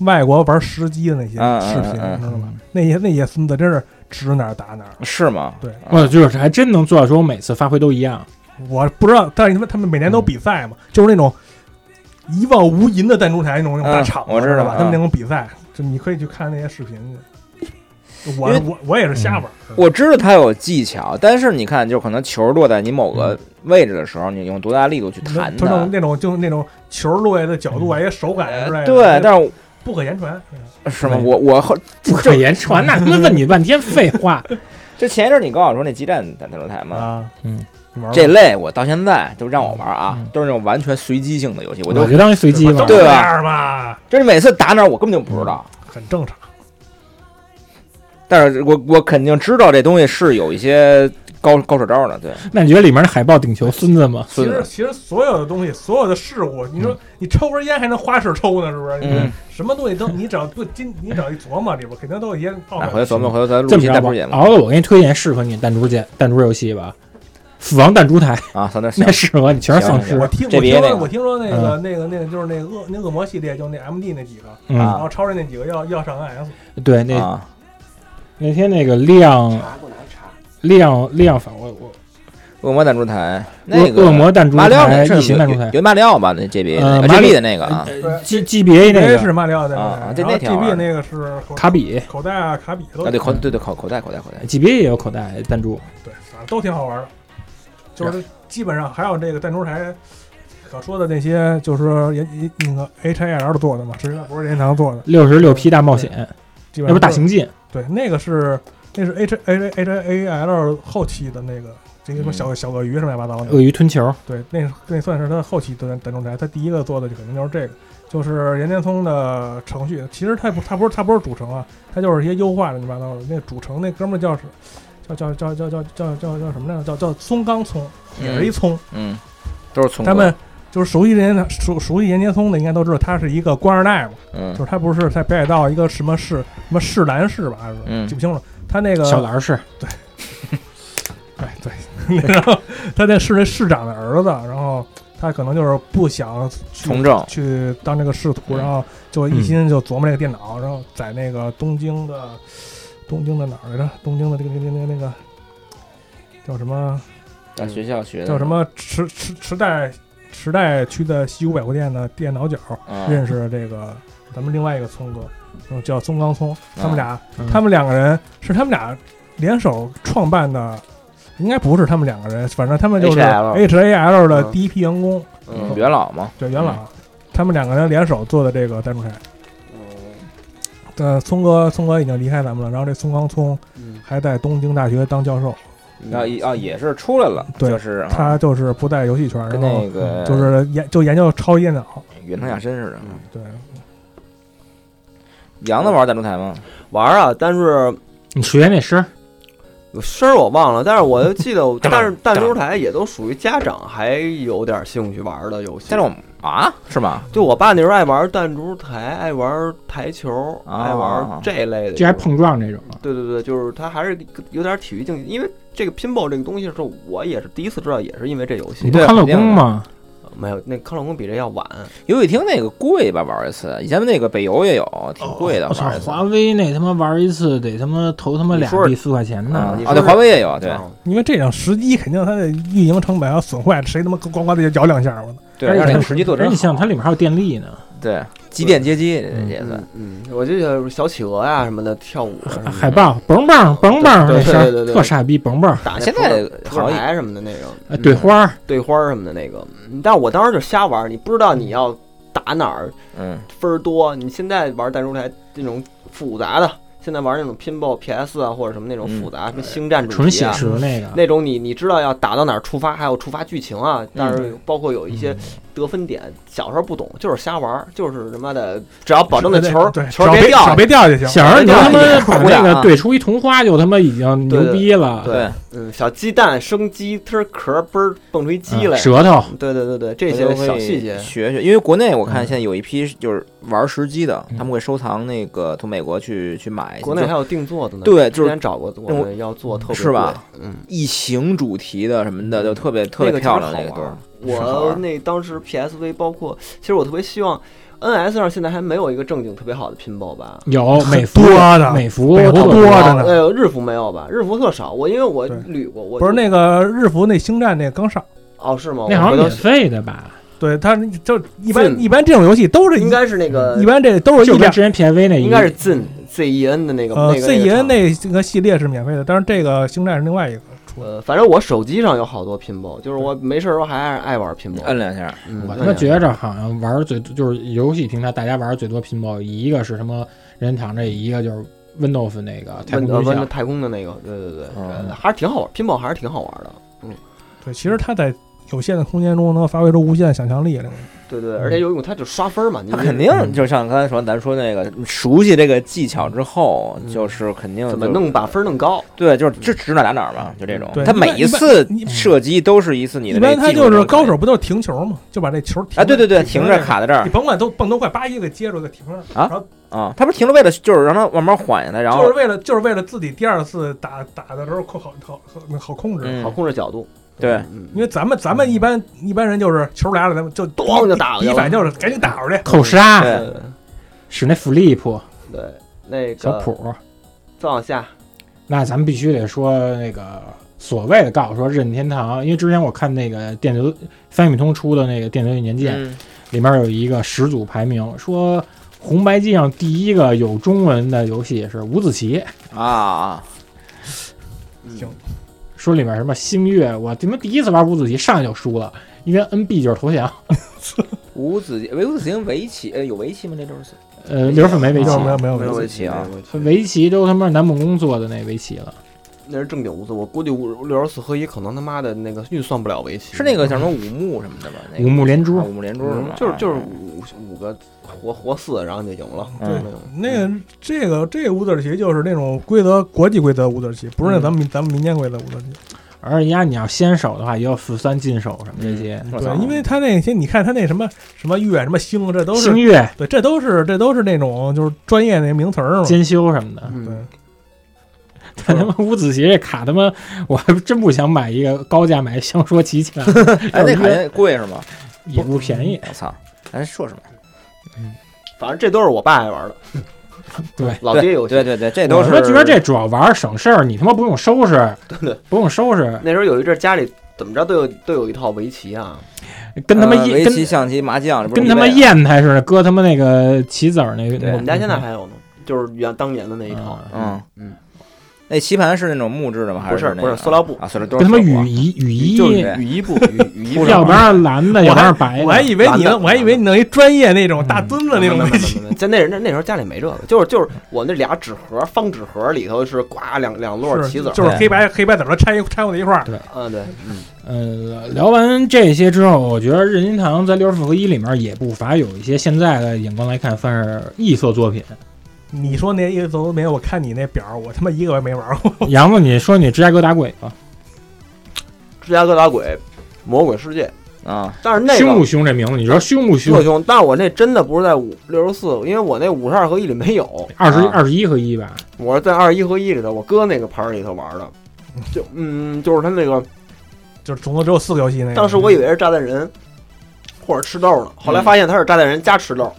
[SPEAKER 6] 外国玩吃鸡的那些
[SPEAKER 5] 嗯
[SPEAKER 6] 视频，
[SPEAKER 5] 嗯嗯
[SPEAKER 6] 你知道吗？那些那些孙子真是指哪儿打哪儿。
[SPEAKER 5] 是吗？
[SPEAKER 6] 对
[SPEAKER 5] 啊
[SPEAKER 3] 我哦就是还真能做到说我每次发挥都一样。
[SPEAKER 6] 我不知道，但是他们他们每年
[SPEAKER 5] 嗯
[SPEAKER 6] 都比赛嘛，就是那种一望无垠的弹珠台那种那种大场子，
[SPEAKER 5] 我知道
[SPEAKER 6] 是吧？
[SPEAKER 5] 嗯
[SPEAKER 6] 他们那种比赛，就你可以去看那些视频去。我
[SPEAKER 5] 因为嗯
[SPEAKER 6] 我我也是瞎玩儿，
[SPEAKER 5] 我知道它有技巧，但是你看，就可能球落在你某个位置的时候，你用多大力度去弹
[SPEAKER 6] 就那
[SPEAKER 5] 它
[SPEAKER 6] 种。那种就那种球落下的角度啊，一些手感之类
[SPEAKER 5] 嗯呃
[SPEAKER 6] 的，
[SPEAKER 5] 对，但是
[SPEAKER 6] 不可言传。
[SPEAKER 5] 我是吗？
[SPEAKER 3] 对
[SPEAKER 5] 我我后
[SPEAKER 3] 不可言传，那他妈问你半天废话。
[SPEAKER 5] 就前一阵儿你跟我说那基站弹弹珠台嘛，
[SPEAKER 6] 啊，
[SPEAKER 3] 嗯，
[SPEAKER 6] 你玩儿吧
[SPEAKER 5] 这类我到现在就让我玩啊
[SPEAKER 3] 嗯，
[SPEAKER 5] 都是那种完全随机性的游戏，我
[SPEAKER 3] 我
[SPEAKER 5] 就
[SPEAKER 3] 就当一随机吧
[SPEAKER 6] 都。是
[SPEAKER 5] 对
[SPEAKER 6] 这
[SPEAKER 5] 吧
[SPEAKER 6] 样吧，
[SPEAKER 3] 嗯
[SPEAKER 5] 就是每次打哪儿我根本就不知道，
[SPEAKER 6] 很正常。
[SPEAKER 5] 但是我我肯定知道这东西是有一些高高手招的，对，
[SPEAKER 3] 那你觉得里面的海报顶球孙子吗？
[SPEAKER 6] 其实其实所有的东西，所有的事物，你说你抽根烟还能花式抽呢，是不是？你
[SPEAKER 5] 嗯
[SPEAKER 6] 什么东西都你只要不经你只要一琢磨，里边肯定都有一些奥
[SPEAKER 5] 哎，
[SPEAKER 6] 妙
[SPEAKER 5] 回头琢磨，回头咱录
[SPEAKER 3] 这么
[SPEAKER 5] 期
[SPEAKER 3] 着
[SPEAKER 5] 再
[SPEAKER 3] 吧
[SPEAKER 5] 不节，目
[SPEAKER 3] 敖哥，啊我给你推荐适合你弹珠键弹珠游戏吧，死亡弹珠台
[SPEAKER 5] 啊，咱那
[SPEAKER 3] [laughs] 那适合你，全是丧
[SPEAKER 5] 行
[SPEAKER 3] 尸
[SPEAKER 6] 我。听
[SPEAKER 5] 这
[SPEAKER 6] 我
[SPEAKER 5] 别
[SPEAKER 6] 听
[SPEAKER 5] 那
[SPEAKER 6] 说
[SPEAKER 5] 个嗯
[SPEAKER 6] 我听说那个那个那个就是那个恶那恶魔系列，就那 M D 那几个，然
[SPEAKER 3] 嗯，
[SPEAKER 6] 后超人那几个要要上 S，
[SPEAKER 3] 对，那
[SPEAKER 5] 啊，
[SPEAKER 3] 那天那个亮亮亮法，我我
[SPEAKER 5] 恶魔弹珠台那
[SPEAKER 3] 恶
[SPEAKER 5] 个
[SPEAKER 3] 恶魔弹珠
[SPEAKER 5] 马里奥
[SPEAKER 3] 台，
[SPEAKER 5] 那
[SPEAKER 3] 异形弹珠台，
[SPEAKER 5] 有马里奥吧？那 GB
[SPEAKER 3] 呃马里
[SPEAKER 5] GB 的那个啊，
[SPEAKER 3] G G B A 那
[SPEAKER 6] 是
[SPEAKER 3] 个
[SPEAKER 6] 马里奥的，
[SPEAKER 5] 啊这
[SPEAKER 6] 然后
[SPEAKER 5] 那挺好
[SPEAKER 6] G
[SPEAKER 5] 玩
[SPEAKER 6] B
[SPEAKER 5] 的
[SPEAKER 6] 那个是口
[SPEAKER 3] 卡比
[SPEAKER 6] 口袋啊卡比都
[SPEAKER 5] 啊对口对对口口袋口袋口袋，
[SPEAKER 3] ，G B A 也有口袋弹珠，
[SPEAKER 6] 对，反正都挺好玩的。就是基本上还有这个弹珠台可说的那些，就是说也也那个 H I L 做的嘛，实际上不是任天堂做的，
[SPEAKER 3] 六十六批大冒险，
[SPEAKER 6] 基本
[SPEAKER 3] 那不是
[SPEAKER 6] 上
[SPEAKER 3] 大
[SPEAKER 6] 都是
[SPEAKER 3] 行进，
[SPEAKER 6] 对，那个是那是 H H H A L 后期的那个，这
[SPEAKER 5] 嗯
[SPEAKER 6] 个什么小小鳄鱼什么乱七八糟的。
[SPEAKER 5] 呃
[SPEAKER 3] 鳄鱼吞球，
[SPEAKER 6] 对，那那算是他后期的弹珠台，他第一个做的就肯定就是这个，就是任天通的程序。其实他不，他不是他不是主程啊，他就是一些优化乱七八糟的。那主程那哥们儿叫是叫叫叫叫叫叫叫叫什么来着？叫叫松冈聪，也是一
[SPEAKER 5] 嗯
[SPEAKER 6] 聪。
[SPEAKER 5] 嗯，都是从
[SPEAKER 6] 他们就是熟悉任天堂熟熟悉任天通的，应该都知道他是一个官二代嘛，
[SPEAKER 5] 嗯
[SPEAKER 6] 就是他不是在北海道一个什么市什么市兰市吧，还是
[SPEAKER 5] 嗯
[SPEAKER 6] 记不清了。他那个
[SPEAKER 5] 啊
[SPEAKER 3] 小蓝是
[SPEAKER 6] 哎，对，然后他那是那市长的儿子，然后他可能就是不想去
[SPEAKER 5] 从
[SPEAKER 3] 呃
[SPEAKER 5] 政
[SPEAKER 6] 去当这个仕途，
[SPEAKER 5] 嗯
[SPEAKER 6] 然后就一心就琢磨这个电脑，然后在那个东京的东京的哪儿来着？东京的这个这个这个那个叫什么
[SPEAKER 5] 在学校学的
[SPEAKER 6] 叫什么池池池袋池袋区的西谷百货店的电脑角，
[SPEAKER 5] 啊
[SPEAKER 6] 认识这个咱们另外一个聪哥，嗯，叫松冈聪，
[SPEAKER 5] 啊
[SPEAKER 6] 他们俩，
[SPEAKER 3] 嗯
[SPEAKER 6] 他们两个人是他们俩联手创办的，应该不是他们两个人，反正他们就是
[SPEAKER 4] HAL
[SPEAKER 6] H A L 的第一批员工，
[SPEAKER 5] 嗯
[SPEAKER 4] 嗯，
[SPEAKER 5] 元老嘛，
[SPEAKER 6] 对元老，他们两个人联手做的这个弹珠台。
[SPEAKER 4] 嗯
[SPEAKER 6] 呃，聪哥，聪哥已经离开咱们了，然后这松冈聪
[SPEAKER 4] 嗯
[SPEAKER 6] 还在东京大学当教授，
[SPEAKER 3] 嗯
[SPEAKER 5] 啊啊也是出来了，
[SPEAKER 6] 对
[SPEAKER 5] 就是啊
[SPEAKER 6] 他就是不在游戏圈，
[SPEAKER 5] 跟
[SPEAKER 6] 然后
[SPEAKER 3] 哦 [laughs]
[SPEAKER 5] 那个
[SPEAKER 6] 就是研就研究超级电脑，
[SPEAKER 5] 远藤亚伸似的。
[SPEAKER 4] 嗯
[SPEAKER 6] 对，
[SPEAKER 5] 杨子玩弹珠台
[SPEAKER 3] 嗯
[SPEAKER 5] 吗？
[SPEAKER 4] 玩儿啊，但是
[SPEAKER 3] 你学那诗，
[SPEAKER 4] 声儿我忘了，但是我就记得我，但是弹珠台也都属于家长还有点兴趣玩儿的游戏。
[SPEAKER 5] 但是我们啊是吗？
[SPEAKER 4] 对我爸那时候爱玩弹珠台，爱玩台球，
[SPEAKER 5] 啊
[SPEAKER 4] 爱玩这类的。
[SPEAKER 3] 这还。碰撞这种啊，
[SPEAKER 4] 对对对，就是他还是有点体育竞技，因为这个拼搏这个东西是我也是第一次知道，也是因为这游
[SPEAKER 3] 你
[SPEAKER 4] 戏
[SPEAKER 3] 不。
[SPEAKER 5] 对
[SPEAKER 3] 看老
[SPEAKER 5] 肯定
[SPEAKER 3] 公
[SPEAKER 5] 的
[SPEAKER 3] 吗？
[SPEAKER 4] 没有，那康乐宫比这要晚。
[SPEAKER 5] 游戏厅那个贵吧，玩一次。以前那个北邮也有，挺贵的，
[SPEAKER 3] 我操
[SPEAKER 5] 玩一，次。
[SPEAKER 3] 哦华为那他妈玩一次得他妈投他妈俩
[SPEAKER 4] 你说
[SPEAKER 3] 币四块钱
[SPEAKER 5] 啊
[SPEAKER 3] 呢
[SPEAKER 4] 你，
[SPEAKER 5] 啊，
[SPEAKER 4] 说
[SPEAKER 5] 对，
[SPEAKER 4] 是
[SPEAKER 5] 华为也有，对
[SPEAKER 3] 哦
[SPEAKER 4] 啊
[SPEAKER 6] 因为这种时机肯定它的运营成本要损坏，谁他妈咣咣的摇两下，我操！
[SPEAKER 5] 对，
[SPEAKER 3] 而且
[SPEAKER 5] 让那
[SPEAKER 3] 它
[SPEAKER 5] 个时机做
[SPEAKER 3] 哦而且
[SPEAKER 5] 真
[SPEAKER 3] 哎你想
[SPEAKER 5] 好。
[SPEAKER 3] 它里面还有电力呢，
[SPEAKER 5] 对，机电街机
[SPEAKER 3] 嗯
[SPEAKER 5] 也算
[SPEAKER 4] 嗯，嗯，我就想小企鹅呀、什么的跳舞啊什么的，
[SPEAKER 3] 海报嘣嘣
[SPEAKER 4] 对
[SPEAKER 3] 嘣嘣那
[SPEAKER 4] 对
[SPEAKER 3] 声儿
[SPEAKER 4] 对对对
[SPEAKER 3] 特傻逼嘣嘣，
[SPEAKER 4] 打那
[SPEAKER 5] 现在
[SPEAKER 4] 扑克扑
[SPEAKER 5] 好
[SPEAKER 4] 克
[SPEAKER 5] 一
[SPEAKER 4] 牌什么的那种，
[SPEAKER 3] 呃对花儿
[SPEAKER 4] 对花儿什么的那个。嗯但我当时就瞎玩儿，你不知道你要打哪儿
[SPEAKER 5] 嗯，
[SPEAKER 4] 分儿多。你现在玩弹珠台那种复杂的，现在玩那种拼搏 PS 啊或者什么那种
[SPEAKER 5] 嗯
[SPEAKER 4] 复杂，什么星战主
[SPEAKER 3] 纯
[SPEAKER 4] 题
[SPEAKER 3] 写
[SPEAKER 4] 啊，
[SPEAKER 3] 实那个，
[SPEAKER 4] 那种你你知道要打到哪儿触发，还有触发剧情啊，但是包括有一些得分点，小时候不懂，就是瞎玩儿，就是他妈的，只要保证那球儿
[SPEAKER 6] 对，
[SPEAKER 4] 球
[SPEAKER 6] 只
[SPEAKER 4] 儿
[SPEAKER 6] 要别
[SPEAKER 4] 掉了，
[SPEAKER 6] 只要别掉就行。
[SPEAKER 3] 小时候你就他妈
[SPEAKER 5] 对
[SPEAKER 3] 把
[SPEAKER 5] 对
[SPEAKER 3] 那
[SPEAKER 5] 对
[SPEAKER 6] 啊
[SPEAKER 3] 个怼出一红花就他妈已经牛逼了，
[SPEAKER 5] 对，
[SPEAKER 4] 嗯，小鸡蛋生鸡，忒儿壳儿嘣儿蹦出一鸡
[SPEAKER 3] 嗯
[SPEAKER 4] 来，[laughs]
[SPEAKER 3] 舌头
[SPEAKER 4] 对对对对，这
[SPEAKER 5] 回
[SPEAKER 4] 些
[SPEAKER 5] 头可以
[SPEAKER 4] 小细节，
[SPEAKER 5] 学学。因为国内我看
[SPEAKER 3] 嗯
[SPEAKER 5] 现在有一批就是玩时机的，
[SPEAKER 3] 嗯
[SPEAKER 5] 他们会收藏那个从美国去去买，
[SPEAKER 4] 国内还
[SPEAKER 5] 就
[SPEAKER 4] 有定做的呢，
[SPEAKER 5] 对就是
[SPEAKER 4] 之前找过我们要做特别
[SPEAKER 5] 是吧
[SPEAKER 4] 贵？嗯，
[SPEAKER 5] 异形主题的什么的，就特别特
[SPEAKER 4] 那
[SPEAKER 5] 别
[SPEAKER 4] 个
[SPEAKER 5] 漂
[SPEAKER 4] 真
[SPEAKER 5] 亮那
[SPEAKER 4] 好
[SPEAKER 5] 个
[SPEAKER 4] 玩儿
[SPEAKER 5] 都。是好玩
[SPEAKER 4] 我
[SPEAKER 5] 儿
[SPEAKER 4] 那当时 PSV 包括，其实我特别希望 NS 上现在还没有一个正经特别好的拼搏吧。
[SPEAKER 3] 有美服
[SPEAKER 6] 多的
[SPEAKER 3] 美服
[SPEAKER 6] 美服
[SPEAKER 3] 特
[SPEAKER 6] 多着呢
[SPEAKER 4] 呃，日服没有吧？日服特少，我因为我
[SPEAKER 6] 对
[SPEAKER 4] 捋过，我
[SPEAKER 6] 不是那个日服那星战那刚上，
[SPEAKER 4] 哦是吗？
[SPEAKER 3] 那好
[SPEAKER 4] 我回
[SPEAKER 3] 像
[SPEAKER 4] 头
[SPEAKER 3] 免费的吧，
[SPEAKER 6] 对他就一般
[SPEAKER 4] 进
[SPEAKER 6] 一般这种游戏都是
[SPEAKER 4] 应该是那个
[SPEAKER 6] 一般这都是
[SPEAKER 3] 就
[SPEAKER 6] 一
[SPEAKER 3] 跟
[SPEAKER 6] 两
[SPEAKER 3] 之前 P I V 那一
[SPEAKER 4] 应该是 ZIN Z E N 的那个
[SPEAKER 6] 呃
[SPEAKER 4] 那个
[SPEAKER 6] C E
[SPEAKER 4] 厂
[SPEAKER 6] N 那个系列是免费的，但是这个星战是另外一个出的。
[SPEAKER 4] 呃，反正我手机上有好多拼搏，就是我没事儿时候还是爱玩拼搏。
[SPEAKER 5] 摁两下，
[SPEAKER 4] 嗯
[SPEAKER 3] 我他
[SPEAKER 4] 那
[SPEAKER 3] 妈
[SPEAKER 4] 样
[SPEAKER 3] 觉着好像玩儿最多就是游戏平台大家玩儿最多拼搏，一个是什么任天堂这，一个就是 Windows 那个太空
[SPEAKER 4] 温呃
[SPEAKER 3] 之
[SPEAKER 4] 温的
[SPEAKER 3] 象。
[SPEAKER 4] 太空的那个，对对对，
[SPEAKER 5] 嗯
[SPEAKER 4] 呃还是挺好玩，拼搏还是挺好玩的。
[SPEAKER 6] 对，其实他在有限的空间中能发挥出无限的想象力来。
[SPEAKER 4] 对对，而且游泳它就刷分嘛，你
[SPEAKER 5] 嗯那肯定就像刚才说，咱说那个熟悉这个技巧之后，就是嗯肯定
[SPEAKER 4] 嗯怎么
[SPEAKER 5] 就
[SPEAKER 4] 弄把分弄高？
[SPEAKER 5] 对，就是就指哪打哪儿嘛，就这种
[SPEAKER 6] 对。
[SPEAKER 5] 他每一次射击都是一次你
[SPEAKER 6] 一
[SPEAKER 5] 的这
[SPEAKER 6] 般他
[SPEAKER 5] 技术
[SPEAKER 6] 就是
[SPEAKER 5] 能力
[SPEAKER 6] 高手不就是停球嘛，就把这球停
[SPEAKER 5] 啊，对对对，停
[SPEAKER 6] 停
[SPEAKER 5] 着，卡在这
[SPEAKER 6] 你
[SPEAKER 5] 儿
[SPEAKER 6] 甭管都蹦都快，叭一个接住就停着，
[SPEAKER 5] 啊
[SPEAKER 6] 然后
[SPEAKER 5] 啊，他不是停着为了就是让他慢慢缓下来，然
[SPEAKER 6] 就是
[SPEAKER 5] 后
[SPEAKER 6] 为了就是为了自己第二次打打的时候控好好好好控制。
[SPEAKER 5] 嗯
[SPEAKER 4] 好控制角度。
[SPEAKER 5] 对
[SPEAKER 4] 嗯
[SPEAKER 6] 因为咱们咱们一般一般人就是球来了，咱们就
[SPEAKER 4] 咣就打过去
[SPEAKER 6] 一
[SPEAKER 4] 了
[SPEAKER 6] 反就是赶紧打出去。
[SPEAKER 3] 扣杀，
[SPEAKER 5] 对
[SPEAKER 4] 对
[SPEAKER 3] 使那 flip
[SPEAKER 4] 对，那个
[SPEAKER 3] 小谱，
[SPEAKER 4] 再往下，
[SPEAKER 3] 那咱们必须得说那个所谓的告诉说任天堂，因为之前我看那个电流三米通出的那个电流一年鉴，
[SPEAKER 5] 嗯
[SPEAKER 3] 里面有一个十组排名，说红白机上第一个有中文的游戏是五子棋，
[SPEAKER 5] 啊，
[SPEAKER 4] 嗯
[SPEAKER 6] 行
[SPEAKER 3] 说里面什么星月，我他妈第一次玩五子棋上来就输了，因为 NB 就是投降，
[SPEAKER 5] 五子棋，五子棋跟围棋，呃，有围棋吗？这周是
[SPEAKER 3] 呃，刘粉没围
[SPEAKER 6] 没
[SPEAKER 3] 棋，
[SPEAKER 6] 有没有没有
[SPEAKER 5] 没
[SPEAKER 6] 没
[SPEAKER 5] 有
[SPEAKER 6] 有，
[SPEAKER 5] 围棋啊，
[SPEAKER 3] 围棋都他妈是南梦宫做的那围棋了，
[SPEAKER 4] 那是正经无字，我估计五六十四合一可能他妈的那个运算不了围棋，嗯
[SPEAKER 5] 是那个叫什么五木什么的吧？那个
[SPEAKER 3] 五目连珠
[SPEAKER 5] 啊五木连珠是啊吧？
[SPEAKER 4] 就是就是五五个活活四，然后你就赢了。
[SPEAKER 5] 嗯
[SPEAKER 4] 那种
[SPEAKER 6] 那个这个这个五子棋就是那种规则国际规则五子棋，不
[SPEAKER 4] 嗯
[SPEAKER 6] 是那咱们民咱们民间规则五子棋。
[SPEAKER 3] 而人家你要先手的话，也有四三进手什么这些，
[SPEAKER 5] 嗯我操
[SPEAKER 6] 对，因为他那些你看他那什么什么月什么星，这都
[SPEAKER 5] 嗯
[SPEAKER 6] 是
[SPEAKER 3] 星月、
[SPEAKER 6] 对，这都是这都是那种就是专业那名词儿嘛。
[SPEAKER 3] 兼修什么的。
[SPEAKER 4] 嗯
[SPEAKER 6] 对，
[SPEAKER 3] 他他妈五子棋这卡他妈，我还真不想买一个高价买香说棋去了，
[SPEAKER 5] 哎，那好像贵是吗？
[SPEAKER 3] 也不便宜。
[SPEAKER 5] 我操！咱说什么？
[SPEAKER 4] 反正这都是我爸爱玩的，
[SPEAKER 3] 对，
[SPEAKER 4] 老爹游戏
[SPEAKER 5] [laughs] 对。对对，这都是
[SPEAKER 3] 我他妈觉得这主要玩儿省事儿，你他妈不用收拾，
[SPEAKER 4] 对
[SPEAKER 3] 不用收拾，
[SPEAKER 4] 那时候有一阵儿家里怎么着都有都有一套围棋啊，
[SPEAKER 3] 跟他妈
[SPEAKER 5] 呃
[SPEAKER 3] 一
[SPEAKER 5] 围
[SPEAKER 3] 跟
[SPEAKER 5] 棋、象棋、麻将，这不是
[SPEAKER 3] 跟他妈
[SPEAKER 5] 一类
[SPEAKER 3] 砚台似的，搁他妈那个棋子儿那啊个。
[SPEAKER 5] 对
[SPEAKER 4] 我
[SPEAKER 3] 我
[SPEAKER 4] 们家现在还有呢，就是原当年的那一套。
[SPEAKER 5] 嗯
[SPEAKER 4] 嗯，
[SPEAKER 5] 那棋盘是那种木质的吗？还
[SPEAKER 4] 不是
[SPEAKER 5] 那
[SPEAKER 4] 不
[SPEAKER 5] 个
[SPEAKER 4] 是塑料布
[SPEAKER 5] 啊，塑料都
[SPEAKER 3] 跟
[SPEAKER 5] 是
[SPEAKER 3] 他妈
[SPEAKER 5] 塑
[SPEAKER 3] 雨
[SPEAKER 5] 料布啊
[SPEAKER 3] 衣雨
[SPEAKER 4] 就是
[SPEAKER 3] 衣，
[SPEAKER 5] 对
[SPEAKER 4] 雨衣布雨雨衣布，
[SPEAKER 3] [laughs] 要不然是蓝的，
[SPEAKER 6] 我
[SPEAKER 3] 要不
[SPEAKER 6] 还
[SPEAKER 3] 然是白的。
[SPEAKER 6] 我还以为你
[SPEAKER 4] 蓝的嗯
[SPEAKER 6] 能，我还以为你弄一专业那种大墩子那种围棋。
[SPEAKER 4] 没没没没在那人那那时候家里没这个，就是就是我那俩纸盒方纸盒里头是呱两两摞
[SPEAKER 6] 是
[SPEAKER 4] 棋子儿，
[SPEAKER 6] 就是黑白黑白子儿掺一掺和在一块儿，
[SPEAKER 4] 嗯对，
[SPEAKER 3] 呃，聊完这些之后，我觉得任天堂在《六十四合一》里面也不乏有一些现在的眼光来看算是艺术作品。
[SPEAKER 6] 你说那一走没有？我看你那表儿，我他妈一个也没玩过。
[SPEAKER 3] 杨子，你说你芝加哥打鬼吧，
[SPEAKER 4] 芝加哥打鬼，魔鬼世界，
[SPEAKER 5] 啊，
[SPEAKER 4] 但是那
[SPEAKER 3] 凶不
[SPEAKER 4] 个
[SPEAKER 3] 凶？这名字你说凶不
[SPEAKER 4] 特
[SPEAKER 3] 凶？
[SPEAKER 4] 凶，但我那真的不是在五六十四，因为我那五十二合一里没有，
[SPEAKER 3] 二十
[SPEAKER 5] 啊
[SPEAKER 3] 二十一和一吧，
[SPEAKER 4] 我是在二十一合一里头，我哥那个盘儿里头玩
[SPEAKER 6] [laughs]
[SPEAKER 4] 的，就嗯就是他那
[SPEAKER 6] 哎
[SPEAKER 4] 个
[SPEAKER 6] 就是总共只有四个游戏那个。嗯
[SPEAKER 4] 当时我以为是炸弹人。或者吃豆呢，后来发现他是炸弹人加吃豆，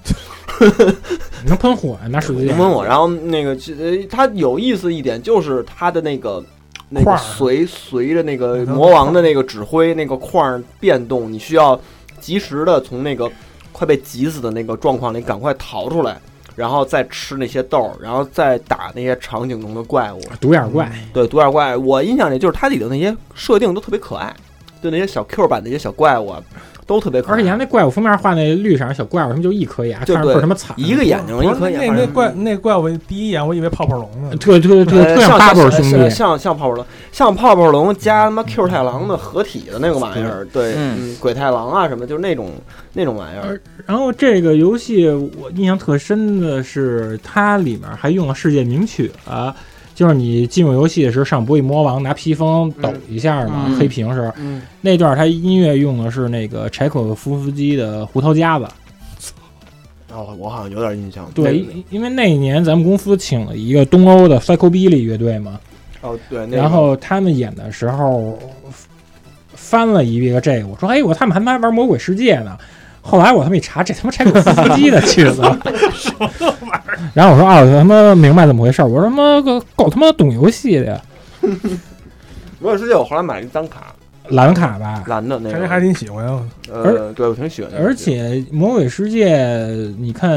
[SPEAKER 3] 你能喷火呀？拿手机
[SPEAKER 4] 你问我，然后那个呃，它有意思一点就是它的那个那
[SPEAKER 6] 块
[SPEAKER 4] 个
[SPEAKER 6] 儿啊
[SPEAKER 4] 随随着那个魔王的那个指挥那个框儿变动，你需要及时的从那个快被急死的那个状况里赶快逃出来，然后再吃那些豆儿，然后再打那些场景中的怪
[SPEAKER 6] 哎
[SPEAKER 4] 物。
[SPEAKER 3] 独眼怪，
[SPEAKER 4] 对，独眼怪，我印象里就是它里头那些设定都特别可爱，就那些小 Q 版的那些小怪物啊，都特别可爱。
[SPEAKER 3] 而且人家那怪物封面画那绿色小怪物，他们就一颗牙，
[SPEAKER 4] 就
[SPEAKER 3] 看着倍
[SPEAKER 4] 对
[SPEAKER 3] 儿他妈惨。
[SPEAKER 4] 一个眼睛，
[SPEAKER 6] 不
[SPEAKER 4] 一
[SPEAKER 6] 是
[SPEAKER 4] 颗眼
[SPEAKER 6] 那
[SPEAKER 4] 睛，
[SPEAKER 6] 那怪那怪，我第一眼我以为泡泡龙呢。
[SPEAKER 3] 特特特
[SPEAKER 4] 呃
[SPEAKER 3] 特像八宝兄
[SPEAKER 4] 像
[SPEAKER 3] 弟，
[SPEAKER 4] 像像泡泡龙，像泡泡龙加他妈 Q 太郎的合体的那个玩意儿，对，
[SPEAKER 5] 嗯
[SPEAKER 4] 嗯，鬼太郎啊什么，就是那种那种玩意儿
[SPEAKER 3] 而，然后这个游戏我印象特深的是，它里面还用了世界名曲啊，就是你进入游戏的时候上不会魔王拿披风抖一下嘛，
[SPEAKER 4] 嗯
[SPEAKER 3] 黑屏时候
[SPEAKER 4] 嗯，
[SPEAKER 3] 那段它音乐用的是那个柴可夫斯基的《胡桃夹子》。
[SPEAKER 4] 哦，我好像有点印象，
[SPEAKER 3] 对，因因为那一年咱们公司请了一个东欧的 Psycho Billy 乐队嘛，
[SPEAKER 4] 哦对，那个
[SPEAKER 3] 然后他们演的时候翻了一个这个，我说哎我他们还他妈玩魔鬼世界呢。后来我他妈一查，这他妈柴可夫斯基的去
[SPEAKER 4] [laughs]
[SPEAKER 3] 死了！然后我说啊，我他妈明白怎么回事儿，我说他妈个够他妈懂游戏的呀，
[SPEAKER 4] 魔兽世界我后来买了一张卡，
[SPEAKER 3] 蓝卡吧。
[SPEAKER 4] 蓝的那
[SPEAKER 6] 看这还
[SPEAKER 4] 个，
[SPEAKER 6] 挺喜欢啊，
[SPEAKER 4] 呃，对我挺喜欢的，
[SPEAKER 3] 而且魔鬼世界，你看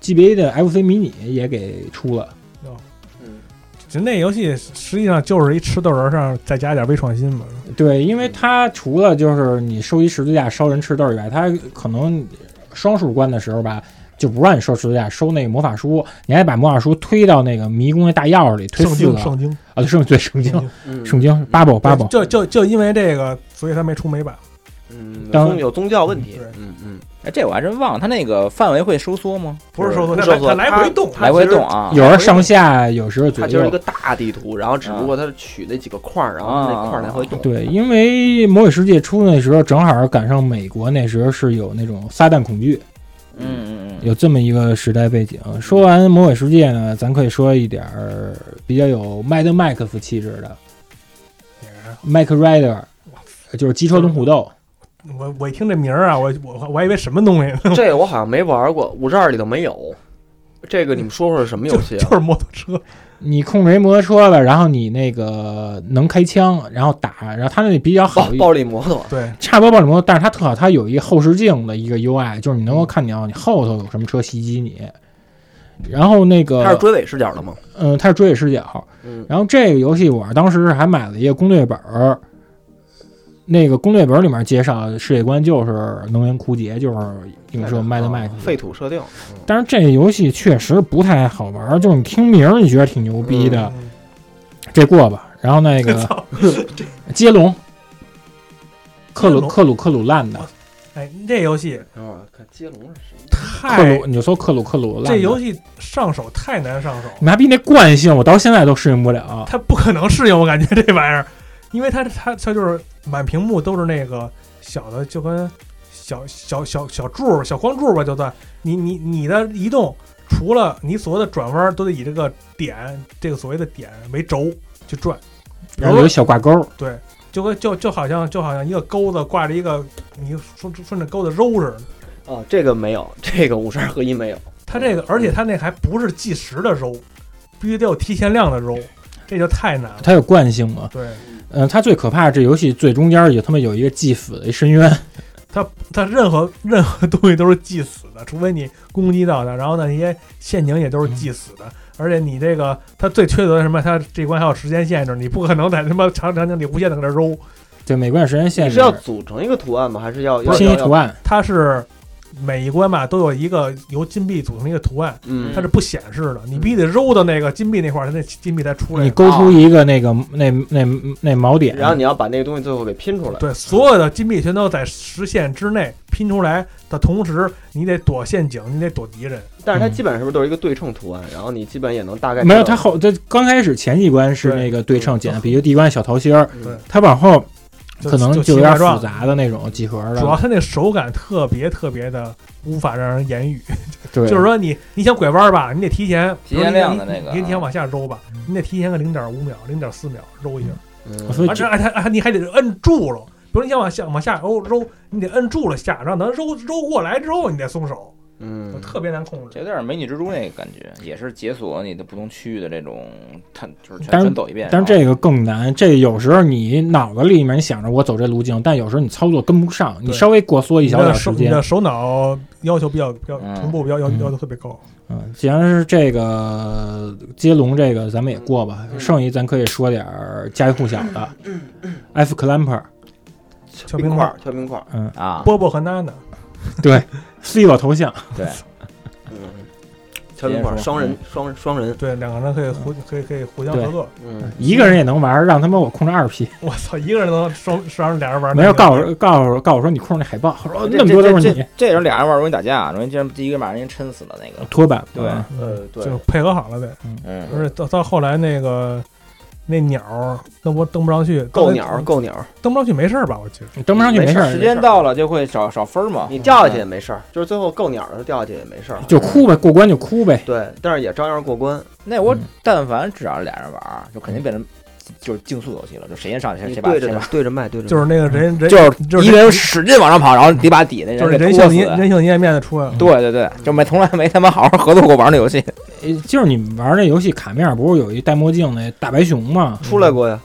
[SPEAKER 3] GBA 的 FC 迷你也给出了，
[SPEAKER 6] 就那游戏实际上就是一吃豆人儿上再加点微创新嘛。
[SPEAKER 3] 对，因为它除了就是你收集十字架烧人吃豆以外，它可能双数关的时候吧，就不让你收十字架，收那个魔法书，你还把魔法书推到那个迷宫那大钥匙里，推
[SPEAKER 6] 圣
[SPEAKER 3] 四
[SPEAKER 6] 经
[SPEAKER 3] 个
[SPEAKER 6] [laughs] 圣经
[SPEAKER 3] 啊，对圣对圣经，
[SPEAKER 4] 嗯
[SPEAKER 3] 圣经 b u b b l e b u b b l e
[SPEAKER 6] 就就就因为这个，所以他没出美版。
[SPEAKER 4] 嗯，有
[SPEAKER 3] 当
[SPEAKER 4] 宗有宗教问题
[SPEAKER 6] 对，
[SPEAKER 4] 嗯嗯，
[SPEAKER 5] 哎，这我还真忘了，它那个范围会收缩吗？
[SPEAKER 6] 不是收
[SPEAKER 4] 不
[SPEAKER 6] 缩，它
[SPEAKER 4] 是收缩
[SPEAKER 6] 它来回动，
[SPEAKER 4] 它
[SPEAKER 5] 来回动啊，
[SPEAKER 3] 有时候上下，有时候左
[SPEAKER 4] 它就是一
[SPEAKER 3] 右
[SPEAKER 4] 个。大地图，然后只
[SPEAKER 5] 啊
[SPEAKER 4] 不过它取那几个块儿，然后那块儿来回动。
[SPEAKER 3] 对，因为《魔鬼世界》出那时候正好赶上美国那时候是有那种撒旦恐惧，
[SPEAKER 5] 嗯嗯嗯，
[SPEAKER 3] 有这么一个时代背景。说完《魔鬼世界》呢，咱可以说一点儿比较有麦德麦克夫气质的麦克 Rider，就是机车龙虎斗。
[SPEAKER 6] 我我一听这名儿啊，我我我还以为什么东西
[SPEAKER 4] [laughs]
[SPEAKER 6] 呢，
[SPEAKER 4] 这个我好像没玩过，五十二里头没有。这个你们说说是什么游
[SPEAKER 6] 就
[SPEAKER 4] 戏
[SPEAKER 6] [laughs] 就
[SPEAKER 4] 啊？
[SPEAKER 6] 是摩托
[SPEAKER 4] [laughs]
[SPEAKER 6] 车，
[SPEAKER 3] 你控制一摩托车了，然后你那个能开枪，然后打，然后它那比较
[SPEAKER 4] 暴
[SPEAKER 3] 好一，
[SPEAKER 4] 暴力摩托，
[SPEAKER 6] 对，
[SPEAKER 3] 差不多暴力摩托，但是它特好，它有一个后视镜的一个 UI，就是你能够看到你后头有什么车袭击你。然后那个，
[SPEAKER 4] 它是追尾视角的吗？
[SPEAKER 3] 嗯，它是追尾视角。
[SPEAKER 4] 嗯，
[SPEAKER 3] 然后这个游戏我当时是还买了一个攻略本儿，那个攻略本儿里面介绍世界观就是能源枯竭，就是影射麦德麦克。
[SPEAKER 4] 废土设定，
[SPEAKER 3] 但是这游戏确实不太好玩儿，就是你听名儿你觉得挺牛逼的，
[SPEAKER 6] 嗯
[SPEAKER 3] 这过吧。然后那个
[SPEAKER 6] [laughs] 操，
[SPEAKER 3] [laughs] 接龙，克
[SPEAKER 6] 接
[SPEAKER 3] 鲁
[SPEAKER 6] 龙
[SPEAKER 3] 克鲁克鲁烂的，
[SPEAKER 6] 哎，这游戏
[SPEAKER 4] 嗯，看接龙是什么？
[SPEAKER 3] 克
[SPEAKER 6] 太
[SPEAKER 3] 鲁你就搜克鲁克鲁烂的。
[SPEAKER 6] 这游戏上手太难上手，
[SPEAKER 3] 麻痹那惯性，我到现在都适应不了。
[SPEAKER 6] 它不可能适应，我感觉这玩意儿，因为它它它就是满屏幕都是那个小的，就跟小小小小柱儿小光柱儿吧，就算你你你的移动，除了你所谓的转弯，都得以这个点这个所谓的点为轴去转，
[SPEAKER 3] 然后有一小挂钩，
[SPEAKER 6] 对，就跟就就好像就好像一个钩子挂着一个你顺顺着钩子揉似的。
[SPEAKER 4] 哦，这个没有， [laughs] 这个五十二合一没有。
[SPEAKER 6] 它这个，而且它那还不是计时的揉，必须得有提前量的揉，这就太难了。
[SPEAKER 3] 它有惯性嘛？
[SPEAKER 6] 对，
[SPEAKER 3] 嗯、它最可怕的这游戏最中间也他妈有一个祭死的一深渊，
[SPEAKER 6] 它任何 [laughs] 任何东西都是祭死的，除非你攻击到它，然后那些陷阱也都是祭死的。而且你这个，它最缺德的是什么？它这关还有时间限制，你不可能在他妈长场景里无限的搁这揉。
[SPEAKER 3] 对，每哎关有时间限
[SPEAKER 4] 你是
[SPEAKER 3] 制，
[SPEAKER 4] 要组成一个图案吗？还是要要
[SPEAKER 3] 拼一
[SPEAKER 4] 要
[SPEAKER 3] 图
[SPEAKER 4] 要？
[SPEAKER 3] 案。
[SPEAKER 6] 它是每一关吧都有一个由金币组成的一个图案，
[SPEAKER 4] 嗯
[SPEAKER 6] 它是不显示的，你必须得揉到那个金币那块儿，它那金币才出来
[SPEAKER 3] 你。勾出一个那个、那那那锚点，
[SPEAKER 4] 啊然后你要把那个东西最后给拼出来。
[SPEAKER 6] 对，所有的金币全都在实线之内拼出来的同时，你得躲陷阱，你得躲敌人。
[SPEAKER 4] 但是它
[SPEAKER 3] 嗯
[SPEAKER 4] 基本上是不是都是一个对称图案？然后你基本也能大概
[SPEAKER 3] 没有
[SPEAKER 4] 知道
[SPEAKER 3] 它后它刚开始前几关是那个对称简单，比如第一关小桃心儿，
[SPEAKER 4] 嗯
[SPEAKER 6] 对
[SPEAKER 3] 它往后
[SPEAKER 6] 就
[SPEAKER 3] 可能
[SPEAKER 6] 就
[SPEAKER 3] 就有
[SPEAKER 6] 奇
[SPEAKER 3] 点复
[SPEAKER 6] 怪状，
[SPEAKER 3] 杂的那种几何
[SPEAKER 6] 主要
[SPEAKER 3] 的，
[SPEAKER 6] 它那手感特别特别的无法让人言语。
[SPEAKER 3] 对，
[SPEAKER 6] 就是说你你想拐弯吧，你得提前
[SPEAKER 5] 提前量的
[SPEAKER 6] 比如你
[SPEAKER 5] 那个啊
[SPEAKER 6] 你你提前往下揉吧，
[SPEAKER 3] 嗯
[SPEAKER 6] 你得提前个零点五秒、零点四秒揉一下，
[SPEAKER 4] 嗯
[SPEAKER 3] 我说
[SPEAKER 6] 而且还还哎你还得摁住了。比如你想往下往下揉揉，你得摁住了下，然后能揉揉过来之后，你再松手，就
[SPEAKER 4] 嗯，
[SPEAKER 6] 特别难控
[SPEAKER 5] 这
[SPEAKER 6] 制。
[SPEAKER 5] 有点美女蜘蛛那个感觉，也是解锁你的不同区域的这种，它就是全
[SPEAKER 3] 但是
[SPEAKER 5] 全走一遍。啊
[SPEAKER 3] 但是这个更难，这有时候你脑子里面你想着我走这路径，但有时候你操作跟不上，你
[SPEAKER 6] 对
[SPEAKER 3] 稍微过缩一
[SPEAKER 6] 你
[SPEAKER 3] 小点
[SPEAKER 6] 的手
[SPEAKER 3] 时
[SPEAKER 6] 你
[SPEAKER 3] 间
[SPEAKER 6] 的。手脑要求比较比较
[SPEAKER 5] 嗯
[SPEAKER 6] 同步比较要
[SPEAKER 3] 嗯
[SPEAKER 6] 要求特别高。
[SPEAKER 3] 嗯，既然是这个接龙，这个咱们也过吧，
[SPEAKER 6] 嗯
[SPEAKER 3] 剩下咱可以说点儿家喻户晓的，F Clamper，
[SPEAKER 4] 敲
[SPEAKER 6] 冰
[SPEAKER 4] 冰
[SPEAKER 6] 块
[SPEAKER 4] 儿，敲冰块儿。
[SPEAKER 3] 嗯
[SPEAKER 5] 啊，
[SPEAKER 6] 波波和娜娜，
[SPEAKER 3] ，Zero 头像， [laughs]
[SPEAKER 4] 嗯，敲冰块儿，
[SPEAKER 5] 接着说
[SPEAKER 4] 双人双双人。
[SPEAKER 6] 对，两个人可以
[SPEAKER 5] 嗯
[SPEAKER 6] 互可以可以互相
[SPEAKER 3] 对
[SPEAKER 6] 合作。
[SPEAKER 4] 嗯，
[SPEAKER 3] 一个人也能玩儿，让他们我控制二 P，
[SPEAKER 6] 我操，一个人能双双人俩人玩
[SPEAKER 3] 没有告
[SPEAKER 6] 人
[SPEAKER 3] 诉告诉告诉我说你控制那海报，我说哦
[SPEAKER 5] 这
[SPEAKER 3] 那么多都是
[SPEAKER 5] 这
[SPEAKER 3] 你
[SPEAKER 5] 这这时候俩人玩容易打架，啊容易这第一个把人家抻死了那个。
[SPEAKER 3] 拖板，
[SPEAKER 5] 对
[SPEAKER 3] 嗯
[SPEAKER 4] 呃，对，
[SPEAKER 6] 就配合好了呗。
[SPEAKER 5] 嗯，
[SPEAKER 6] 而且到到后来那个那鸟儿登不登不上去，
[SPEAKER 4] 够
[SPEAKER 6] 登
[SPEAKER 4] 鸟儿，够鸟儿，
[SPEAKER 6] 登不上去没事儿吧？我
[SPEAKER 5] 嗯
[SPEAKER 6] 记得
[SPEAKER 3] 你登不上去
[SPEAKER 4] 没
[SPEAKER 3] 没
[SPEAKER 4] 事
[SPEAKER 3] 事
[SPEAKER 4] 儿
[SPEAKER 3] 儿
[SPEAKER 5] 时，间到了就会少少分
[SPEAKER 3] 哦
[SPEAKER 5] 嘛。
[SPEAKER 4] 你掉
[SPEAKER 5] 嗯
[SPEAKER 4] 下去也没事儿，就是最后够鸟儿的掉下去也没事儿。
[SPEAKER 3] 就哭呗，过关就哭呗，
[SPEAKER 4] 对，但是也照样过关。
[SPEAKER 5] 那我
[SPEAKER 3] 嗯
[SPEAKER 5] 但凡只要是俩人玩儿，就肯定变成就是竞速游戏了，就谁先上去哎谁
[SPEAKER 4] 你
[SPEAKER 5] 谁把
[SPEAKER 4] 对
[SPEAKER 5] 谁
[SPEAKER 4] 着
[SPEAKER 5] 把
[SPEAKER 4] 它对着麦，对着
[SPEAKER 6] 就是那个人人
[SPEAKER 5] 嗯就是
[SPEAKER 6] 就是
[SPEAKER 5] 一个人使劲往上跑，然后得把底那
[SPEAKER 6] 就
[SPEAKER 5] 人
[SPEAKER 6] 是
[SPEAKER 5] 给
[SPEAKER 6] 人
[SPEAKER 5] 拖
[SPEAKER 6] 性
[SPEAKER 5] 死。
[SPEAKER 6] 人性一面的出来
[SPEAKER 5] [laughs]
[SPEAKER 6] 了。
[SPEAKER 5] 对对对，就没从来没他妈好好合作过玩儿那游戏。
[SPEAKER 3] 呃就是你们玩儿那游戏卡面儿不是有一戴墨镜那大白熊吗？
[SPEAKER 4] 出来过
[SPEAKER 3] 嗯
[SPEAKER 4] 呀，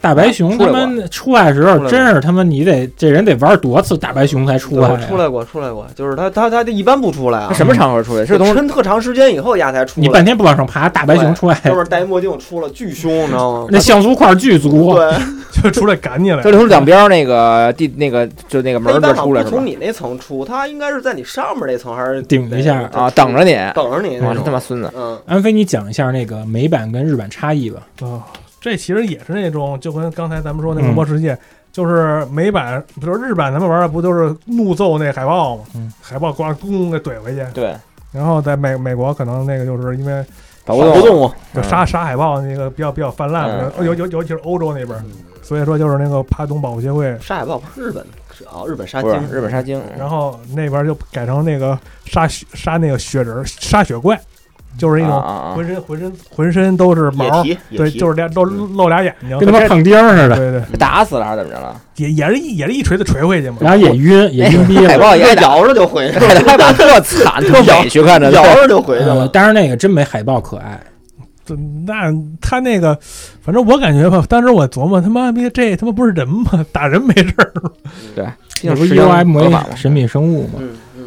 [SPEAKER 3] 大白熊
[SPEAKER 5] 出
[SPEAKER 3] 他
[SPEAKER 5] 来过
[SPEAKER 3] 们出来的时
[SPEAKER 4] 出
[SPEAKER 3] 候，
[SPEAKER 4] 来过
[SPEAKER 3] 真是他妈你得这人得玩多次大白熊才出来啊
[SPEAKER 4] 我
[SPEAKER 3] 呀，
[SPEAKER 4] 出来过，出来过，就是他他他一般不出来啊
[SPEAKER 5] 他，什么场合出来？是从
[SPEAKER 4] 抻特长时间以后丫才出
[SPEAKER 3] 你
[SPEAKER 4] 来
[SPEAKER 3] 半，天不往上爬，大白熊出来
[SPEAKER 4] 要不是戴墨镜出了巨凶，你知道吗？
[SPEAKER 3] 那像素块巨足，
[SPEAKER 4] 对，
[SPEAKER 6] 就出来赶你来
[SPEAKER 5] 就。是从两边儿那个地那个就那个
[SPEAKER 4] 他
[SPEAKER 5] 门
[SPEAKER 4] 一
[SPEAKER 5] 儿
[SPEAKER 4] 般
[SPEAKER 5] 这
[SPEAKER 4] 好
[SPEAKER 5] 出来
[SPEAKER 4] 像
[SPEAKER 5] 是
[SPEAKER 4] 不
[SPEAKER 5] 吧
[SPEAKER 4] 从？你那层出，他应该是在你上面那层还是
[SPEAKER 3] 顶一下
[SPEAKER 5] 啊，等着你，
[SPEAKER 4] 等着你
[SPEAKER 5] 我
[SPEAKER 4] 那
[SPEAKER 5] 这他
[SPEAKER 4] 种。
[SPEAKER 5] 妈孙子，
[SPEAKER 4] 嗯，
[SPEAKER 3] 安飞，你讲一下那个美版跟日版差异吧。
[SPEAKER 6] 啊，这其实也是那种就跟刚才咱们说那个《恶魔世界》就是美版，比如日版，咱们玩的不就是怒揍那海豹吗？
[SPEAKER 3] 嗯
[SPEAKER 6] 海豹咣咣给怼回去。
[SPEAKER 5] 对，
[SPEAKER 6] 然后在美美国，可能那个就是因为
[SPEAKER 5] 保
[SPEAKER 4] 跑不
[SPEAKER 5] 动
[SPEAKER 4] 动啊，
[SPEAKER 6] 就杀、杀海豹那个比较比较泛滥，
[SPEAKER 5] 嗯
[SPEAKER 6] 尤尤尤其是欧洲那边儿，所以说就是那个帕东保护协会，
[SPEAKER 4] 杀也不好，不是日本的是哦，日本杀
[SPEAKER 5] 啊不
[SPEAKER 4] 精
[SPEAKER 5] 是，日本杀精，
[SPEAKER 4] 嗯
[SPEAKER 6] 然后那边就改成那个杀血杀那个雪人儿杀血怪，就是一
[SPEAKER 5] 啊
[SPEAKER 6] 种
[SPEAKER 5] 啊啊
[SPEAKER 6] 浑身浑身浑身都是毛，
[SPEAKER 4] 嗯野蹄，
[SPEAKER 6] 对，就是是俩露露俩眼睛，
[SPEAKER 3] 跟他妈胖丁儿似
[SPEAKER 6] 啊对
[SPEAKER 3] 的，
[SPEAKER 6] 对，
[SPEAKER 5] 打死了还是怎么着了？哎
[SPEAKER 6] 也也是一也是一锤子锤回去嘛。
[SPEAKER 3] 然后也晕，也晕逼
[SPEAKER 5] 海
[SPEAKER 3] 了。
[SPEAKER 5] 豹也挨打，
[SPEAKER 4] 摇着就回去了，
[SPEAKER 5] 海 [laughs] 海豹特惨，
[SPEAKER 4] [laughs]
[SPEAKER 5] 特委屈，看着
[SPEAKER 4] 摇
[SPEAKER 5] 对
[SPEAKER 4] 着就回去
[SPEAKER 3] 呃，
[SPEAKER 4] 了。
[SPEAKER 3] 但是那个真没海豹可爱，
[SPEAKER 6] 这那他那个，反正我感觉吧，当时我琢磨，他妈逼这他妈不是人吗？ [laughs] 打人没事儿。
[SPEAKER 5] 对，毕
[SPEAKER 3] 那
[SPEAKER 5] 竟
[SPEAKER 3] 不是
[SPEAKER 5] 是合法
[SPEAKER 3] UMA
[SPEAKER 5] 嘛。
[SPEAKER 3] 神秘生物嘛。
[SPEAKER 4] 嗯嗯，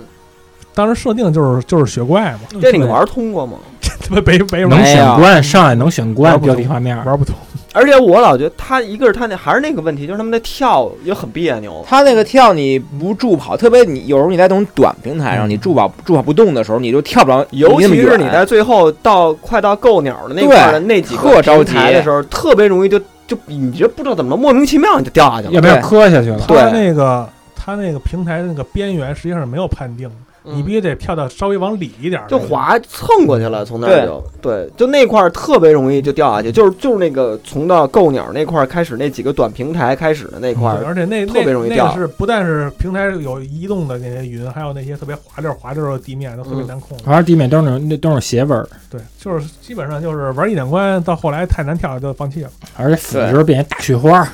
[SPEAKER 6] 当时设定就是就是雪怪嘛，
[SPEAKER 4] 这你玩通过吗？
[SPEAKER 6] [laughs] 他妈没没
[SPEAKER 3] 嗯
[SPEAKER 6] 玩
[SPEAKER 3] 能
[SPEAKER 5] 没
[SPEAKER 3] 选
[SPEAKER 5] 有
[SPEAKER 3] 关，上来能选关
[SPEAKER 6] 玩不
[SPEAKER 3] 标
[SPEAKER 6] 懂
[SPEAKER 3] 题画面儿，
[SPEAKER 6] 玩不通。
[SPEAKER 4] 而且我老觉得他一个是他那还是那个问题，就是他们那跳也很别扭。
[SPEAKER 5] 他那个跳你不助跑，特别你有时候你在那种短平台上，你助跑助跑不动的时候，你就跳不着，
[SPEAKER 4] 嗯尤
[SPEAKER 5] 离那么
[SPEAKER 4] 其是
[SPEAKER 5] 远
[SPEAKER 4] 你在最后到快到够鸟的那块儿的那几个
[SPEAKER 5] 特着急
[SPEAKER 4] 平台的时候，特别容易就就你就不知道怎么了，莫名其妙你就掉下去
[SPEAKER 3] 要
[SPEAKER 4] 了。
[SPEAKER 3] 不然
[SPEAKER 5] 对
[SPEAKER 3] 磕下去了。
[SPEAKER 5] 对
[SPEAKER 6] 他那个他那个平台的那个边缘实际上是没有判定的，
[SPEAKER 4] 嗯
[SPEAKER 6] 你必须得跳到稍微往里一点儿，
[SPEAKER 4] 就滑蹭过去了，从那儿就对，就那块儿特别容易就掉下去，就是就是那个从到够鸟那块儿开始，那几个短平台开始的那块儿，
[SPEAKER 6] 对而且那那
[SPEAKER 4] 特别容易掉
[SPEAKER 6] 那个是不但是平台有移动的那些云，还有那些特别滑溜滑溜的地面都特别
[SPEAKER 4] 嗯
[SPEAKER 6] 难控制。
[SPEAKER 3] 还是地面都是那种那都是斜纹儿，
[SPEAKER 6] 对，就是基本上就是玩一点关，到后来太难跳就放弃了。
[SPEAKER 3] 而且死的时候变成大雪花儿，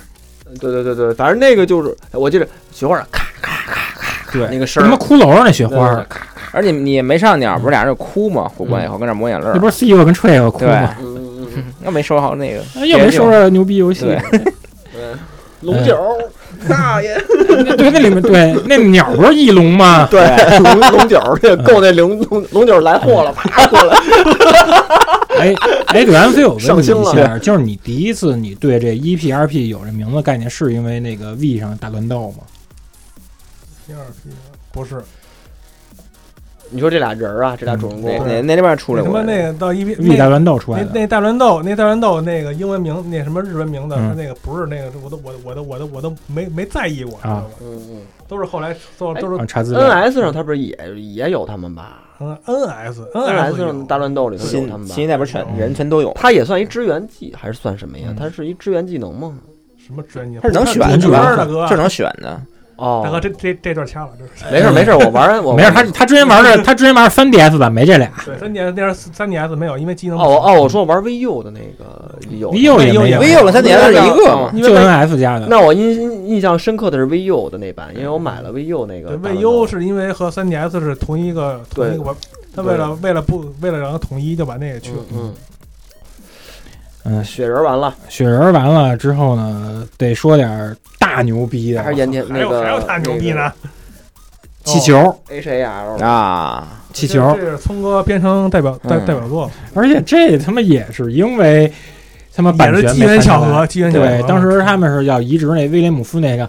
[SPEAKER 4] 对对对对，反正那个就是我记得雪花儿咔咔咔咔咔
[SPEAKER 3] 对
[SPEAKER 4] 那个声
[SPEAKER 3] 什
[SPEAKER 4] 儿，
[SPEAKER 3] 么
[SPEAKER 4] 啊
[SPEAKER 3] 骷髅儿那雪花
[SPEAKER 4] 对嗯
[SPEAKER 3] 儿，
[SPEAKER 5] 而且你也没上鸟，不是俩人就哭嘛？互关以后跟那儿抹眼泪儿
[SPEAKER 3] 那，不是 C 个跟 t r 个哭
[SPEAKER 5] 对，
[SPEAKER 3] 吗？
[SPEAKER 4] 嗯嗯嗯
[SPEAKER 5] 那没收好那个，
[SPEAKER 3] 哎又没说着牛逼游戏，
[SPEAKER 5] 对
[SPEAKER 4] 对，龙 [laughs] 九儿大爷，
[SPEAKER 3] 对，那里面对那鸟不是翼
[SPEAKER 4] [laughs]
[SPEAKER 3] 龙吗？
[SPEAKER 4] 对龙龙九儿那个够那龙龙龙九儿来货了，啪过来， [laughs]
[SPEAKER 3] 哎哎，对 MC 我
[SPEAKER 4] 上
[SPEAKER 3] 问
[SPEAKER 4] 心
[SPEAKER 3] 你
[SPEAKER 4] 了
[SPEAKER 3] 一下，就是你第一次你对这 E EPRP 有这名字概念，是因为那个 V 上大乱斗吗？
[SPEAKER 6] 第二批不是，
[SPEAKER 4] 你说这俩人儿啊，这俩主人
[SPEAKER 5] 哪
[SPEAKER 4] 公，
[SPEAKER 5] 哪哪那边出来
[SPEAKER 6] 那他
[SPEAKER 5] 过
[SPEAKER 6] 妈那
[SPEAKER 5] 来？
[SPEAKER 6] 个到一批
[SPEAKER 3] V 大
[SPEAKER 6] 那
[SPEAKER 3] 乱斗出
[SPEAKER 6] 那
[SPEAKER 3] 来的，
[SPEAKER 6] 那大乱斗，那大乱斗那个英文名那什么日文名的，
[SPEAKER 3] 嗯
[SPEAKER 6] 他那个不是那个，我都我都我都我都我都没没在意过，
[SPEAKER 3] 啊
[SPEAKER 4] 嗯
[SPEAKER 6] 都是后来都都是
[SPEAKER 3] 啊，查资
[SPEAKER 4] 嗯
[SPEAKER 3] 料。
[SPEAKER 4] ，NS 上他不是也也有他们吧
[SPEAKER 6] 嗯 NS
[SPEAKER 4] ？NS
[SPEAKER 6] NS
[SPEAKER 4] 上大乱斗里头有
[SPEAKER 5] 新
[SPEAKER 4] 他们吧
[SPEAKER 5] 新一？代不是全
[SPEAKER 6] 嗯
[SPEAKER 5] 人全都有吗，
[SPEAKER 4] 它也算一支援技，还是算什么呀？
[SPEAKER 3] 嗯
[SPEAKER 4] 它是一支援技能吗？
[SPEAKER 6] 什么专业？
[SPEAKER 5] 它是能选
[SPEAKER 3] 的
[SPEAKER 6] 主
[SPEAKER 3] 是吧
[SPEAKER 6] 大哥啊
[SPEAKER 5] 这，能选的。
[SPEAKER 4] 哦，
[SPEAKER 6] 大哥这这这段掐了，这是
[SPEAKER 4] 没事没事，我玩我
[SPEAKER 3] 没事，
[SPEAKER 4] 玩
[SPEAKER 3] 他他之前玩的，他之前玩三 DS 版没这俩
[SPEAKER 6] 对三 DS 那是三 DS 没有，因为机能
[SPEAKER 4] 哦我哦，我说我玩 VU 哦的那个有
[SPEAKER 3] ，VU 也
[SPEAKER 6] 没有
[SPEAKER 3] 没
[SPEAKER 6] 也
[SPEAKER 3] 有
[SPEAKER 6] 没
[SPEAKER 5] V 有了，它底下是一个嘛。
[SPEAKER 4] 因
[SPEAKER 3] 就
[SPEAKER 4] 为
[SPEAKER 3] NF 家的。
[SPEAKER 4] 那我印印象深刻的是 VU 的那版，因为我买了 VU 那个
[SPEAKER 6] 对
[SPEAKER 4] 大乱斗。
[SPEAKER 6] 为优是因为和 3DS 是同一个同一个玩，他为了为了不为了让它统一，就把那个去了
[SPEAKER 4] 嗯。嗯，
[SPEAKER 3] 嗯，
[SPEAKER 4] 雪人完了，
[SPEAKER 3] 雪人完了之后呢，得说点儿大牛逼的
[SPEAKER 4] 还是岩田
[SPEAKER 6] 还
[SPEAKER 4] 那
[SPEAKER 6] 有
[SPEAKER 4] 个
[SPEAKER 6] 还有他牛逼呢，哦
[SPEAKER 3] 气球，
[SPEAKER 4] H A L
[SPEAKER 5] 啊，
[SPEAKER 3] 气球
[SPEAKER 6] 这。是聪哥编程代表代
[SPEAKER 5] 嗯
[SPEAKER 6] 代表作，
[SPEAKER 3] 而且这他妈也是因为他妈版
[SPEAKER 6] 也是
[SPEAKER 3] 权
[SPEAKER 6] 机
[SPEAKER 3] 没
[SPEAKER 6] 缘
[SPEAKER 3] 看下
[SPEAKER 6] 巧
[SPEAKER 3] 来
[SPEAKER 6] 合，机缘巧合
[SPEAKER 3] 对，。当时
[SPEAKER 4] 嗯
[SPEAKER 3] 他们是要移植那威廉姆夫那个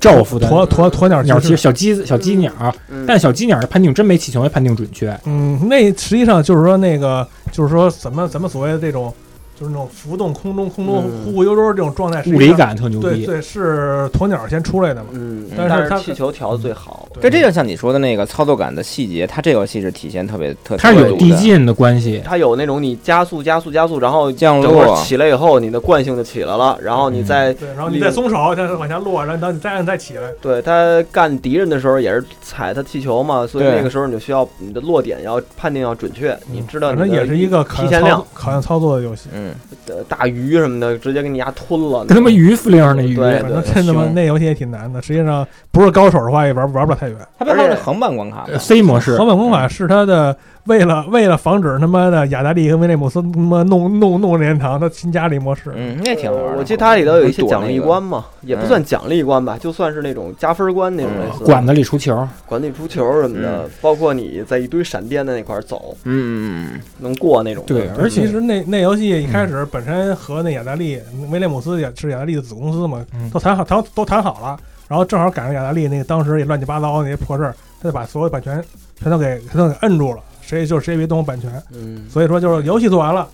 [SPEAKER 3] 宙夫的
[SPEAKER 6] 鸵鸵鸵鸟
[SPEAKER 3] 鸟
[SPEAKER 6] 骑
[SPEAKER 3] 鸡
[SPEAKER 6] 士，
[SPEAKER 3] 小鸡子小鸡鸟，
[SPEAKER 4] 嗯
[SPEAKER 3] 但小鸡鸟的判定真没气球没判定准确。
[SPEAKER 6] 嗯，那实际上就是说那个就是说咱们咱们所谓的这种就是那种浮动空中空中
[SPEAKER 4] 嗯
[SPEAKER 6] 忽忽悠悠这种状态，实际
[SPEAKER 3] 物理
[SPEAKER 6] 上
[SPEAKER 3] 感特牛
[SPEAKER 6] 对
[SPEAKER 3] 逼，
[SPEAKER 6] 对是鸵鸟先出来的嘛。
[SPEAKER 4] 嗯，
[SPEAKER 6] 但是
[SPEAKER 4] 但
[SPEAKER 6] 它嗯
[SPEAKER 4] 气球调的最好，
[SPEAKER 5] 这这就像你说的那个操作感的细节，它这游戏是体现特别特。
[SPEAKER 3] 它是有
[SPEAKER 5] 特别
[SPEAKER 3] 递
[SPEAKER 5] 足的
[SPEAKER 3] 进的关系。
[SPEAKER 4] 它有那种你加速加速加速，然后
[SPEAKER 5] 降
[SPEAKER 4] 等会儿
[SPEAKER 5] 落，嗯
[SPEAKER 4] 起来以后，你的惯性就起来了，然后你再
[SPEAKER 6] 对，然后你再松手，再往下落，然后等你再按再起来，
[SPEAKER 4] 对他干敌人的时候也是踩他气球嘛，所以
[SPEAKER 5] 对
[SPEAKER 4] 那个时候你就需要你的落点要判定要准确，你知道
[SPEAKER 6] 反
[SPEAKER 4] 你
[SPEAKER 6] 正
[SPEAKER 4] 的
[SPEAKER 6] 也是一个考
[SPEAKER 4] 提
[SPEAKER 6] 验
[SPEAKER 4] 前
[SPEAKER 6] 操
[SPEAKER 4] 量，
[SPEAKER 6] 考验操作的游戏。
[SPEAKER 5] 嗯，
[SPEAKER 4] 呃大鱼什么的直接给你牙吞了，
[SPEAKER 3] 跟他妈鱼司令似的那
[SPEAKER 4] 对
[SPEAKER 3] 鱼，
[SPEAKER 6] 反正
[SPEAKER 4] 对
[SPEAKER 6] 真他妈
[SPEAKER 5] 凶
[SPEAKER 6] 那游戏也挺难的，实际上不是高手的话也玩玩不了太远。
[SPEAKER 5] 它不是还有
[SPEAKER 4] 而
[SPEAKER 5] 那
[SPEAKER 4] 且
[SPEAKER 5] 横版关卡
[SPEAKER 4] 呃
[SPEAKER 5] 吗？
[SPEAKER 3] ，C 模式
[SPEAKER 6] 横版功法是他的为了为了防止他妈的雅达利和威廉姆斯他妈弄弄弄任天堂的新家里模式，
[SPEAKER 5] 嗯，那挺好玩的。
[SPEAKER 4] 我记得它里头有一些奖励关
[SPEAKER 5] 能
[SPEAKER 4] 嘛，也
[SPEAKER 5] 嗯
[SPEAKER 4] 不算奖励关吧，就算是那种加分关那种类似的，
[SPEAKER 3] 管子里出球，
[SPEAKER 4] 管理出球什么的，
[SPEAKER 5] 嗯
[SPEAKER 4] 包括你在一堆闪电的那块儿走，
[SPEAKER 5] 躲那个，嗯嗯嗯
[SPEAKER 4] 能过那种的。
[SPEAKER 3] 对，而
[SPEAKER 6] 其
[SPEAKER 3] 且
[SPEAKER 6] 实那那游戏一开始本身和那雅达利、威廉姆斯也是雅达利的子公司嘛，
[SPEAKER 3] 嗯
[SPEAKER 6] 都谈好谈都谈好了，然后正好赶上雅达利那个当时也乱七八糟那些破事儿，他就把所有版权全都给全都给摁住了，谁就是谁别动我版权。
[SPEAKER 4] 嗯，
[SPEAKER 6] 所以说就是游戏做完了，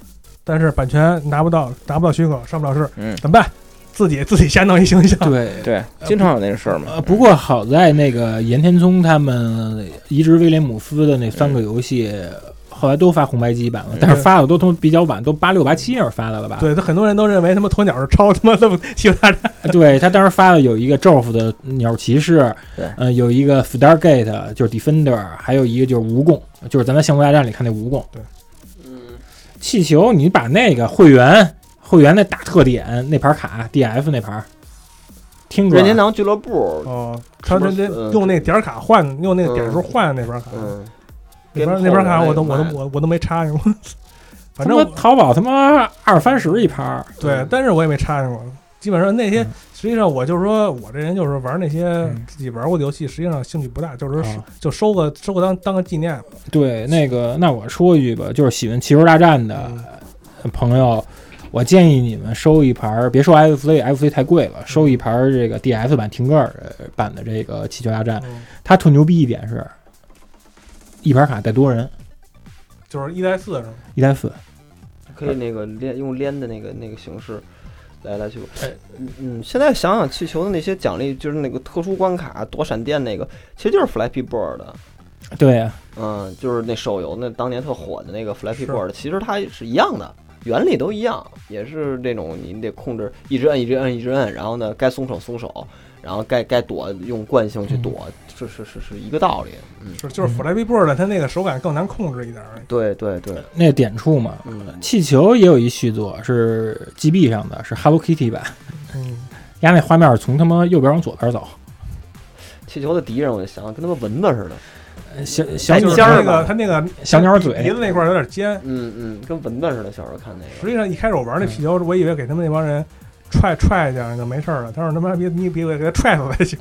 [SPEAKER 6] 但是版权拿不到拿不到许可，上不了市，
[SPEAKER 5] 嗯
[SPEAKER 6] 怎么办？自己自己瞎弄一
[SPEAKER 3] [laughs]
[SPEAKER 6] 形 [laughs] 象。
[SPEAKER 3] 对。
[SPEAKER 5] 对，经常有那个事儿嘛。
[SPEAKER 3] 呃，不过好在那个岩田聪他们移植威廉姆斯的那三个游戏，后来都发红白机版了，但是发的都都比较晚，都八六八七那会儿发的了吧？
[SPEAKER 6] 对，他很多人都认为他妈鸵鸟是抄他妈的 [laughs] 《欺负大战》，
[SPEAKER 3] 对他当时发的有一个 Joff 的鸟骑士，
[SPEAKER 5] 对
[SPEAKER 3] 呃，有一个 Stargate 就是 Defender，还有一个就是蜈蚣，就是咱在《相互大战》里看那蜈蚣。
[SPEAKER 6] 对，
[SPEAKER 4] 嗯，
[SPEAKER 3] 气球你把那个会员会员那大特点那盘卡 DF 那盘，听着
[SPEAKER 4] 任天堂俱乐部，
[SPEAKER 6] 哦，他
[SPEAKER 4] 是不
[SPEAKER 6] 直
[SPEAKER 4] 是
[SPEAKER 6] 接
[SPEAKER 4] 嗯
[SPEAKER 6] 用那点儿卡换，用那个点数换那边儿卡，
[SPEAKER 4] 嗯，
[SPEAKER 6] 那边儿
[SPEAKER 4] Game
[SPEAKER 6] 那边儿卡
[SPEAKER 4] Home
[SPEAKER 6] 我都
[SPEAKER 4] 那个买
[SPEAKER 6] 我都
[SPEAKER 4] 的
[SPEAKER 6] 我我都没插上过，
[SPEAKER 3] 他
[SPEAKER 6] 反正
[SPEAKER 3] 妈
[SPEAKER 6] 我
[SPEAKER 3] 淘宝他妈二三十一盘，
[SPEAKER 6] 对，但是我也没插上过。基本上那些
[SPEAKER 3] 嗯，
[SPEAKER 6] 实际上我就是说，我这人就是玩那些
[SPEAKER 3] 嗯
[SPEAKER 6] 自己玩过的游戏，实际上兴趣不大，就是说
[SPEAKER 3] 啊
[SPEAKER 6] 就收个收个当当个纪念吧。
[SPEAKER 3] 对，那个，那我说一句吧，就是喜欢《骑士大战》的
[SPEAKER 6] 嗯
[SPEAKER 3] 朋友，我建议你们收一盘儿，别收 FC，FC 太贵了，收一盘儿这个 DS 版停格尔版的这个《气球大战》。
[SPEAKER 6] 嗯
[SPEAKER 3] 它特牛逼一点是，一盘卡带多人，
[SPEAKER 6] 就是一带四是吗？
[SPEAKER 3] 一带四。
[SPEAKER 4] 可以那个连用连的那个那个形式来来去。嗯嗯，现在想想气球的那些奖励，就是那个特殊关卡躲闪电那个，其实就是 Flappy Bird 的。
[SPEAKER 3] 对啊呀、
[SPEAKER 4] 嗯，就是那手游那当年特火的那个 Flappy
[SPEAKER 6] 是
[SPEAKER 4] Bird，其实它是一样的，原理都一样，也是这种你得控制一直摁一直摁一直摁，然后呢该松手松手，然后该该躲用惯性去躲，是是是是一个道理。嗯，
[SPEAKER 6] 是就是
[SPEAKER 3] 嗯
[SPEAKER 6] Flappy Bird 的，它那个手感更难控制一点而已。
[SPEAKER 4] 对对对，
[SPEAKER 3] 那点触嘛。
[SPEAKER 4] 嗯，
[SPEAKER 3] 气球也有一续作是 GB 上的，是 Hello Kitty 版，
[SPEAKER 6] 嗯，
[SPEAKER 3] 压那画面是从他妈右边往左边走，
[SPEAKER 4] 气球的敌人我就想跟他们蚊子似的，
[SPEAKER 3] 呃小小
[SPEAKER 6] 就
[SPEAKER 3] 鸟
[SPEAKER 6] 是
[SPEAKER 4] 尖
[SPEAKER 6] 它
[SPEAKER 4] 儿
[SPEAKER 6] 那
[SPEAKER 4] 吧
[SPEAKER 6] 个它那个
[SPEAKER 3] 小鸟嘴
[SPEAKER 6] 鼻子那块儿有点尖。
[SPEAKER 4] 嗯嗯，跟蚊子似的。小时候看那
[SPEAKER 6] 实
[SPEAKER 4] 个，
[SPEAKER 6] 际上一开始我玩那皮球，我以为给他们那帮人踹踹一下就没事儿了，但是他妈逼你逼我给他踹死才 [laughs] 行。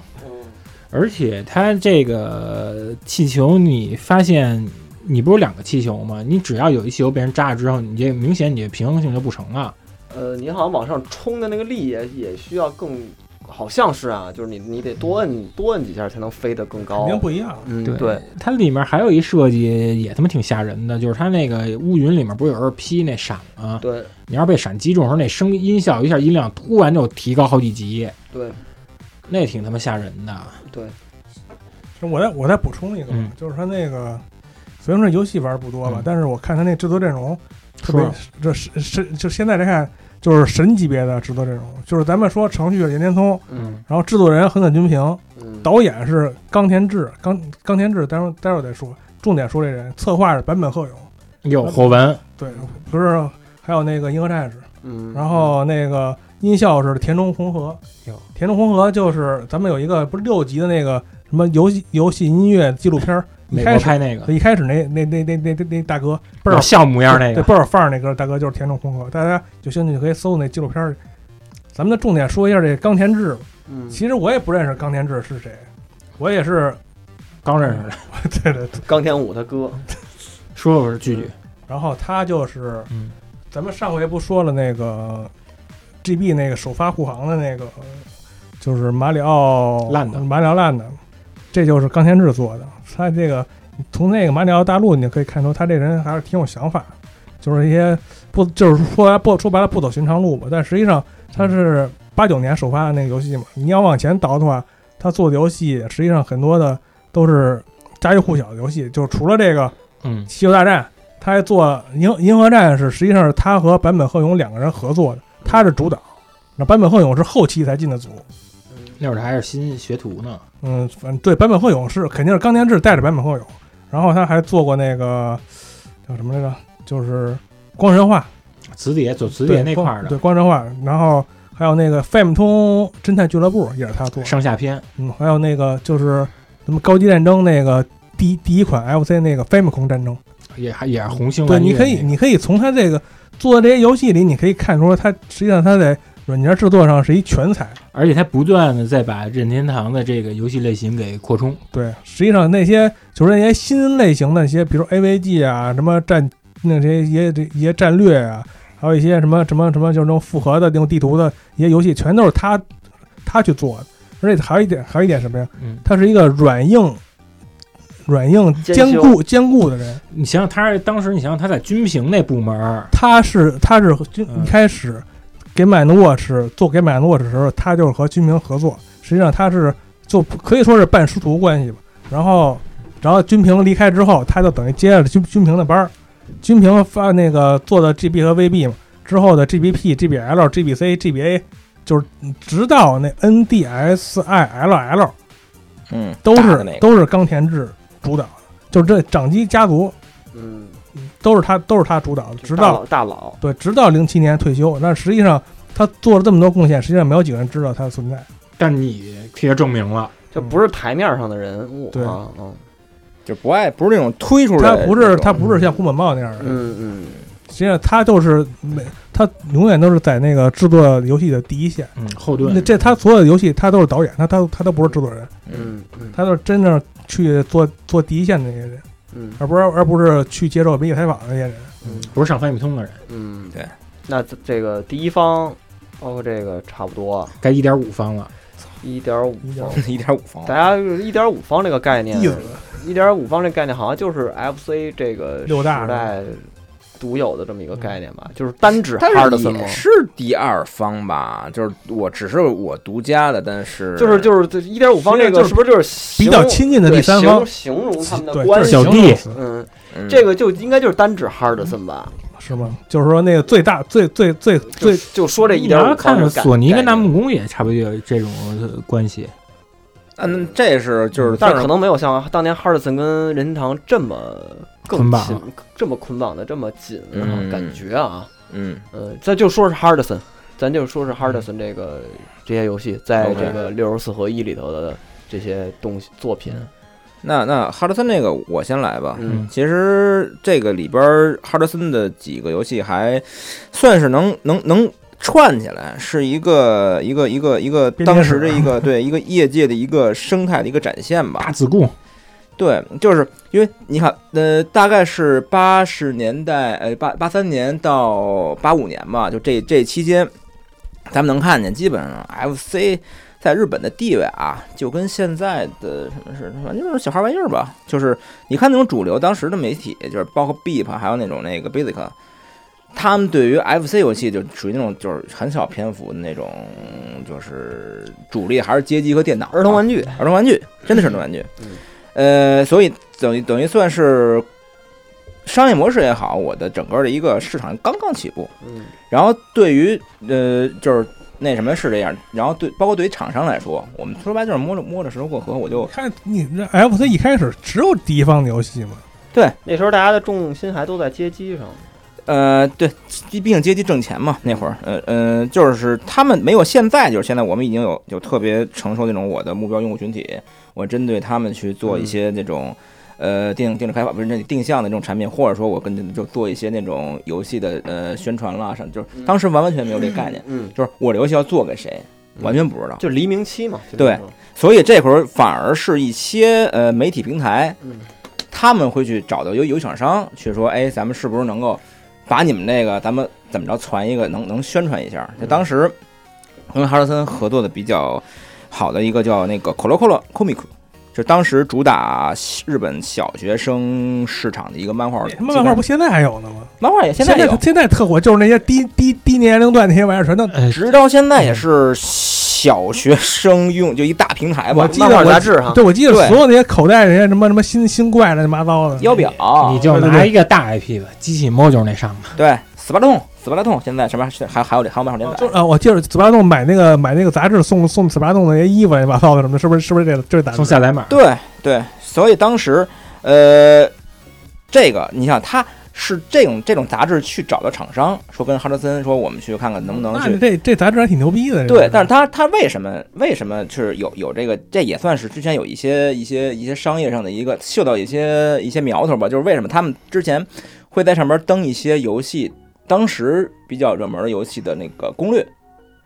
[SPEAKER 3] 而且它这个气球，你发现你不是有两个气球吗？你只要有一气球被人扎了之后，你这明显你这平衡性就不成了。
[SPEAKER 4] 呃，你好像往上冲的那个力也也需要更，好像是啊，就是你你得多摁多摁几下才能飞得更
[SPEAKER 6] 肯
[SPEAKER 4] 高。
[SPEAKER 6] 定不一样。
[SPEAKER 4] 嗯，
[SPEAKER 3] 对
[SPEAKER 4] 对，
[SPEAKER 3] 它里面还有一设计也他妈挺吓人的，就是它那个乌云里面不是有时候劈那闪吗？
[SPEAKER 4] 对
[SPEAKER 3] 你要是被闪击中的时候，那声音效一下音量突然就提高好几级，
[SPEAKER 4] 对
[SPEAKER 3] 那挺他妈吓人的。
[SPEAKER 4] 对，
[SPEAKER 6] 就我再我再补充一个吧，
[SPEAKER 3] 嗯
[SPEAKER 6] 就是他那个，虽然说游戏玩儿不多吧，
[SPEAKER 3] 嗯
[SPEAKER 6] 但是我看他那制作阵容特
[SPEAKER 3] 说
[SPEAKER 6] 别，这神神就现在来看就是神级别的制作阵容，就是咱们说程序员岩田聪，
[SPEAKER 4] 嗯
[SPEAKER 6] 然后制作人横井军平，
[SPEAKER 4] 嗯，
[SPEAKER 6] 导演是冈田志，冈冈田志，待会儿待会儿再说，重点说这人，策划是坂本鹤勇，
[SPEAKER 3] 有火纹，
[SPEAKER 6] 对，不是还有那个银河战士，
[SPEAKER 4] 嗯，
[SPEAKER 6] 然后那个音效是田中宏和
[SPEAKER 3] 哟，
[SPEAKER 6] 田中宏和就是咱们有一个不是六集的那个什么游戏游戏音乐纪录片儿，一
[SPEAKER 3] 美
[SPEAKER 6] 开
[SPEAKER 3] 国
[SPEAKER 6] 始
[SPEAKER 3] 拍那个
[SPEAKER 6] 一开始那那那那那那那大哥倍儿
[SPEAKER 3] 有笑模样那
[SPEAKER 6] 对
[SPEAKER 3] 个，
[SPEAKER 6] 倍儿有范儿那哥大哥就是田中宏和，大家有兴趣可以搜那纪录片儿。咱们就重点说一下这冈田志吧，
[SPEAKER 4] 嗯，
[SPEAKER 6] 其实我也不认识冈田志是谁，我也是
[SPEAKER 3] 刚认识的，
[SPEAKER 6] 对对对，
[SPEAKER 4] 钢铁舞他哥，
[SPEAKER 3] 说我是句句，
[SPEAKER 6] 然后他就是
[SPEAKER 3] 嗯，
[SPEAKER 6] 咱们上回不说了那个 GB 那个首发护航的那个，就是马里奥
[SPEAKER 3] 烂的
[SPEAKER 6] 马里奥烂的，这就是冈田制做的。他这个从那个马里奥大陆，你就可以看出他这人还是挺有想法，就是一些不就是说白不说白了不走寻常路吧。但实际上他是八九年首发的那个游戏嘛，你要往前倒的话，他做的游戏实际上很多的都是家喻户晓的游戏，就是除了这个。
[SPEAKER 3] 嗯
[SPEAKER 6] 《西游大战》，他还做《银银河战士》，实际上是他和坂本鹤勇两个人合作的，他是主导，那坂本鹤勇是后期才进的组。
[SPEAKER 3] 那会儿还是新学徒呢，
[SPEAKER 6] 嗯，反正对，坂本鹤勇是肯定是冈田志带着坂本鹤勇，然后他还做过那个叫什么来着，就是《光神话》
[SPEAKER 3] 磁碟走磁碟
[SPEAKER 6] 对
[SPEAKER 3] 那块儿
[SPEAKER 6] 光
[SPEAKER 3] 的，
[SPEAKER 6] 对《光神话》，然后还有那个《Fame 通侦探俱乐部》也是他做的，
[SPEAKER 3] 上下篇，
[SPEAKER 6] 嗯，还有那个就是什么《高级战争》那个第一第一款 FC 那个《Fame 空战争》。
[SPEAKER 3] 也还也是红星
[SPEAKER 6] 对，
[SPEAKER 3] 玩具
[SPEAKER 6] 你可以，
[SPEAKER 3] 那个
[SPEAKER 6] 你可以从他这个做的这些游戏里，你可以看出他实际上他在软件制作上是一全才。
[SPEAKER 3] 而且它不断的在把任天堂的这个游戏类型给扩充。
[SPEAKER 6] 对，实际上那些就是那些新类型的一些，比如 AVG 啊，什么战那些一些这一些战略啊，还有一些什么什么什么，就是那种复合的那种地图的一些游戏，全都是他他去做的。而且还有一点，还有一点什么呀？
[SPEAKER 3] 嗯，
[SPEAKER 6] 他是一个软硬软硬兼顾兼顾的人。
[SPEAKER 3] 你想想他当时，你想想他在军平那部门儿，
[SPEAKER 6] 他是他是就
[SPEAKER 3] 嗯
[SPEAKER 6] 一开始给买 Watch 做给买 Watch 的时候，他就是和军平合作，实际上他是就可以说是半师徒关系吧。然后，然后军平离开之后，他就等于接了军军平的班儿。军平发那个做的 GB 和 VB 嘛，之后的 GBP、GBL、GBC、GBA，就是直到那 NDSILL
[SPEAKER 5] 嗯，
[SPEAKER 6] 都
[SPEAKER 5] 大
[SPEAKER 6] 是、
[SPEAKER 5] 的那个，
[SPEAKER 6] 都是冈田制主导的，就是这掌机家族
[SPEAKER 4] 嗯，
[SPEAKER 6] 都是他都是他主导的，直到
[SPEAKER 4] 大佬
[SPEAKER 6] 对，直到零七年退休。但实际上他做了这么多贡献，实际上没有几个人知道他的存在。
[SPEAKER 3] 但你替他证明了，
[SPEAKER 4] 这不是台面上的人物
[SPEAKER 6] 对
[SPEAKER 4] 啊，嗯
[SPEAKER 5] 就不爱不是那种推出来
[SPEAKER 6] 他
[SPEAKER 5] 的那种，
[SPEAKER 6] 不是他不是像宫本茂那样的，
[SPEAKER 4] 嗯
[SPEAKER 6] 实际上他就是每他永远都是在那个制作游戏的第一线。
[SPEAKER 3] 嗯，后
[SPEAKER 6] 那
[SPEAKER 3] 盾
[SPEAKER 6] 这他所有的游戏他都是导演，他他他都不是制作人，
[SPEAKER 5] 嗯，
[SPEAKER 4] 嗯嗯
[SPEAKER 6] 他都是真正去做做第一线的那些人，
[SPEAKER 4] 嗯
[SPEAKER 6] 而不是而不是去接受媒体采访的那些人。
[SPEAKER 4] 嗯
[SPEAKER 3] 不是上翻译通的人，
[SPEAKER 4] 嗯，
[SPEAKER 5] 对。
[SPEAKER 4] 那这这个第一方，包括这个差不多
[SPEAKER 3] 该一点五方了，
[SPEAKER 4] 一点五方，
[SPEAKER 5] [laughs] 一点五
[SPEAKER 3] 哦
[SPEAKER 5] 方
[SPEAKER 4] 大，家一点五方这个概念
[SPEAKER 6] 意思，
[SPEAKER 4] 一点五方这概念好像就是 FC 这个
[SPEAKER 6] 六大嗯
[SPEAKER 4] 时代独有的这么一个概念吧，就是单指哈尔
[SPEAKER 5] 但
[SPEAKER 4] 的
[SPEAKER 5] 是
[SPEAKER 4] 森
[SPEAKER 5] 也
[SPEAKER 4] 盟，
[SPEAKER 5] 是第二方吧，就是我只是我独家的，但是
[SPEAKER 4] 就是就是这一点五方这个
[SPEAKER 6] 实际上就是
[SPEAKER 4] 是不是就是形
[SPEAKER 6] 比较亲近的第三方
[SPEAKER 4] 对，形形容他们的
[SPEAKER 6] 对
[SPEAKER 4] 关
[SPEAKER 6] 就
[SPEAKER 4] 系
[SPEAKER 6] 是
[SPEAKER 3] 小？弟
[SPEAKER 6] 形容词
[SPEAKER 4] 嗯，
[SPEAKER 5] 嗯
[SPEAKER 4] 这个就应该就是单指哈尔的森吧，
[SPEAKER 6] 是吗？就是说那个最大最最最
[SPEAKER 4] 就
[SPEAKER 6] 最
[SPEAKER 4] 就说这一
[SPEAKER 3] 你
[SPEAKER 4] 点
[SPEAKER 3] 要
[SPEAKER 4] 五
[SPEAKER 3] 看
[SPEAKER 4] 方
[SPEAKER 3] 着
[SPEAKER 4] 的概
[SPEAKER 3] 索尼
[SPEAKER 4] 概念
[SPEAKER 3] 跟南木宫也差不多有这种呃关系，
[SPEAKER 5] 嗯，这是就是
[SPEAKER 4] 但是
[SPEAKER 5] 算
[SPEAKER 4] 可能没有像当年哈尔森跟任天堂这么更
[SPEAKER 3] 捆绑
[SPEAKER 4] 紧、这么捆绑的这么紧啊，
[SPEAKER 5] 嗯
[SPEAKER 4] 感觉啊，
[SPEAKER 5] 嗯，
[SPEAKER 4] 呃，咱就说是哈尔森，咱就说是哈尔森这个这些游戏在
[SPEAKER 5] OK
[SPEAKER 4] 这个六十四合一里头的这些东西作品，
[SPEAKER 5] 啊那那哈德森那个我先来吧，
[SPEAKER 4] 嗯
[SPEAKER 5] 其实这个里边儿哈德森的几个游戏还算是能能能串起来，是一个一个一个一个
[SPEAKER 6] 编年
[SPEAKER 5] 当
[SPEAKER 6] 史
[SPEAKER 5] 时的一个对一个业界的一个生态的一个展现吧
[SPEAKER 3] 大。子贡
[SPEAKER 5] 对，就是因为你看，呃，大概是八十年代，呃，八八三年到八五年吧，就这这期间，咱们能看见，基本上 FC 在日本的地位啊，就跟现在的什么是，反正就是小孩玩意儿吧。就是你看那种主流当时的媒体，就是包括 Beep，还啊有那种那个 Basic，他们对于 FC 游戏就属于那种就是很小篇幅的那种，就是主力还是街机和电脑啊、
[SPEAKER 4] 儿童玩具，
[SPEAKER 5] 儿童玩具，真的是儿童玩具。呃，所以等于等于算是商业模式也好，我的整个的一个市场刚刚起步。
[SPEAKER 4] 嗯
[SPEAKER 5] 然后对于呃，就是那什么是这样，然后对包括对于厂商来说，我们说白了就是摸着摸着石头过河，我就
[SPEAKER 6] 看你这 FC 一开始只有敌方的游戏嘛，
[SPEAKER 4] 那时候大家的重心还都在街机上，
[SPEAKER 5] 呃，对，毕竟阶级挣钱嘛，那会儿，呃呃，就是他们没有现在，就是现在我们已经有有特别成熟那种我的目标用户群体，我针对他们去做一些那种，呃，定定制开发不是那定向的这种产品，或者说我跟就做一些那种游戏的呃宣传啦，上就是当时完完全没有这
[SPEAKER 4] [laughs]
[SPEAKER 5] 概念，
[SPEAKER 4] 嗯，
[SPEAKER 5] 就是我的游戏要做给谁，完全不知道，
[SPEAKER 4] 就黎明期嘛，就
[SPEAKER 5] 对
[SPEAKER 4] 是说，
[SPEAKER 5] 所以这会儿反而是一些呃媒体平台
[SPEAKER 4] 嗯，
[SPEAKER 5] 他们会去找到有有厂商去说，哎，咱们是不是能够把你们那个咱们怎么着传一个能能宣传一下？就当时跟哈德森合作的比较好的一个叫那个 Colo Colo Comic，就当时主打日本小学生市场的一个漫画。
[SPEAKER 6] 他妈哎漫画不现在还有呢吗？
[SPEAKER 5] 漫画也现在
[SPEAKER 6] 在
[SPEAKER 5] 也
[SPEAKER 6] 现
[SPEAKER 5] 有，
[SPEAKER 6] 特火就是那些低低低年龄段那些玩意儿，全都
[SPEAKER 3] 呃
[SPEAKER 5] 直到现在也是小学生用，就一大平台吧
[SPEAKER 6] 我，记
[SPEAKER 4] 漫
[SPEAKER 6] 得
[SPEAKER 4] 画
[SPEAKER 6] 我
[SPEAKER 4] 杂志哈，
[SPEAKER 6] 对我记得
[SPEAKER 5] 啊对
[SPEAKER 6] 所有那些口袋人家什么什么新新怪乱七八糟的
[SPEAKER 5] 腰表，
[SPEAKER 3] 呃你就
[SPEAKER 6] 对对
[SPEAKER 3] 拿
[SPEAKER 6] 对
[SPEAKER 3] 一个大 IP 吧，机器猫就是那上的，
[SPEAKER 5] 对，死巴痛，死巴痛，现在什么还还有还有漫画连载，
[SPEAKER 6] 就啊，我记得斯巴洞买那个买那个杂志送送斯巴洞那些衣服乱七八糟的什么的，是不是是不是这这是杂
[SPEAKER 3] 从
[SPEAKER 6] 志？
[SPEAKER 3] 下载码
[SPEAKER 5] 对对，所以当时，呃，这个你想，他是这种这种杂志去找的厂商，说跟哈德森说，我们去看看能不能
[SPEAKER 6] 那
[SPEAKER 5] 去。
[SPEAKER 6] 这这杂志还挺牛逼的。
[SPEAKER 5] 对，但是他他为什么为什么是有有这个？这也算是之前有一些一些一些商业上的一个嗅到一些一些苗头吧。就是为什么他们之前会在上面登一些游戏，当时比较热门的游戏的那个攻略，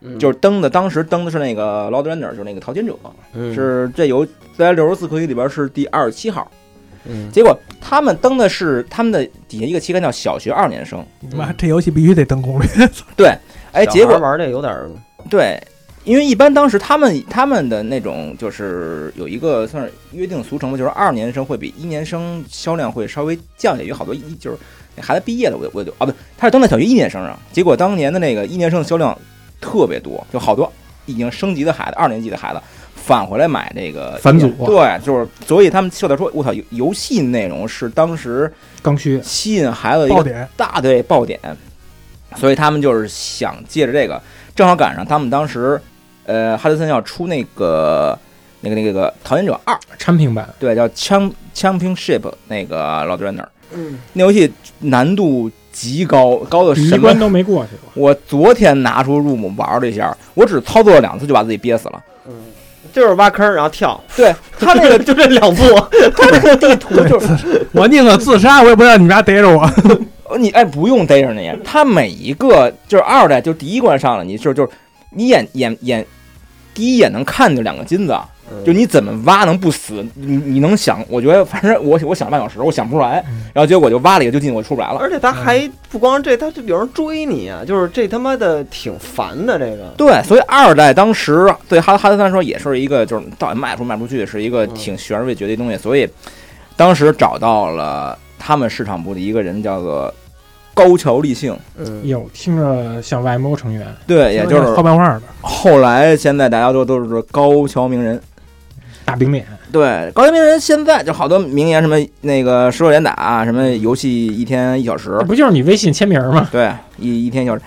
[SPEAKER 4] 嗯
[SPEAKER 5] 就是登的当时登的是那个《Lord Runner》，就是那个《淘金者》，
[SPEAKER 4] 嗯
[SPEAKER 5] 是这游在六十四合一里边是第二十七号。
[SPEAKER 4] 嗯
[SPEAKER 5] 结果他们登的是他们的底下一个期刊叫小学二年生，
[SPEAKER 6] 是妈这游戏必须得登攻略，
[SPEAKER 5] 哎，
[SPEAKER 4] 嗯小
[SPEAKER 5] 结
[SPEAKER 4] 孩
[SPEAKER 5] 果
[SPEAKER 4] 玩这有点儿
[SPEAKER 5] 对，因为一般当时他们他们的那种就是有一个算是约定俗成吧，就是二年生会比一年生销量会稍微降下去，有好多一就是那孩子毕业了，我就我就啊不，他是登在小学一年生上，结果当年的那个一年生的销量特别多，就好多已经升级的孩子，二年级的孩子返回来买这个
[SPEAKER 3] 返祖
[SPEAKER 5] 对，就是所以他们秀才说，我操，游游戏内容是当时
[SPEAKER 3] 刚需，
[SPEAKER 5] 吸引孩子的一
[SPEAKER 6] 爆
[SPEAKER 5] 个
[SPEAKER 6] 点，
[SPEAKER 5] 大对爆点，所以他们就是想借着这个，正好赶上他们当时，呃，哈德森要出那个那个那个、那个《逃险者二》，
[SPEAKER 3] 产品版
[SPEAKER 5] 对，叫《枪 Championship》那个老 o d r
[SPEAKER 4] 嗯，
[SPEAKER 5] 那游戏难度极高，高的
[SPEAKER 3] 第
[SPEAKER 5] 什
[SPEAKER 3] 一
[SPEAKER 5] 么
[SPEAKER 3] 关？都没过去过，
[SPEAKER 5] 我昨天拿出 Room 玩了一下，我只操作了两次就把自己憋死
[SPEAKER 3] [laughs]
[SPEAKER 5] 了。
[SPEAKER 4] 嗯就是挖坑然后跳，
[SPEAKER 5] [laughs] 对他那
[SPEAKER 4] 这
[SPEAKER 5] 个
[SPEAKER 4] 个就这两步，
[SPEAKER 5] 图就是
[SPEAKER 6] 我宁可自杀，我也不让你们家逮着我。
[SPEAKER 5] 呃你哎，不用逮着你，他每一个就是二代，就第一关上了，你就是就是你眼眼眼第一眼能看见两个金子，啊
[SPEAKER 4] 嗯
[SPEAKER 5] 就你怎么挖能不死？你你能想？我觉得反正我我想半小时，我想不出来
[SPEAKER 3] 嗯，
[SPEAKER 5] 然后结果我就挖了一个就进，我出不来了。
[SPEAKER 4] 而且他还不光这，他就有人追你啊，就是这他妈的挺烦的这个。
[SPEAKER 5] 对，所以二代当时对哈哈德森来说也是一个，就是到底卖出卖不出去，是一个挺悬而未决的东西。所以当时找到了他们市场部的一个人，叫做高桥立幸，
[SPEAKER 4] 嗯，
[SPEAKER 3] 有听着像 YMO 成员，
[SPEAKER 5] 对，也哎就是
[SPEAKER 6] [laughs] 画漫画的，
[SPEAKER 5] 后来现在大家都都是高桥名人，
[SPEAKER 3] 大饼脸，
[SPEAKER 5] 对，高桥名人现在就好多名言，什么那个十手连打啊，什么游戏一天一小时
[SPEAKER 3] 那，不就是你微信签名吗？
[SPEAKER 5] 对，一一天一小时。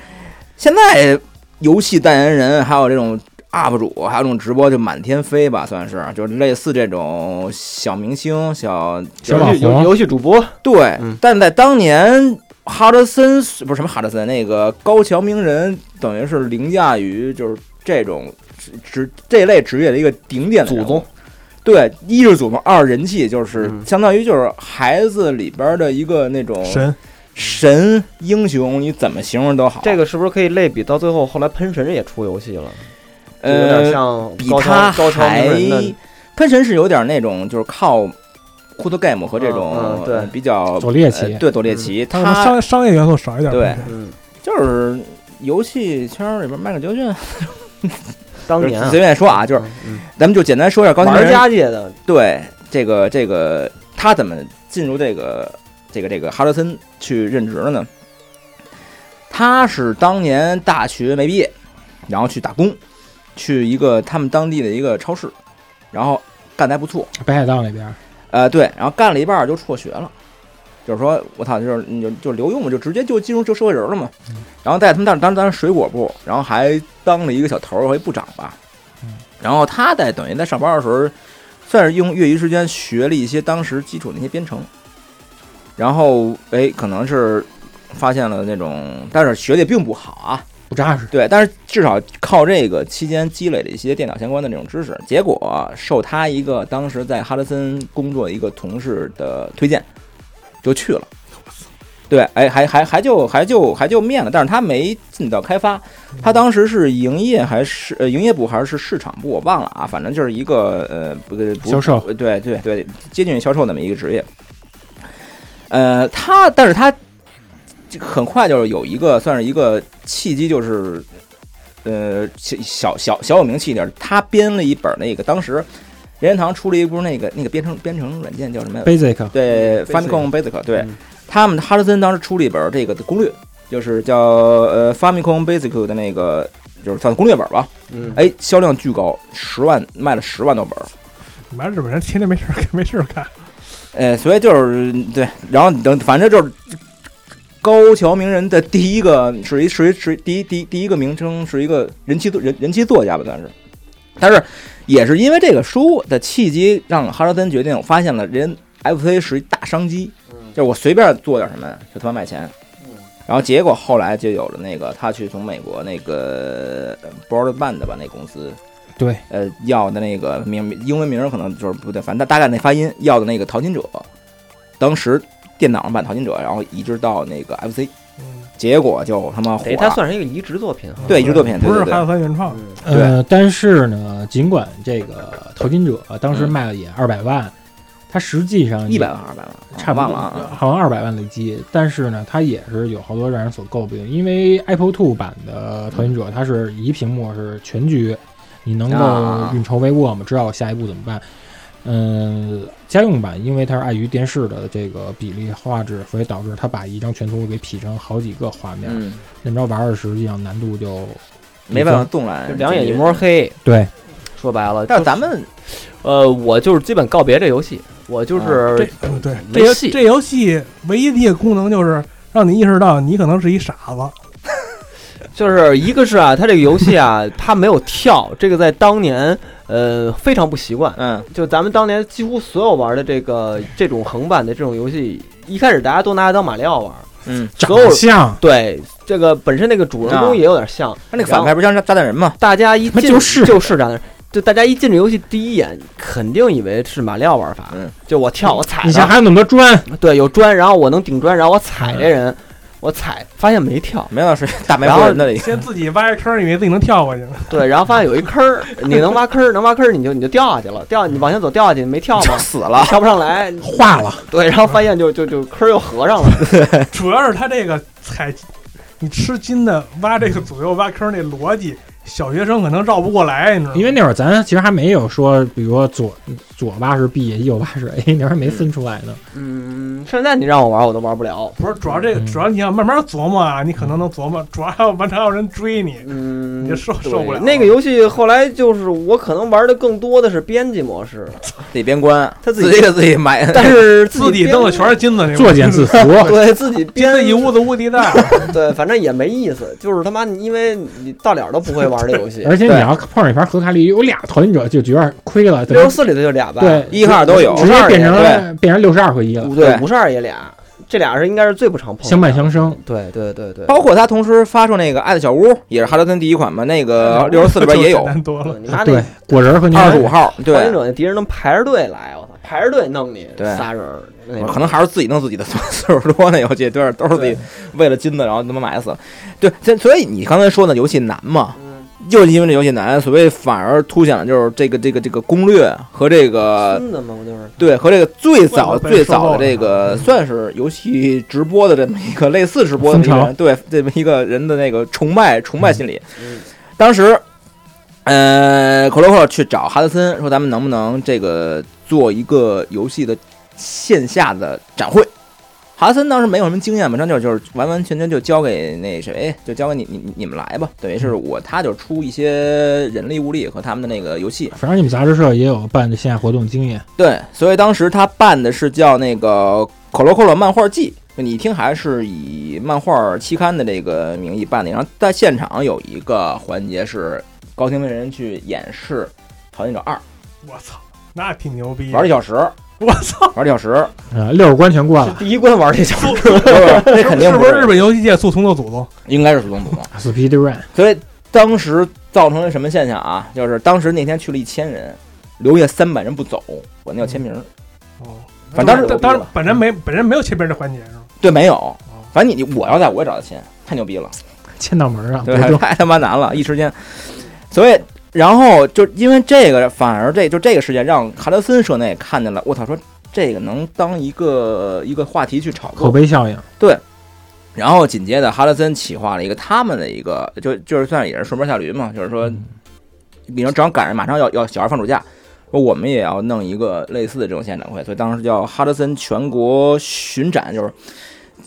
[SPEAKER 5] 现在游戏代言人还有这种 UP 主，还有这种直播就满天飞吧，算是就是类似这种小明星、小
[SPEAKER 3] 小
[SPEAKER 4] 游
[SPEAKER 3] 网
[SPEAKER 4] 戏游
[SPEAKER 3] 红啊
[SPEAKER 4] 游戏主播，
[SPEAKER 5] 对，
[SPEAKER 4] 嗯
[SPEAKER 5] 但在当年。哈德森不是什么哈德森，那个高桥名人等于是凌驾于就是这种职职这类职业的一个顶点的
[SPEAKER 4] 祖
[SPEAKER 5] 人物
[SPEAKER 4] 宗。
[SPEAKER 5] 对，一是祖宗，二是人气，就是
[SPEAKER 4] 嗯
[SPEAKER 5] 相当于就是孩子里边的一个那种
[SPEAKER 6] 神
[SPEAKER 5] 神英雄，你怎么形容都好。
[SPEAKER 4] 这个是不是可以类比到最后？后来喷神也出游戏了，就有点
[SPEAKER 5] 呃，
[SPEAKER 4] 像
[SPEAKER 5] 比
[SPEAKER 4] 高
[SPEAKER 5] 他
[SPEAKER 4] 桥高桥名
[SPEAKER 5] 还
[SPEAKER 4] 人的，
[SPEAKER 5] 喷神是有点那种就是靠 c o d game 和这种、
[SPEAKER 4] 嗯嗯对
[SPEAKER 5] 呃比较
[SPEAKER 3] 左列
[SPEAKER 5] 呃
[SPEAKER 3] 奇，
[SPEAKER 5] 对多猎奇，
[SPEAKER 6] 嗯他可能
[SPEAKER 5] 他
[SPEAKER 6] 商商业元素少一点。
[SPEAKER 5] 对
[SPEAKER 4] 嗯，
[SPEAKER 5] 就是游戏圈里边迈克尔杰克逊，
[SPEAKER 4] 当年
[SPEAKER 5] 就是
[SPEAKER 4] 啊
[SPEAKER 5] 随便说啊，就是
[SPEAKER 4] 嗯
[SPEAKER 5] 咱们就简单说一下高桥名
[SPEAKER 4] 玩
[SPEAKER 5] 人
[SPEAKER 4] 家界的，
[SPEAKER 5] 对这个这个他怎么进入这个这个这个哈德森去任职了呢？他是当年大学没毕业，然后去打工，去一个他们当地的一个超市，然后干得还不错，
[SPEAKER 3] 北海道那边，
[SPEAKER 5] 呃，对，然后干了一半儿就辍学了，就是说我操，就是你就就留用嘛，就直接就进入就社会人了嘛。然后在他们当当当水果部，然后还当了一个小头儿和一部长吧
[SPEAKER 3] 嗯。
[SPEAKER 5] 然后他在等于在上班的时候，算是用业余时间学了一些当时基础的一些编程，然后哎，可能是发现了那种，但是学的也并不好啊，
[SPEAKER 3] 不扎实，
[SPEAKER 5] 对，但是至少靠这个期间积累了一些电脑相关的这种知识，结果受他一个当时在哈德森工作的一个同事的推荐，就去了。对，哎，还还还就还就还就面了，但是他没进到开发，
[SPEAKER 3] 嗯
[SPEAKER 5] 他当时是营业还是呃营业部还是市场部，我忘了啊，反正就是一个呃不不
[SPEAKER 3] 销售
[SPEAKER 5] 呃对对对，接近于销售那么一个职业。呃，他但是他这个很快就是有一个算是一个契机，就是呃小小小小有名气一点，他编了一本那个当时任天堂出了一部那个那个编程编程软件叫什么呀？
[SPEAKER 3] ，Basic
[SPEAKER 5] 对
[SPEAKER 4] Basic
[SPEAKER 5] Famicom Basic，对
[SPEAKER 4] 嗯
[SPEAKER 5] 他们哈德森当时出了一本这个的攻略，就是叫呃 Famicom Basic 的那个。就是算攻略本吧，
[SPEAKER 4] 嗯，
[SPEAKER 5] 哎，销量巨高，十万卖了十万多本，
[SPEAKER 6] 你妈日本人天天没事儿干，没事儿干，
[SPEAKER 5] 呃，所以就是对，然后等反正就是高桥名人的第一个是一是一是一第一第一第一个名称是一个人气作人人气作家吧，算是，但是也是因为这个书的契机，让哈德森决定发现了人 FC 是一大商机，就是我随便做点什么就他妈卖钱。然后结果后来就有了那个他去从美国那个 Broadband 吧那公司，
[SPEAKER 3] 对，
[SPEAKER 5] 呃要的那个名英文名儿可能就是不对，反正大大概那发音要的那个《淘金者》，当时电脑上版《淘金者》，然后移植到那个 FC，
[SPEAKER 6] 嗯
[SPEAKER 5] 结果就他妈火
[SPEAKER 4] 哎，他
[SPEAKER 5] 了。
[SPEAKER 4] 算是一个移植作品哈，啊
[SPEAKER 5] 对，移植作品，对
[SPEAKER 6] 不是
[SPEAKER 5] 对
[SPEAKER 6] 哈
[SPEAKER 5] 对，
[SPEAKER 6] 德森原创。
[SPEAKER 4] 嗯
[SPEAKER 3] 呃，但是呢，尽管这个淘金者当时
[SPEAKER 5] 嗯
[SPEAKER 3] 卖了也二百万，它实际上
[SPEAKER 5] 一百万、二百万，
[SPEAKER 3] 差不
[SPEAKER 5] 忘
[SPEAKER 3] 多
[SPEAKER 5] 了啊。
[SPEAKER 3] 好像二百万累积，但是呢，它也是有好多让人所诟病，因为 Apple Two 版的《淘金者》，
[SPEAKER 5] 嗯
[SPEAKER 3] 它是一屏幕是全局，你能
[SPEAKER 5] 啊
[SPEAKER 3] 够运筹帷幄嘛，知道下一步怎么办。嗯，家用版因为它是碍于电视的这个比例画质，所以导致它把一张全图给劈成好几个画面，
[SPEAKER 5] 嗯
[SPEAKER 3] 那么着玩儿的实际上难度就
[SPEAKER 5] 没办法纵览，
[SPEAKER 4] 两眼一摸。黑。
[SPEAKER 3] 对，
[SPEAKER 4] 说白了，
[SPEAKER 5] 嗯但是咱们
[SPEAKER 4] 呃，我就是基本告别这游戏，我
[SPEAKER 5] 啊
[SPEAKER 4] 就是
[SPEAKER 6] 这嗯对这
[SPEAKER 4] 没
[SPEAKER 6] 游
[SPEAKER 4] 戏
[SPEAKER 6] 这游戏唯一的一个功能就是让你意识到你可能是一傻子，
[SPEAKER 4] 就是一个是啊，它这个游戏啊，它没有跳，这个在当年呃非常不习惯。
[SPEAKER 5] 嗯
[SPEAKER 4] 就咱们当年几乎所有玩的这个这种横版的这种游戏，一开始大家都拿它当马里奥玩，
[SPEAKER 5] 嗯，
[SPEAKER 3] 长
[SPEAKER 4] 所有
[SPEAKER 3] 相
[SPEAKER 4] 对这个本身那个主人
[SPEAKER 5] 啊
[SPEAKER 4] 公也有点像，
[SPEAKER 5] 他那个反派不是像炸炸弹人吗？
[SPEAKER 4] 大家一
[SPEAKER 3] 他妈
[SPEAKER 4] 进
[SPEAKER 3] 就是
[SPEAKER 4] 就是这样的。就大家一进这游戏，第一眼肯定以为是马里奥玩法，
[SPEAKER 5] 嗯
[SPEAKER 4] 就我跳我踩
[SPEAKER 3] 你像
[SPEAKER 4] 的，
[SPEAKER 3] 还有那么多砖，
[SPEAKER 4] 对，有砖，然后我能顶砖，然后我踩
[SPEAKER 5] 嗯
[SPEAKER 4] 这人，我踩，发现没跳，
[SPEAKER 5] 没有是大白
[SPEAKER 4] 然
[SPEAKER 5] 胡
[SPEAKER 4] 后
[SPEAKER 5] 人那里，
[SPEAKER 6] 先自己挖一坑，以为自己能跳过去，
[SPEAKER 4] 对，然后发现有一坑儿，你能挖坑儿，能挖坑儿你就你就掉下去了，掉你往前走掉下去，没跳
[SPEAKER 5] 就
[SPEAKER 4] 嘛，
[SPEAKER 5] 死了。
[SPEAKER 4] 跳不上来，
[SPEAKER 3] 化了，
[SPEAKER 4] 对，然后发现就就就坑儿又合上了，
[SPEAKER 6] [laughs] 主要是他这个踩，你吃金的挖这个左右挖坑那逻辑，小学生可能绕不过来，你知道吗？
[SPEAKER 3] 因为那会儿咱其实还没有说，比如说左左挖是 B，右挖是 A，那会儿没分出来呢。
[SPEAKER 4] 嗯，现在你让我玩我都玩不了，
[SPEAKER 6] 不是主要这个，
[SPEAKER 3] 嗯
[SPEAKER 6] 主要你要慢慢琢磨啊，你可能能琢磨，主要还有蛮常有人追你，
[SPEAKER 4] 嗯，
[SPEAKER 6] 你就受
[SPEAKER 4] 对
[SPEAKER 6] 受不了
[SPEAKER 4] 那个游戏后来就是我可能玩的更多的是编辑模式，
[SPEAKER 5] 自己边关，
[SPEAKER 4] 他自
[SPEAKER 5] 自
[SPEAKER 4] 己
[SPEAKER 5] 己给自己埋。
[SPEAKER 4] 但
[SPEAKER 6] [laughs]
[SPEAKER 4] 是
[SPEAKER 6] 自己
[SPEAKER 4] 己
[SPEAKER 6] 蹬的全是
[SPEAKER 4] 编
[SPEAKER 6] 金子
[SPEAKER 5] 嗯
[SPEAKER 6] 那种，
[SPEAKER 3] 作茧自缚，
[SPEAKER 4] 对自己编
[SPEAKER 6] [laughs] 编的一屋子无敌蛋，
[SPEAKER 4] 对，反正也没意思，就是他妈你因为你到了都不会玩这游戏，
[SPEAKER 3] [laughs] 而且你
[SPEAKER 5] [laughs] 对
[SPEAKER 3] 要碰上一盘核卡里有俩团队者，就觉得亏了，怎
[SPEAKER 4] 六
[SPEAKER 3] 么
[SPEAKER 4] 十四里头就俩吧，
[SPEAKER 3] 对
[SPEAKER 5] 一和二都有
[SPEAKER 3] 直接变成
[SPEAKER 5] 五十二
[SPEAKER 3] 了变成六十二合一了，
[SPEAKER 4] 五对
[SPEAKER 5] 对
[SPEAKER 4] 五十二也俩，这俩是应该是最不常碰的，
[SPEAKER 3] 相伴相生。
[SPEAKER 4] 对对对对，
[SPEAKER 5] [laughs] 包括他同时发售那个《爱的小屋》，也是哈德森第一款嘛，那
[SPEAKER 6] [laughs]
[SPEAKER 5] 个呃六十四里边也有
[SPEAKER 6] 就简单多了。
[SPEAKER 4] 你妈那
[SPEAKER 3] 啊对，果仁和牛
[SPEAKER 5] 二十五
[SPEAKER 3] 奶
[SPEAKER 5] 号，
[SPEAKER 4] 火影
[SPEAKER 5] 对，
[SPEAKER 4] 者那敌人能排着队来，我操，排着队弄你，
[SPEAKER 5] 对
[SPEAKER 4] 仨人儿那种，
[SPEAKER 5] 可能还是自己弄自己的， [laughs] 岁数多那游戏，对，都是自己为了金子，然后他妈埋死了。对，所所以你刚才说那游戏难嘛，
[SPEAKER 4] 嗯
[SPEAKER 5] 就是因为这游戏难，所谓反而凸显了就是这个这个这个攻略和这个
[SPEAKER 4] 真的吗？我就是
[SPEAKER 5] 对，和这个最早
[SPEAKER 6] 怪不得
[SPEAKER 5] 最
[SPEAKER 6] 被收购
[SPEAKER 5] 早的
[SPEAKER 6] 了嗯
[SPEAKER 5] 这个算是游戏直播的这么一个类似直播的一个
[SPEAKER 3] 风潮
[SPEAKER 5] 人，对这么一个人的那个崇拜崇拜心理。
[SPEAKER 4] 嗯
[SPEAKER 5] 当时，呃，克洛克去找哈德森说，咱们能不能这个做一个游戏的线下的展会？哈德森当时没有什么经验嘛，真就就是完完全全就交给那谁，就交给你你你你们来吧，等于是
[SPEAKER 6] 嗯
[SPEAKER 5] 我他就出一些人力物力和他们的那个游戏，
[SPEAKER 3] 反正你们杂志社也有办的线下活动经验，
[SPEAKER 5] 对，所以当时他办的是叫那个《可乐可乐漫画季》，就你一听还是以漫画期刊的这个名义办的。然后在现场有一个环节是高清为人去演示《淘金者二
[SPEAKER 6] 我操，那挺牛逼》，的！
[SPEAKER 5] 玩了一小时，玩
[SPEAKER 6] 我操，
[SPEAKER 5] 了一小时，
[SPEAKER 3] 呃，六十关全过
[SPEAKER 4] 是
[SPEAKER 3] 了，
[SPEAKER 4] 第一关玩这小
[SPEAKER 6] 速
[SPEAKER 5] 不是
[SPEAKER 6] [laughs]
[SPEAKER 5] 那肯定
[SPEAKER 6] 是
[SPEAKER 5] 不
[SPEAKER 6] 不是日
[SPEAKER 5] 是，
[SPEAKER 6] 本游戏界速通的祖宗？
[SPEAKER 5] 应该是苏东
[SPEAKER 6] [laughs]
[SPEAKER 5] 坡。
[SPEAKER 3] Speed Run，
[SPEAKER 5] 所以当时造成了什么现象啊？就是当时那天去了一千人，留下三百人不走，管他要签名。
[SPEAKER 6] 哦，
[SPEAKER 5] 反正当时
[SPEAKER 6] 当当时本人没本人没有切边这环节是吗？
[SPEAKER 5] 对，没有，反正你我要在我也找他签，太牛逼了。
[SPEAKER 3] 签到门儿啊，
[SPEAKER 5] 对
[SPEAKER 3] 多，重
[SPEAKER 5] [laughs] 太他妈难了，一时间。所以，然后就因为这个，反而这就这个事件让哈德森社内看见了，我操，说这个能当一个一个话题去炒
[SPEAKER 3] 口
[SPEAKER 5] 作。
[SPEAKER 3] 碑效应。
[SPEAKER 5] 然后紧接着，哈德森企划了一个他们的一个，就就是算也是顺坡下驴嘛，就是说，
[SPEAKER 3] 嗯
[SPEAKER 5] 你说正好赶上马上要要小孩放暑假，说我们也要弄一个类似的这种现场展会，所以当时叫哈德森全国巡展，就是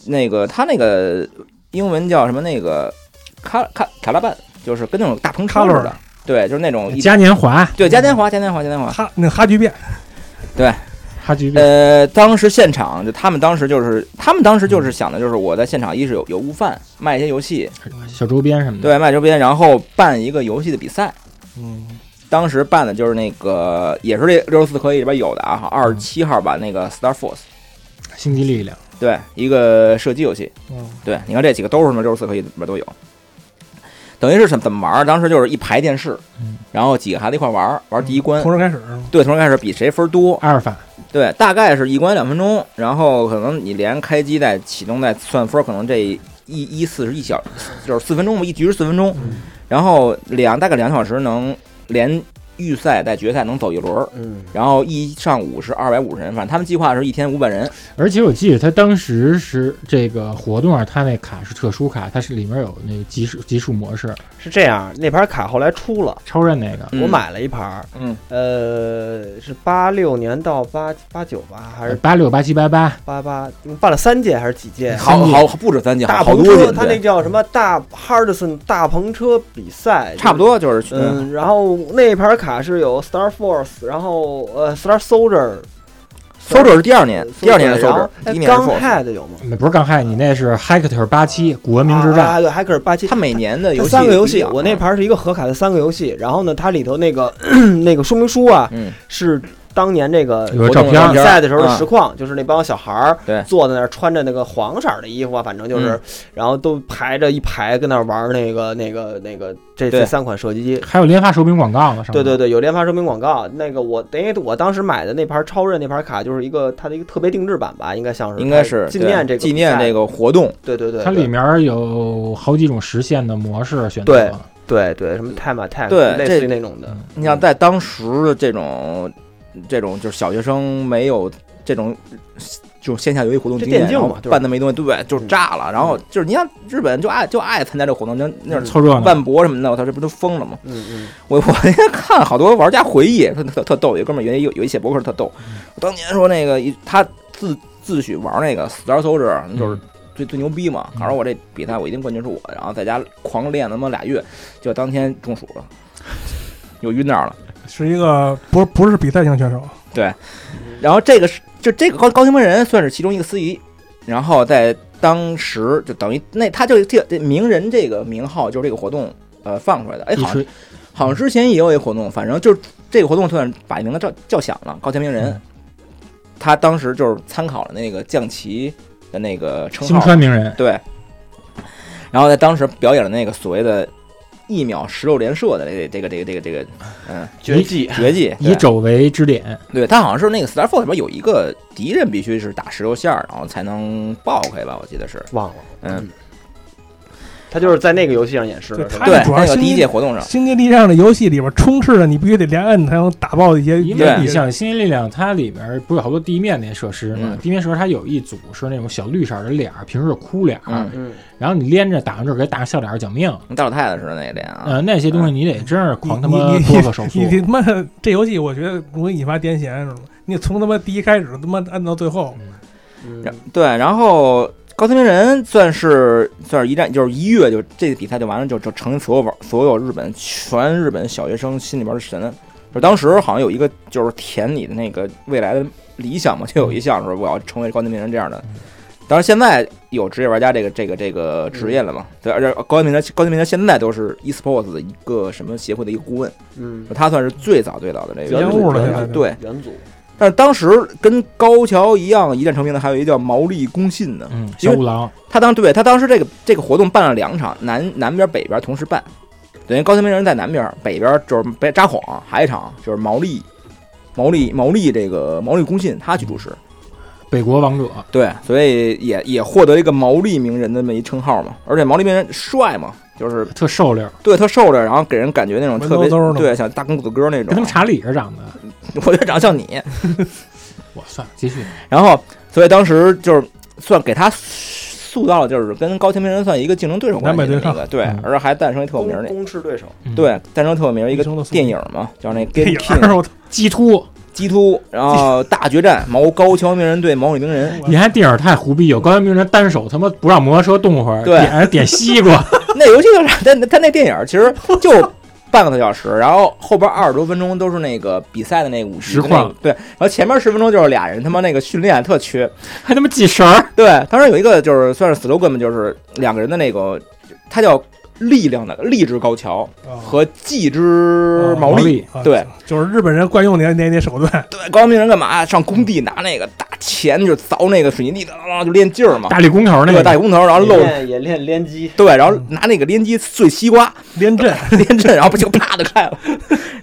[SPEAKER 5] 那个他那个英文叫什么那个卡卡卡拉办，就是跟那种大篷车似
[SPEAKER 6] Color
[SPEAKER 5] 的，对，就是那种一
[SPEAKER 3] 嗯嘉年华，
[SPEAKER 5] 对嘉年华嘉年华嘉年华，
[SPEAKER 6] 哈，那哈局变，
[SPEAKER 3] 哈局变
[SPEAKER 5] 呃，当时现场就他们当时就是他们当时就是想的就是我在现场一是有有悟饭卖一些游戏，
[SPEAKER 3] 小周边什么的，
[SPEAKER 5] 对，卖周边，然后办一个游戏的比赛。
[SPEAKER 6] 嗯，
[SPEAKER 5] 当时办的就是那个，也是这六十四合一里边有的啊，二十七号吧，那个 Star Force，
[SPEAKER 3] 星际力量，
[SPEAKER 5] 对，一个射击游戏，
[SPEAKER 6] 嗯，
[SPEAKER 5] 对，你看这几个都是什么六十四合一里边都有，等于是怎么怎么玩儿？当时就是一排电视
[SPEAKER 3] 嗯，
[SPEAKER 5] 然后几个孩子一块玩儿，玩第一关，
[SPEAKER 6] 从这开始是吗？
[SPEAKER 5] 对，从这开始比谁分儿多，
[SPEAKER 3] 阿尔法，
[SPEAKER 5] 对，大概是一关两分钟，然后可能你连开机带启动带算分儿，可能这一一四是一小，就是四分钟吧，一局是四分钟，然后两大概两小时能连预赛带决赛能走一轮儿，
[SPEAKER 4] 嗯，
[SPEAKER 5] 然后一上午是二百五十人，反正他们计划是一天五百人，
[SPEAKER 3] 而且我记得他当时是这个活动啊上，他那卡是特殊卡，它是里面有那个级数级数模式，
[SPEAKER 4] 是这样，那盘卡后来出了，
[SPEAKER 3] 超任那个
[SPEAKER 4] 我买了一盘，
[SPEAKER 5] 嗯，
[SPEAKER 4] 呃，是八六年到八八九吧，还
[SPEAKER 5] 哎
[SPEAKER 4] 是
[SPEAKER 3] 八六八七八八，
[SPEAKER 4] 八八？嗯办了三届还是几届？啊
[SPEAKER 5] 好
[SPEAKER 3] 三届
[SPEAKER 5] 好不止三届，
[SPEAKER 4] 大
[SPEAKER 5] 好
[SPEAKER 4] 篷
[SPEAKER 5] 多
[SPEAKER 4] 车，
[SPEAKER 5] 届，
[SPEAKER 4] 他那叫什么大 Hardison 大篷车比赛，
[SPEAKER 5] 差不。多就是嗯
[SPEAKER 4] 嗯，然后那盘卡是有 Star Force，然后呃 Star Soldier，
[SPEAKER 5] 搜者是第二年，第二年是搜
[SPEAKER 4] 然后
[SPEAKER 5] 者，
[SPEAKER 4] 哎
[SPEAKER 5] 第一年是
[SPEAKER 4] 刚
[SPEAKER 5] 搜者。
[SPEAKER 4] Head 有吗？
[SPEAKER 3] 那不是刚害你那是 Hector 八七古文明之
[SPEAKER 4] 啊
[SPEAKER 3] 战，
[SPEAKER 4] 啊对，还可是八七。
[SPEAKER 5] 他每年的
[SPEAKER 4] 它
[SPEAKER 5] 游戏嗯
[SPEAKER 4] 三个游
[SPEAKER 5] 不一
[SPEAKER 4] 戏，
[SPEAKER 5] 样啊
[SPEAKER 4] 我那盘是一个盒卡的三个游戏，然后呢，它里头那个 [clears throat] 那个说明书啊，
[SPEAKER 5] 嗯
[SPEAKER 4] 是当年这个
[SPEAKER 3] 有照片儿
[SPEAKER 4] 比赛的时候的
[SPEAKER 5] 嗯
[SPEAKER 4] 实况，就是那帮小孩儿
[SPEAKER 5] 对
[SPEAKER 4] 坐在那儿穿着那个黄色儿的衣服啊，反正就是
[SPEAKER 5] 嗯，
[SPEAKER 4] 然后都排着一排跟那儿玩儿那个那个那个这这
[SPEAKER 5] 对
[SPEAKER 4] 三款射击机。
[SPEAKER 3] 还有连发手柄广告呢，上
[SPEAKER 4] 对
[SPEAKER 3] 面
[SPEAKER 4] 对对，有连发说明广告。那个我等于我当时买的那盘超任那盘卡，就是一个它的一个特别定制版吧，应该像是
[SPEAKER 5] 应该是
[SPEAKER 4] 纪念这
[SPEAKER 5] 对
[SPEAKER 4] 个
[SPEAKER 5] 纪念这
[SPEAKER 4] 个，
[SPEAKER 5] 个活动，
[SPEAKER 4] 对对对，
[SPEAKER 3] 它
[SPEAKER 4] 对
[SPEAKER 3] 里面有好几种实现的模式选择，
[SPEAKER 4] 对对对什么 time attack，
[SPEAKER 5] 对
[SPEAKER 4] 类
[SPEAKER 5] 这
[SPEAKER 4] 似于那种的，
[SPEAKER 5] 你想在当时的这种这种就是小学生没有这种就线下游戏活动经
[SPEAKER 4] 这
[SPEAKER 5] 验，
[SPEAKER 4] 电竞
[SPEAKER 5] 然
[SPEAKER 4] 嘛
[SPEAKER 5] 后
[SPEAKER 4] 对吧嗯
[SPEAKER 5] 办那么一东西，对，就炸了。然后就是你像日本就爱就爱参加这活动，那那
[SPEAKER 4] 嗯
[SPEAKER 5] 是
[SPEAKER 3] 凑热闹。
[SPEAKER 5] 万博什么的，我操，这不都疯了吗？
[SPEAKER 4] 嗯嗯。
[SPEAKER 5] 我 [laughs] 我那天看好多玩家回忆，特特特逗，有哥们儿原来有有一写博客特逗，
[SPEAKER 3] 嗯
[SPEAKER 5] 我当年说那个一他自自诩玩那个 Star Soldier 就是最最牛逼嘛，
[SPEAKER 3] 嗯
[SPEAKER 5] 他说我这比赛我一定冠军是我的，然后在家狂练他妈俩月，就当天中暑了，又晕那儿了。
[SPEAKER 6] 是一个不是不是比赛型选手，
[SPEAKER 3] 嗯
[SPEAKER 5] 然后这个是就这个高高清真人算是其中一个司仪，然后在当时就等于那他就这这名人这个名号就是这个活动呃放出来的，哎
[SPEAKER 3] 一
[SPEAKER 5] 好像
[SPEAKER 3] 吹
[SPEAKER 5] 好像之前也有一活动，反正就是这个活动算是把名字叫叫响了，高桥名人，
[SPEAKER 3] 嗯
[SPEAKER 5] 他当时就是参考了那个降旗的那个称
[SPEAKER 3] 星
[SPEAKER 5] 号，
[SPEAKER 3] 川名人，
[SPEAKER 5] 对，然后在当时表演了那个所谓的一秒十六连射的这个这个这个这个这个
[SPEAKER 6] [laughs]
[SPEAKER 5] 嗯
[SPEAKER 4] 绝技，
[SPEAKER 5] 绝技，
[SPEAKER 3] 以
[SPEAKER 5] 对
[SPEAKER 3] 肘为支点，
[SPEAKER 5] 对他好像是那个 Star Force 里边有一个敌人必须是打十六下儿，然后才能爆开吧，我记得是，
[SPEAKER 4] 忘了，
[SPEAKER 5] 嗯，
[SPEAKER 4] 他就是在那个游戏上演示的，
[SPEAKER 6] 对
[SPEAKER 4] 是吧
[SPEAKER 6] 他
[SPEAKER 5] 对，
[SPEAKER 6] 主要
[SPEAKER 5] 那个
[SPEAKER 6] 是
[SPEAKER 5] 第一
[SPEAKER 6] 因
[SPEAKER 5] 届活动上
[SPEAKER 6] 《星际力量》的游戏里边充斥着你必须得连摁才能打爆一些
[SPEAKER 3] 因
[SPEAKER 6] 敌
[SPEAKER 3] 为
[SPEAKER 5] 对
[SPEAKER 3] 你
[SPEAKER 6] 人。
[SPEAKER 3] 像新力量，它里面不是有好多地面那设施嘛？
[SPEAKER 5] 嗯
[SPEAKER 3] 地面设施它有一组是那种小绿色的脸儿，平时是哭脸儿，
[SPEAKER 5] 嗯
[SPEAKER 4] 嗯，
[SPEAKER 3] 然后你连着打完之后给打个笑脸儿，讲命。
[SPEAKER 6] 啊
[SPEAKER 5] 跟大老太太似的那个脸啊，
[SPEAKER 3] 呃，那些东西你得真是狂他
[SPEAKER 6] 你
[SPEAKER 3] 妈
[SPEAKER 6] 你
[SPEAKER 3] 多个手速
[SPEAKER 6] 你，他妈这游戏，我觉得容易引发癫痫，是吗？你从他妈第一开始他妈按到最后，
[SPEAKER 4] 嗯
[SPEAKER 5] 然对，然后高清人算是算是一战，就是一月就这个比赛就完了，就就成为所有玩所有日本全日本小学生心里边的神。就当时好像有一个就是填你的那个未来的理想嘛，就有一项说我要成为高清人这样的。当然，现在有职业玩家这个这个这个职业了嘛？对，而且高清人高清人现在都是 esports 的一个什么协会的一个顾问，
[SPEAKER 4] 嗯，
[SPEAKER 5] 他算是最早最早的这
[SPEAKER 4] 吉祥
[SPEAKER 5] 个
[SPEAKER 4] 物了
[SPEAKER 6] 现在
[SPEAKER 5] 对，
[SPEAKER 4] 元祖，
[SPEAKER 5] 但是当时跟高桥一样一战成名的，还有一个叫毛利公信的，
[SPEAKER 3] 嗯，
[SPEAKER 5] 因
[SPEAKER 3] 小
[SPEAKER 5] 为
[SPEAKER 3] 五郎，
[SPEAKER 5] 他当对他当时这个这个活动办了两场，南南边北边同时办，等于高桥名人在南边，北边就是北札幌，还一场就是毛利，毛利毛利这个毛利公信他去主持，
[SPEAKER 3] 北国王者，
[SPEAKER 5] 对，所以也也获得一个毛利名人的那么一称号嘛，而且毛利名人帅嘛，就是
[SPEAKER 3] 特瘦溜儿，
[SPEAKER 5] 对他瘦着，然后给人感觉那种特别
[SPEAKER 6] 文绉绉的
[SPEAKER 5] 对像大公子哥那
[SPEAKER 3] 跟他
[SPEAKER 5] 种
[SPEAKER 3] 们，查理似的长得。
[SPEAKER 5] 我觉得长得像你，
[SPEAKER 3] 我算了，继续。
[SPEAKER 5] 然后，所以当时就是算给他塑造了，就是跟高清名人算一个竞争对手关系的那
[SPEAKER 6] 南
[SPEAKER 5] 个，对
[SPEAKER 3] 嗯，
[SPEAKER 5] 而还诞生一特有名的，
[SPEAKER 4] 公式对手，
[SPEAKER 3] 嗯，
[SPEAKER 5] 对，诞生特有名一
[SPEAKER 6] 一
[SPEAKER 5] 个
[SPEAKER 6] 生的宿
[SPEAKER 5] 电
[SPEAKER 6] 命
[SPEAKER 5] 影嘛，叫那《
[SPEAKER 6] 电
[SPEAKER 5] Game
[SPEAKER 6] 影
[SPEAKER 5] King》
[SPEAKER 6] 儿，我操！
[SPEAKER 3] 鸡突，
[SPEAKER 5] 鸡突，然后大决战毛高桥名人对毛利名人，
[SPEAKER 3] 你看电影太胡逼，有高原名人单手他妈不让摩托车动会儿，
[SPEAKER 5] 对
[SPEAKER 3] 点点西瓜，
[SPEAKER 5] 那游戏就是 [laughs] 他他那电影其实就半个多小时，然后后边二十多分钟都是那个比赛的那个舞
[SPEAKER 3] 实
[SPEAKER 5] 那个
[SPEAKER 3] 况
[SPEAKER 5] 对，然后前面十分钟就是俩人他妈那个训练特缺，
[SPEAKER 3] 还他妈系绳儿，
[SPEAKER 5] 对，当时有一个就是算是 slogan 嘛，就是两个人的那个，他叫力量的力之高桥
[SPEAKER 6] 啊
[SPEAKER 5] 和技之
[SPEAKER 3] 毛
[SPEAKER 5] 毛利。，
[SPEAKER 6] 啊
[SPEAKER 5] 对，
[SPEAKER 6] 就是日本人惯用的那那手段，
[SPEAKER 5] 对，高桥名人干嘛？上工地拿那个大钳，就凿那个水泥地，当当当就练劲儿嘛。
[SPEAKER 3] 大力工头那
[SPEAKER 5] 对，
[SPEAKER 3] 个
[SPEAKER 5] 大铁工头，然后
[SPEAKER 4] 也
[SPEAKER 5] 露
[SPEAKER 4] 练也练连击，
[SPEAKER 5] 对，然后拿那个连击碎西瓜，
[SPEAKER 6] 连阵，
[SPEAKER 5] 连阵，然后不就啪就开了。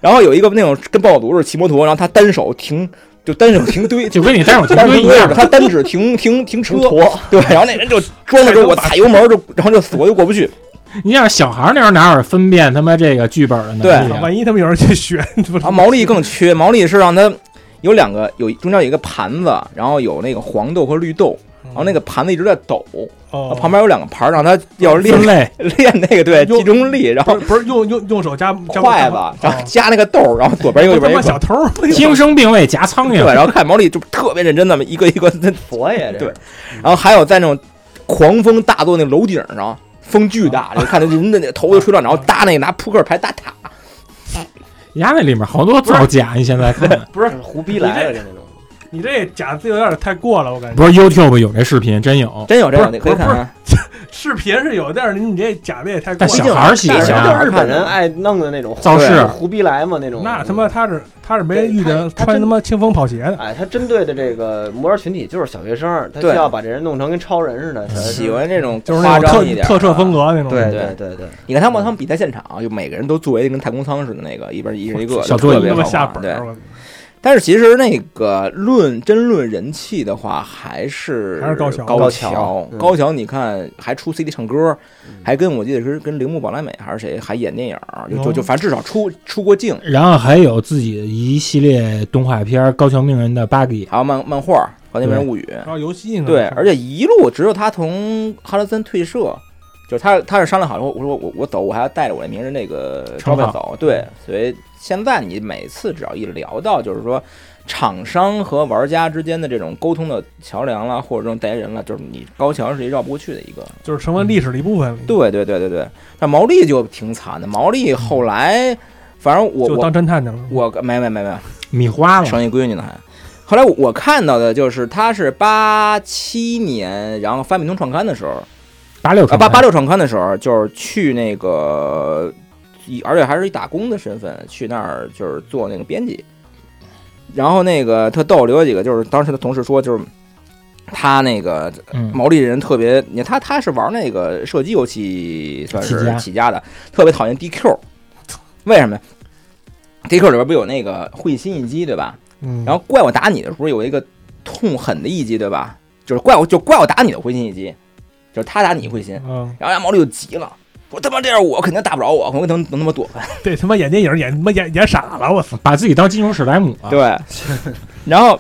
[SPEAKER 5] 然后有一个那种跟暴走族似的骑摩托，然后他单手停，就单手停堆，
[SPEAKER 3] 就跟你单手停
[SPEAKER 5] 单手
[SPEAKER 3] 车一
[SPEAKER 5] 停堆
[SPEAKER 3] 样
[SPEAKER 5] 似的，他单指停停停车
[SPEAKER 4] 停，驼
[SPEAKER 5] 对，然后那人就装着说我踩油门儿就，然后就死活就过不去。
[SPEAKER 3] [laughs] 你想小孩儿那时候哪有分辨他妈这个剧本的能力、
[SPEAKER 5] 对
[SPEAKER 3] 啊？
[SPEAKER 6] 万一他们有人去学，不
[SPEAKER 5] 然后毛利更缺，毛利是让它有两个，有中间有一个盘子，然后有那个黄豆和绿豆，然后那个盘子一直在抖，然后
[SPEAKER 6] 嗯哦，
[SPEAKER 5] 旁边有两个盘儿，让它要练
[SPEAKER 3] 分类，
[SPEAKER 5] 练那个对
[SPEAKER 6] 用
[SPEAKER 5] 集中力，然
[SPEAKER 6] 不
[SPEAKER 5] 后
[SPEAKER 6] 是不是用用用手加加
[SPEAKER 5] 筷子，
[SPEAKER 6] 啊
[SPEAKER 5] 然后加那个豆儿，然后左边右
[SPEAKER 6] 又他
[SPEAKER 5] 边一
[SPEAKER 6] 妈
[SPEAKER 5] 个
[SPEAKER 6] 小偷儿，
[SPEAKER 3] 听声辨位夹苍
[SPEAKER 5] 对，
[SPEAKER 3] 蝇，
[SPEAKER 5] 然后看毛利就特别认真，那么一个一个的
[SPEAKER 4] 佛爷
[SPEAKER 5] 对，然后还有在那种狂风大作那楼顶上，风巨大，你看那人的那头都吹乱，然后搭那个拿扑克牌搭塔，
[SPEAKER 3] 牙那里面好多造假，你现在看看。
[SPEAKER 6] 不是
[SPEAKER 4] 胡逼来了这那种。
[SPEAKER 6] 你这假字有点太过了，我感觉。
[SPEAKER 3] 不是 YouTube 有这视频，真有，
[SPEAKER 5] 真有这
[SPEAKER 6] 不
[SPEAKER 5] 样
[SPEAKER 6] 是
[SPEAKER 5] 的，可以
[SPEAKER 6] 不是
[SPEAKER 5] 看看。
[SPEAKER 6] 视频是有，但是你这假的也太过
[SPEAKER 3] 但
[SPEAKER 6] 了。
[SPEAKER 3] 小孩儿喜
[SPEAKER 4] 但
[SPEAKER 5] 对
[SPEAKER 4] 是
[SPEAKER 5] 小
[SPEAKER 3] 欢啊
[SPEAKER 5] 孩
[SPEAKER 4] 就是日本人爱弄的那种
[SPEAKER 3] 造势
[SPEAKER 5] 对，
[SPEAKER 4] 胡逼来嘛那种。
[SPEAKER 6] 那
[SPEAKER 5] 嗯
[SPEAKER 6] 他妈他是他是没
[SPEAKER 4] 对
[SPEAKER 6] 遇见
[SPEAKER 4] 他他
[SPEAKER 6] 穿
[SPEAKER 4] 真
[SPEAKER 6] 他妈清风跑鞋的，
[SPEAKER 4] 哎，他针对的这个目标群体就是小学生，他需
[SPEAKER 5] 对嗯
[SPEAKER 4] 要把这人弄成跟超人似的。小学生
[SPEAKER 5] 喜欢这种
[SPEAKER 6] 就是
[SPEAKER 5] 夸
[SPEAKER 6] 那种
[SPEAKER 5] 张一点
[SPEAKER 6] 特
[SPEAKER 5] 的
[SPEAKER 6] 特摄风。格那种。
[SPEAKER 4] 对
[SPEAKER 5] 对
[SPEAKER 4] 对对对，
[SPEAKER 5] 你看他们他们比赛现场，啊就每个人都坐一个跟太空舱似的那个，一边一人一个，
[SPEAKER 3] 小
[SPEAKER 5] 就特
[SPEAKER 3] 座椅
[SPEAKER 5] 别好
[SPEAKER 6] 那么
[SPEAKER 5] 玩
[SPEAKER 6] 下本
[SPEAKER 5] 对
[SPEAKER 6] 儿，，我
[SPEAKER 5] 但是其实那个论真论人气的话，还是
[SPEAKER 6] 还是高桥
[SPEAKER 5] 高
[SPEAKER 4] 高
[SPEAKER 5] 桥
[SPEAKER 4] 桥嗯
[SPEAKER 5] 高桥你看还出 CD 唱歌
[SPEAKER 4] 嗯，
[SPEAKER 5] 还跟我记得是跟铃木保奈美还是谁还演电影儿，就就
[SPEAKER 6] 哦
[SPEAKER 5] 就反正至少出出过镜，
[SPEAKER 3] 然后还有自己的一系列动画片《高桥名人的 Buggy》，
[SPEAKER 5] 还有漫漫画《环球名人物语》
[SPEAKER 6] 然后游戏呢？
[SPEAKER 5] 对，而且一路只有他从哈德森退社，就是他他是商量好了，我说我我走，我还要带着我的名人那个
[SPEAKER 3] 称
[SPEAKER 5] 招牌
[SPEAKER 3] 号
[SPEAKER 5] 走。对，所以现在你每次只要一聊到就是说厂商和玩家之间的这种沟通的桥梁了，或者这种代言人了，就是你高桥是一绕不过去的一个。
[SPEAKER 6] 就是成为历史的一部分了。
[SPEAKER 5] 对对对对对，但毛利就挺惨的，毛利后来反正我
[SPEAKER 6] 就
[SPEAKER 5] 我
[SPEAKER 6] 当侦探去了。
[SPEAKER 5] 我没没没没。
[SPEAKER 3] 米花了，
[SPEAKER 5] 生一闺女呢还。后来我我看到的就是，他是八七年，然后翻米通创刊的时候，
[SPEAKER 3] 八六
[SPEAKER 5] 啊八八六创刊的时候，就是去那个，以而且还是以打工的身份去那儿，就是做那个编辑。然后那个特逗，留有几个就是当时的同事说，就是他那个
[SPEAKER 3] 嗯，
[SPEAKER 5] 毛利人特别，你看他他是玩那个射击游戏算
[SPEAKER 3] 起
[SPEAKER 5] 是
[SPEAKER 3] 家
[SPEAKER 5] 起家的，特别讨厌 DQ，为什么呀？DQ 里边不有那个会心一击对吧？
[SPEAKER 6] 嗯，
[SPEAKER 5] 然后怪我打你的时候有一个痛狠的一击，对吧？就是怪我就怪我打你的会心一击，就是他打你会心，
[SPEAKER 6] 嗯，
[SPEAKER 5] 然后让毛利就急了，我他妈这样我肯定打不着我，我能能他妈躲开。
[SPEAKER 6] 这他妈演电影演他妈演演傻了，我操！
[SPEAKER 3] 嗯把自己当金融史莱姆
[SPEAKER 4] 啊
[SPEAKER 3] 啊了，
[SPEAKER 5] 对，
[SPEAKER 4] [laughs]
[SPEAKER 5] 然后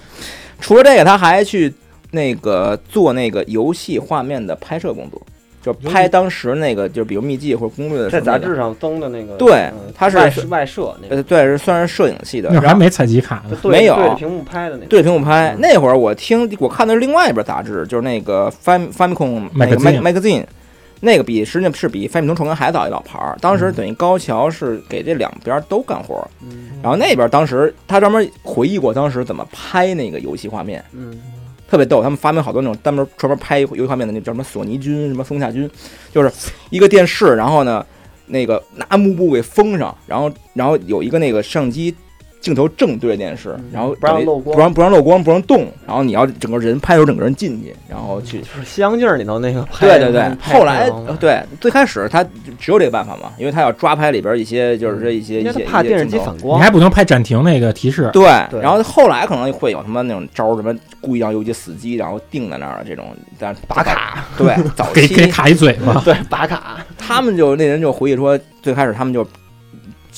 [SPEAKER 5] 除了这个，他还去那个做那个游戏画面的拍摄工作，就是拍当时那个就是比如秘籍或者攻略的
[SPEAKER 4] 在
[SPEAKER 5] 时候
[SPEAKER 4] 杂
[SPEAKER 5] 那个
[SPEAKER 4] 志上登的那个，
[SPEAKER 5] 对
[SPEAKER 4] 嗯
[SPEAKER 5] 他是
[SPEAKER 4] 外外设那个，
[SPEAKER 5] 呃对是算是摄影系的，
[SPEAKER 3] 那会儿
[SPEAKER 5] 然
[SPEAKER 3] 还
[SPEAKER 5] 后
[SPEAKER 3] 没采集卡
[SPEAKER 4] 就
[SPEAKER 3] 呢，
[SPEAKER 4] 对
[SPEAKER 5] 呃没有
[SPEAKER 4] 对着屏幕拍的那个，
[SPEAKER 5] 对着屏幕拍
[SPEAKER 4] 嗯。
[SPEAKER 5] 那会儿我听我看的是另外一本杂志，就是那个 Fam Famicom 那个
[SPEAKER 3] Magazine
[SPEAKER 5] Mag- Magazine，那个比实际上是比 Famicom 创刊还早一老牌儿。当时
[SPEAKER 3] 嗯
[SPEAKER 5] 等于高桥是给这两边都干活儿，
[SPEAKER 4] 嗯
[SPEAKER 5] 然后那边当时他专门回忆过当时怎么拍那个游戏画面，
[SPEAKER 4] 嗯，
[SPEAKER 5] 特别逗。他们发明好多那种专门专门拍游戏画面的那叫什么索尼军什么松下军，就是一个电视，然后呢那个拿幕布给封上，然后然后有一个那个相机。镜头正对着电视
[SPEAKER 4] 嗯，
[SPEAKER 5] 然后
[SPEAKER 4] 不让
[SPEAKER 5] 等于
[SPEAKER 4] 漏光
[SPEAKER 5] 不让不让漏光，不让动，然后你要整个人拍出整个人进去，然后去。
[SPEAKER 4] 就是西洋镜儿里头那个拍
[SPEAKER 5] 对
[SPEAKER 4] 的，
[SPEAKER 5] 对对，
[SPEAKER 4] 拍
[SPEAKER 5] 后来呃
[SPEAKER 4] 拍王嘛
[SPEAKER 5] 对最开始他只有这个办法嘛，因为他要抓拍里边一些就是这一些
[SPEAKER 4] 因
[SPEAKER 5] 一
[SPEAKER 4] 为他
[SPEAKER 5] 些
[SPEAKER 4] 怕
[SPEAKER 5] 一些
[SPEAKER 4] 电视机
[SPEAKER 5] 镜头
[SPEAKER 4] 反
[SPEAKER 3] 你
[SPEAKER 4] 光，
[SPEAKER 3] 还不能拍暂停那个提示，
[SPEAKER 5] 对，
[SPEAKER 4] 对
[SPEAKER 5] 然后后来可能会有他妈那种招儿，什么故意让游击死机，然后定在那儿这种，但打卡，对，早
[SPEAKER 3] 给给
[SPEAKER 5] 期
[SPEAKER 3] 卡一嘴巴，
[SPEAKER 4] 对拔卡，
[SPEAKER 5] 他们就那人就回忆说，最开始他们就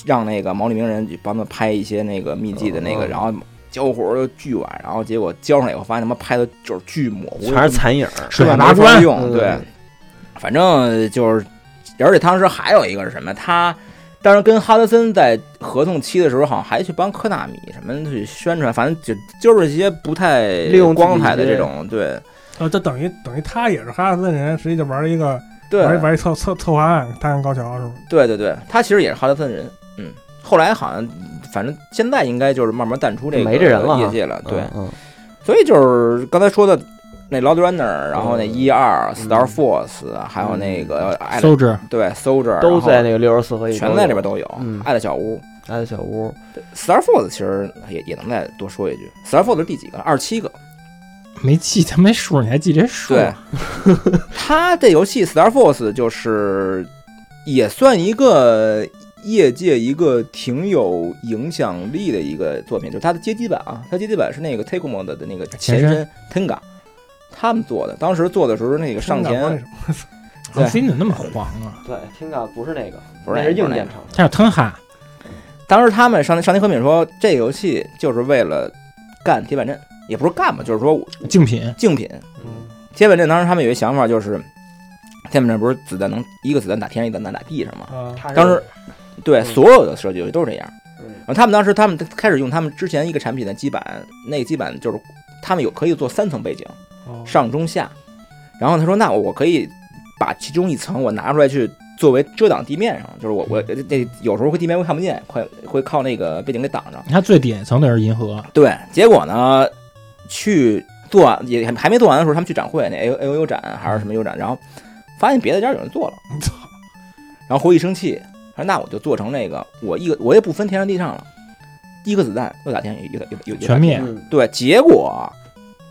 [SPEAKER 5] 让那个毛利名人帮他们拍一些那个秘籍的那个，
[SPEAKER 4] 嗯嗯
[SPEAKER 5] 然后交活儿就巨晚，然后结果交上以后发现他妈拍的就是巨模糊，
[SPEAKER 4] 全是残影儿，
[SPEAKER 3] 水
[SPEAKER 5] 根本
[SPEAKER 3] 拔
[SPEAKER 5] 没法
[SPEAKER 3] 关，
[SPEAKER 4] 嗯
[SPEAKER 5] 用，嗯对，反正就是，而且当时还有一个是什么，他当时跟哈德森在合同期的时候，好像还去帮科纳米什么去宣传，反正就就是一些不太
[SPEAKER 4] 利用自己
[SPEAKER 5] 光彩的
[SPEAKER 4] 的
[SPEAKER 5] 这种，对
[SPEAKER 6] 呃，这等于等于他也是哈德森人，实际就玩一个
[SPEAKER 5] 对
[SPEAKER 6] 玩一玩一策策策划案，他跟高桥是吧？
[SPEAKER 5] 对对对，他其实也是哈德森人，嗯，后来好像反正现在应该就是慢慢淡出这个
[SPEAKER 4] 没这人了哈
[SPEAKER 5] 业界了，对，
[SPEAKER 4] 嗯，
[SPEAKER 5] 所以就是刚才说的。那 Lord Runner，然后那
[SPEAKER 4] 嗯
[SPEAKER 5] 一二
[SPEAKER 4] 嗯
[SPEAKER 5] Star Force，还有那个艾
[SPEAKER 3] 搜着
[SPEAKER 5] 对 Soldier，
[SPEAKER 4] 嗯都在那个六十四合一，
[SPEAKER 5] 全在里边都有
[SPEAKER 4] 嗯。
[SPEAKER 5] 爱的小屋
[SPEAKER 4] 挨的小屋，
[SPEAKER 5] ，Star Fox 其实也也能再多说一句，Star Fox 是第几个？二十七个。
[SPEAKER 3] 没记他没数，你还记这数？啊
[SPEAKER 5] 对，它这游戏 Star Fox 就是也算一个业界一个挺有影响力的一个作品，就是它的街机版啊，它街机版是那个 t a k e m o 的的那个
[SPEAKER 3] 前
[SPEAKER 5] 前
[SPEAKER 3] 身
[SPEAKER 5] 身 Tenga。他们做的，当时做的时候，那个上
[SPEAKER 6] 生长关
[SPEAKER 5] 前
[SPEAKER 6] 系什么
[SPEAKER 5] 对
[SPEAKER 3] 飞怎么那么黄啊？
[SPEAKER 4] 对，Tinga 不是那个，
[SPEAKER 5] 不是
[SPEAKER 4] 那是
[SPEAKER 5] 那个
[SPEAKER 4] 硬
[SPEAKER 5] 不是那
[SPEAKER 4] 件
[SPEAKER 5] 个
[SPEAKER 4] 厂商。
[SPEAKER 3] 它叫汤哈，
[SPEAKER 5] 当时他们上上天和敏说，这个游戏就是为了干铁板阵，也不是干吧，就是说
[SPEAKER 3] 竞品。
[SPEAKER 5] 竞品。
[SPEAKER 4] 嗯
[SPEAKER 5] 铁板阵当时他们有一想法，就是铁板阵不是子弹能一个子弹打天上，一个子弹打地上吗？
[SPEAKER 6] 啊，
[SPEAKER 4] 它是
[SPEAKER 5] 当时对
[SPEAKER 4] 嗯
[SPEAKER 5] 所有的设计游戏都是这样。
[SPEAKER 4] 嗯
[SPEAKER 5] 然后他们当时他们开始用他们之前一个产品的基板，那个基板就是他们有可以做三层背景，
[SPEAKER 6] 哦
[SPEAKER 5] 上中下。然后他说，那我可以把其中一层我拿出来去作为遮挡地面上，就是我我那有时候会地面会看不见，会会靠那个背景给挡着。
[SPEAKER 3] 它最底层的是银河，
[SPEAKER 5] 对，结果呢，去做完也还没做完的时候，他们去展会，那 A A O U 展还是什么 U 展，然后发现别的家有人做了，然后胡一生气，他说那我就做成那个，我一个我也不分天上地上了，一个子弹又打天又又又又
[SPEAKER 3] 全。灭。
[SPEAKER 4] 嗯，
[SPEAKER 5] 对，结果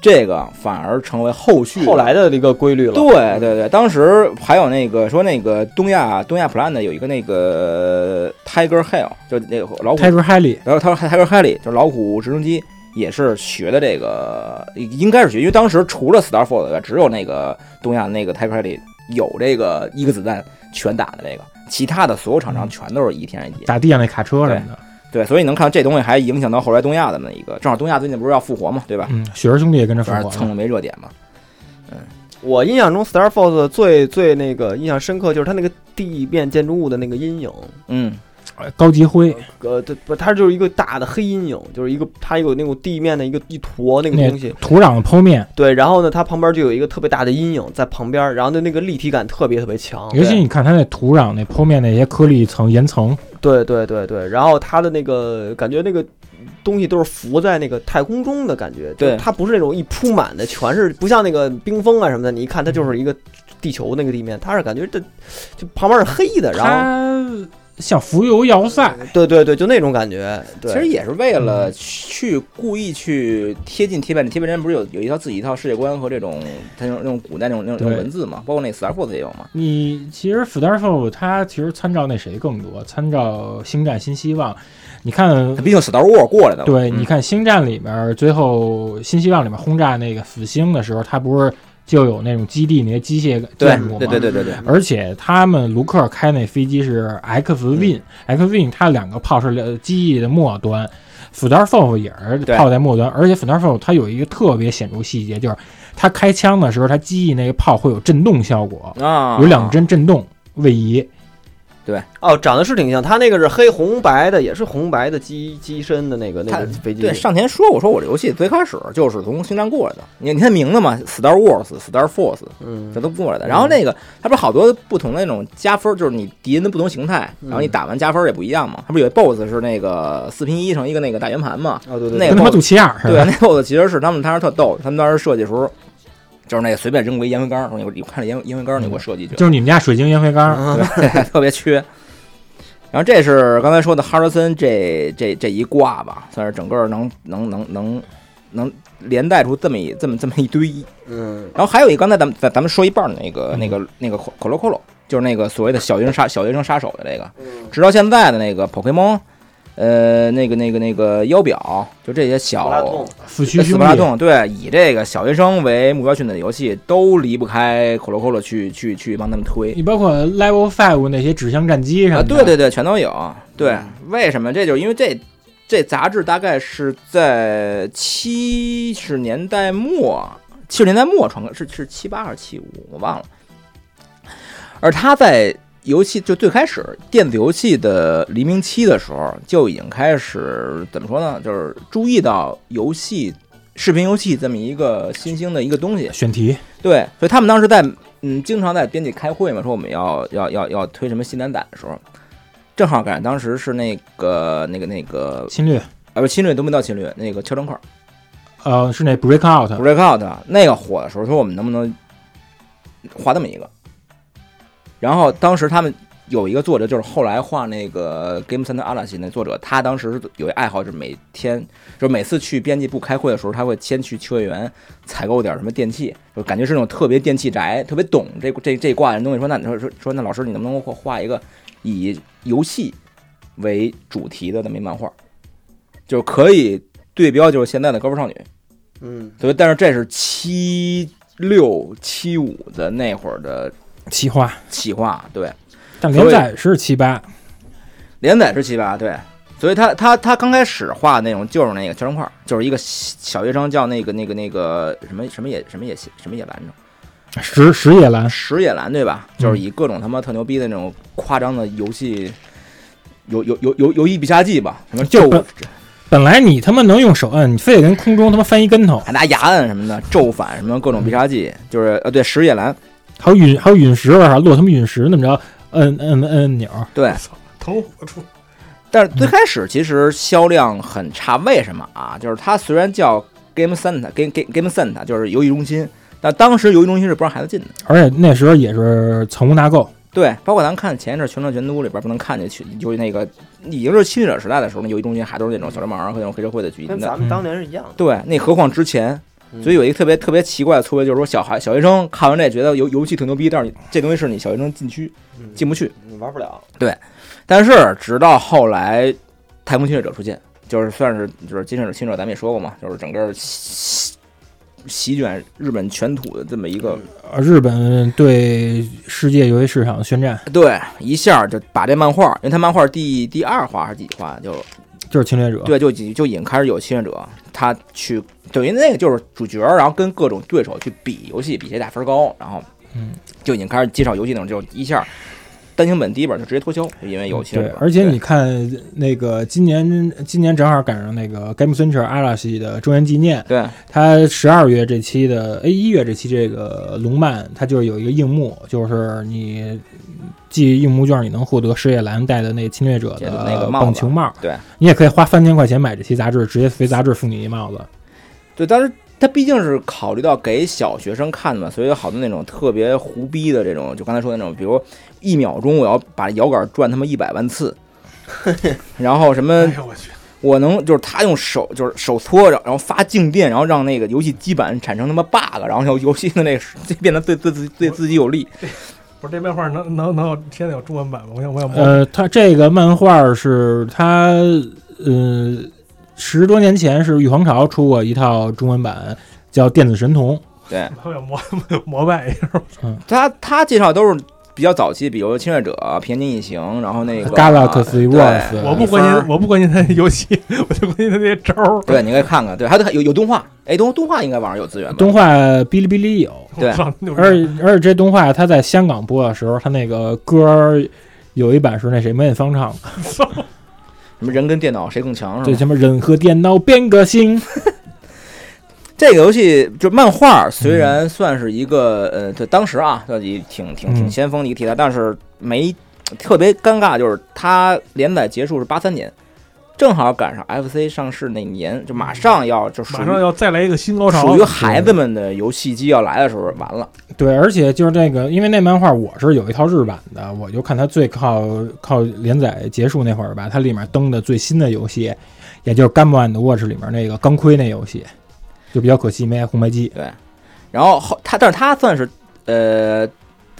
[SPEAKER 5] 这个反而成为后续
[SPEAKER 4] 后。来的一个规律了。
[SPEAKER 5] 嗯对对对，当时还有那个说那个东亚东亚 plan 的有一个那个呃 Tiger Hill，就是那个老虎
[SPEAKER 3] Tiger h a l l y
[SPEAKER 5] 然后他说还还有 Heli 就是老虎直升机也是学的这个，应该是学，因为当时除了 Starfall 以外，只有那个东亚那个 Tiger Heli 有这个一个子弹全打的这个，其他的所有厂商全都是一天一地。
[SPEAKER 3] 嗯打地上那卡车什么的。
[SPEAKER 5] 对，所以能看这东西还影响到后来东亚的那一个，正好东亚最近不是要复活嘛，对吧？
[SPEAKER 3] 嗯，雪儿兄弟也跟着复
[SPEAKER 5] 反正
[SPEAKER 3] 活
[SPEAKER 5] 蹭
[SPEAKER 3] 了。
[SPEAKER 5] 了没热点嘛。
[SPEAKER 4] 我印象中 Star Fox 最最那个印象深刻就是它那个地面建筑物的那个阴影，
[SPEAKER 5] 嗯，
[SPEAKER 3] 哎高级灰
[SPEAKER 4] 呃，对不，它就是一个大的黑阴影，就是一个它有那种地面的一个一坨那个
[SPEAKER 3] 那
[SPEAKER 4] 东西，
[SPEAKER 3] 土壤的剖面，
[SPEAKER 4] 对，然后呢，它旁边就有一个特别大的阴影在旁边，然后的那个立体感特别特别强，
[SPEAKER 5] 哦
[SPEAKER 3] 尤其你看它那土壤那剖面那些颗粒层、岩层，
[SPEAKER 4] 对对对对，然后它的那个感觉那个东西都是浮在那个太空中的感觉，就是
[SPEAKER 5] 对
[SPEAKER 4] 它不是那种一铺满的全是，不像那个冰封啊什么的，你一看它就是一个地球那个地面，它是感觉这就旁边是黑的，然后
[SPEAKER 3] 它像浮游要塞。
[SPEAKER 4] 对对对，就那种感觉，
[SPEAKER 5] 其
[SPEAKER 4] 对，
[SPEAKER 5] 实也是为了去故意去贴近贴板，贴板人不是有有一套自己一套世界观和这种他那种那种古代那种那种那种
[SPEAKER 3] 对
[SPEAKER 5] 文字嘛，包括那 Starfall 也有嘛。
[SPEAKER 3] 你其实 Starfall 它其实参照那谁更多，参照《星战：新希望》。你看
[SPEAKER 5] 他，毕竟 Star War 过来的嘛。
[SPEAKER 3] 对，
[SPEAKER 5] 嗯
[SPEAKER 3] 你看《星战》里面最后《新希望》里面轰炸那个死星的时候，它不是就有那种基地那些机械建筑吗？
[SPEAKER 5] 对对对对对，
[SPEAKER 3] 而且他们卢克开那飞机是 X
[SPEAKER 5] 嗯
[SPEAKER 3] Win，X Win 它两个炮是呃机翼的末端，Starfall 也是
[SPEAKER 5] 对
[SPEAKER 3] 炮在末端，而且 Starfall 它有一个特别显著细节，就是它开枪的时候，它机翼那个炮会有震动效果，
[SPEAKER 5] 啊，
[SPEAKER 3] 有两针震动位移，
[SPEAKER 4] 哦，长得是挺像，它那个是黑红白的，也是红白的机机身的那个那个
[SPEAKER 5] 它
[SPEAKER 4] 飞机，
[SPEAKER 5] 对，上前说我说我这游戏最开始就是从星战过来的，你你看名字嘛，Star Wars、Star Force，
[SPEAKER 4] 嗯
[SPEAKER 5] 这，都过来的。然后那个它不是好多不同的那种加分，就是你敌人的不同形态，然后你打完加分也不一样嘛。它不是有一 BOSS 是那个四拼一乘一个那个大圆盘嘛？
[SPEAKER 4] 哦对对，
[SPEAKER 5] 那
[SPEAKER 3] 跟
[SPEAKER 5] 个
[SPEAKER 3] 他妈
[SPEAKER 5] BOSS
[SPEAKER 3] 肚脐眼儿似
[SPEAKER 5] 对，
[SPEAKER 3] 的。
[SPEAKER 5] 那 BOSS 其实是他们当时特逗，他们当时设计的时候。就是那个随便扔个烟灰缸，说你给我你看这烟烟灰缸，你给我设计去。
[SPEAKER 3] 就是你们家水晶烟灰
[SPEAKER 4] 嗯
[SPEAKER 5] 嗯
[SPEAKER 3] 缸，
[SPEAKER 5] 对， [laughs] 特别缺。然后这是刚才说的哈德森这这这一挂吧，算是整个能能能能能连带出这么一这么这么一堆。
[SPEAKER 4] 嗯，
[SPEAKER 5] 然后还有一个刚才咱们咱咱们说一半儿那个那个那个 Colo Colo，就是那个所谓的小学生杀小学生杀手的这个，
[SPEAKER 4] 嗯
[SPEAKER 5] 直到现在的那个 Pokemon，呃，那个那个那个腰表，就这些小呃
[SPEAKER 3] 死区
[SPEAKER 5] 斯
[SPEAKER 3] 兄
[SPEAKER 5] 巴拉
[SPEAKER 3] 弟，
[SPEAKER 5] 洞，对，以这个小学生为目标训练的游戏都离不开 Colo Colo 去去去帮他们推。
[SPEAKER 3] 你包括 Level Five 那些指向战机什
[SPEAKER 5] 啊，
[SPEAKER 3] 么的，
[SPEAKER 5] 对对对，全都有。对，为什么？这就是因为这这杂志大概是在七十年代末，七十年代末创刊，是是七八还是七五，我忘了。而他在游戏就最开始电子游戏的黎明期的时候，就已经开始怎么说呢？就是注意到游戏。视频游戏这么一个新兴的一个东西，
[SPEAKER 3] 选题
[SPEAKER 5] 对，所以他们当时在嗯，经常在编辑开会嘛，说我们要要要要推什么新蓝胆的时候，正好赶上当时是那个那个那个
[SPEAKER 3] 侵略，
[SPEAKER 5] 啊，不是侵略都没到侵略，那个敲砖块儿
[SPEAKER 3] 呃，是那 Breakout，
[SPEAKER 5] breakout 那个火的时候，说我们能不能画这么一个？然后当时他们有一个作者，就是后来画那个 Game Center Atlas 那作者，他当时有一爱好，就是每天就每次去编辑部开会的时候，他会先去秋叶原采购点什么电器，就感觉是那种特别电器宅，特别懂这这这挂的东西。说那你说说说那老师，你能不能给我画一个以游戏为主题的那么一漫画？就是可以对标，就是现在的《高分少女》。
[SPEAKER 4] 嗯
[SPEAKER 5] 对，但是这是七六七五的那会儿的
[SPEAKER 3] 企划，
[SPEAKER 5] 企划，对，
[SPEAKER 3] 但连载是七八，
[SPEAKER 5] 连载是七八，对。所以他他他刚开始画那种就是那个圈成块儿，就是一个小学生叫那个那个那个什么什么野什么野什么野兰
[SPEAKER 3] 十十野兰，
[SPEAKER 5] 石野蓝对吧？
[SPEAKER 3] 嗯
[SPEAKER 5] 就是以各种他妈特牛逼的那种夸张的游戏，游游游游游戏必杀技吧，什么咒
[SPEAKER 3] 就本来你他妈能用手摁，你非得跟空中他妈翻一跟头，
[SPEAKER 5] 还拿牙按什么的，咒反什么各种必杀技，就是呃对石野蓝
[SPEAKER 3] 还有陨还有陨石玩啥落他妈陨石那么着，摁摁摁摁钮，
[SPEAKER 5] 对，
[SPEAKER 6] 腾火出，
[SPEAKER 5] 但是最开始其实销量很差，为什么啊？就是它虽然叫 Game Center Game Game Game Center 就是游戏中心，但当时游戏中心是不让孩子进的。
[SPEAKER 3] 而且那时候也是藏污纳垢，
[SPEAKER 5] 对，包括咱看前一阵《全城全都》里边不能看见去，就是那个已经是侵者时代的时候，那游戏中心还都是那种小流氓和那种黑社会的聚集
[SPEAKER 4] 跟
[SPEAKER 5] 的。
[SPEAKER 4] 咱们当年是一样的。
[SPEAKER 5] 对，那何况之前，
[SPEAKER 4] 嗯
[SPEAKER 5] 所以有一个特别特别奇怪的错位，就是说小孩小学生看完这觉得游游戏挺牛逼，但是你这东西是你小学生禁区
[SPEAKER 4] 嗯
[SPEAKER 5] 进不去。
[SPEAKER 4] 你玩不了，
[SPEAKER 5] 但是直到后来，太空侵略者出现，就是算是就是侵略者侵略者，咱们也说过嘛，就是整个席席卷日本全土的这么一个，
[SPEAKER 3] 呃日本对世界游戏市场的宣战
[SPEAKER 5] 对，一下就把这漫画，因为他漫画第第二话还是第几话就
[SPEAKER 3] 就是侵略者，
[SPEAKER 5] 对，就已就已经开始有侵略者，他去等于那个就是主角，然后跟各种对手去比游戏，比谁打分高，然后
[SPEAKER 3] 嗯，
[SPEAKER 5] 就已经开始介绍游戏那种，就一下单行本第一本就直接脱销，就因为有
[SPEAKER 3] 嗯
[SPEAKER 5] 侵
[SPEAKER 3] 对
[SPEAKER 5] 略者。，
[SPEAKER 3] 而且
[SPEAKER 5] 对
[SPEAKER 3] 你看那个今年今年正好赶上那个 Game Center 阿拉西的周年纪念，
[SPEAKER 5] 对
[SPEAKER 3] 它十二月这期的，哎，一月这期这个龙漫，它就是有一个硬幕，就是你寄硬幕券，你能获得石野兰戴的那侵略者
[SPEAKER 5] 这
[SPEAKER 3] 的
[SPEAKER 5] 个那个帽子
[SPEAKER 3] 棒球帽，
[SPEAKER 5] 对，
[SPEAKER 3] 你也可以花三千块钱买这期杂志，直接随杂志送你一帽子。
[SPEAKER 5] 对，但是他毕竟是考虑到给小学生看的嘛，所以有好多那种特别胡逼的这种，就刚才说的那种，比如一秒钟我要把摇杆转他妈一百万次，然后什么
[SPEAKER 6] 哎呦我去，
[SPEAKER 5] 我能就是他用手就是手搓着，然后发静电，然后让那个游戏基板产生他妈 bug，然后游游戏的那个 [laughs] 这变得对对对对自己有利。
[SPEAKER 6] 不是这漫画能能能有现在有中文版吗？我想我想摸
[SPEAKER 3] 呃，它这个漫画是它，呃，十多年前是玉皇朝出过一套中文版，叫《电子神童》。
[SPEAKER 5] 对
[SPEAKER 6] [laughs] 我想膜膜拜一下，
[SPEAKER 5] 他他介绍都是比较早期，比如《侵略者》《平行一行》，然后那个
[SPEAKER 3] Galaxy
[SPEAKER 5] 对
[SPEAKER 3] Wars，
[SPEAKER 6] 我不关
[SPEAKER 5] 一分
[SPEAKER 6] 心我不关心他那游戏， [laughs] 我就关心他那些招儿。
[SPEAKER 5] 对，你可以看看，对，还有有有动画，哎，动动画应该网上有资源吧？
[SPEAKER 3] 动画哔哩哔哩有，
[SPEAKER 5] 对
[SPEAKER 6] 我操，那
[SPEAKER 3] 而而且这动画它在香港播的时候，它那个歌儿有一版是那谁梅艳芳唱的，
[SPEAKER 5] 什么人跟电脑谁更强
[SPEAKER 3] 这
[SPEAKER 5] 是吧？
[SPEAKER 3] 他妈人和电脑变个心， [laughs]
[SPEAKER 5] 这个游戏就漫画虽然算是一个、
[SPEAKER 6] 嗯
[SPEAKER 5] 呃，对当时啊，算也挺挺挺
[SPEAKER 3] 嗯
[SPEAKER 5] 先锋的一个题材，但是没特别尴尬，就是它连载结束是八三年，正好赶上 FC 上市那年，就马上要就属
[SPEAKER 6] 马上
[SPEAKER 5] 于
[SPEAKER 6] 要再来一个新高潮
[SPEAKER 5] 属于，孩子们的游戏机要来的时候完了。
[SPEAKER 3] 对，而且就是那个，因为那漫画我是有一套日版的，我就看它最靠靠连载结束那会儿吧，它里面登的最新的游戏，也就是《Gamma and Watch》里面那个钢盔那游戏，就比较可惜没红白机。
[SPEAKER 5] 对，然后后他，但是他算是呃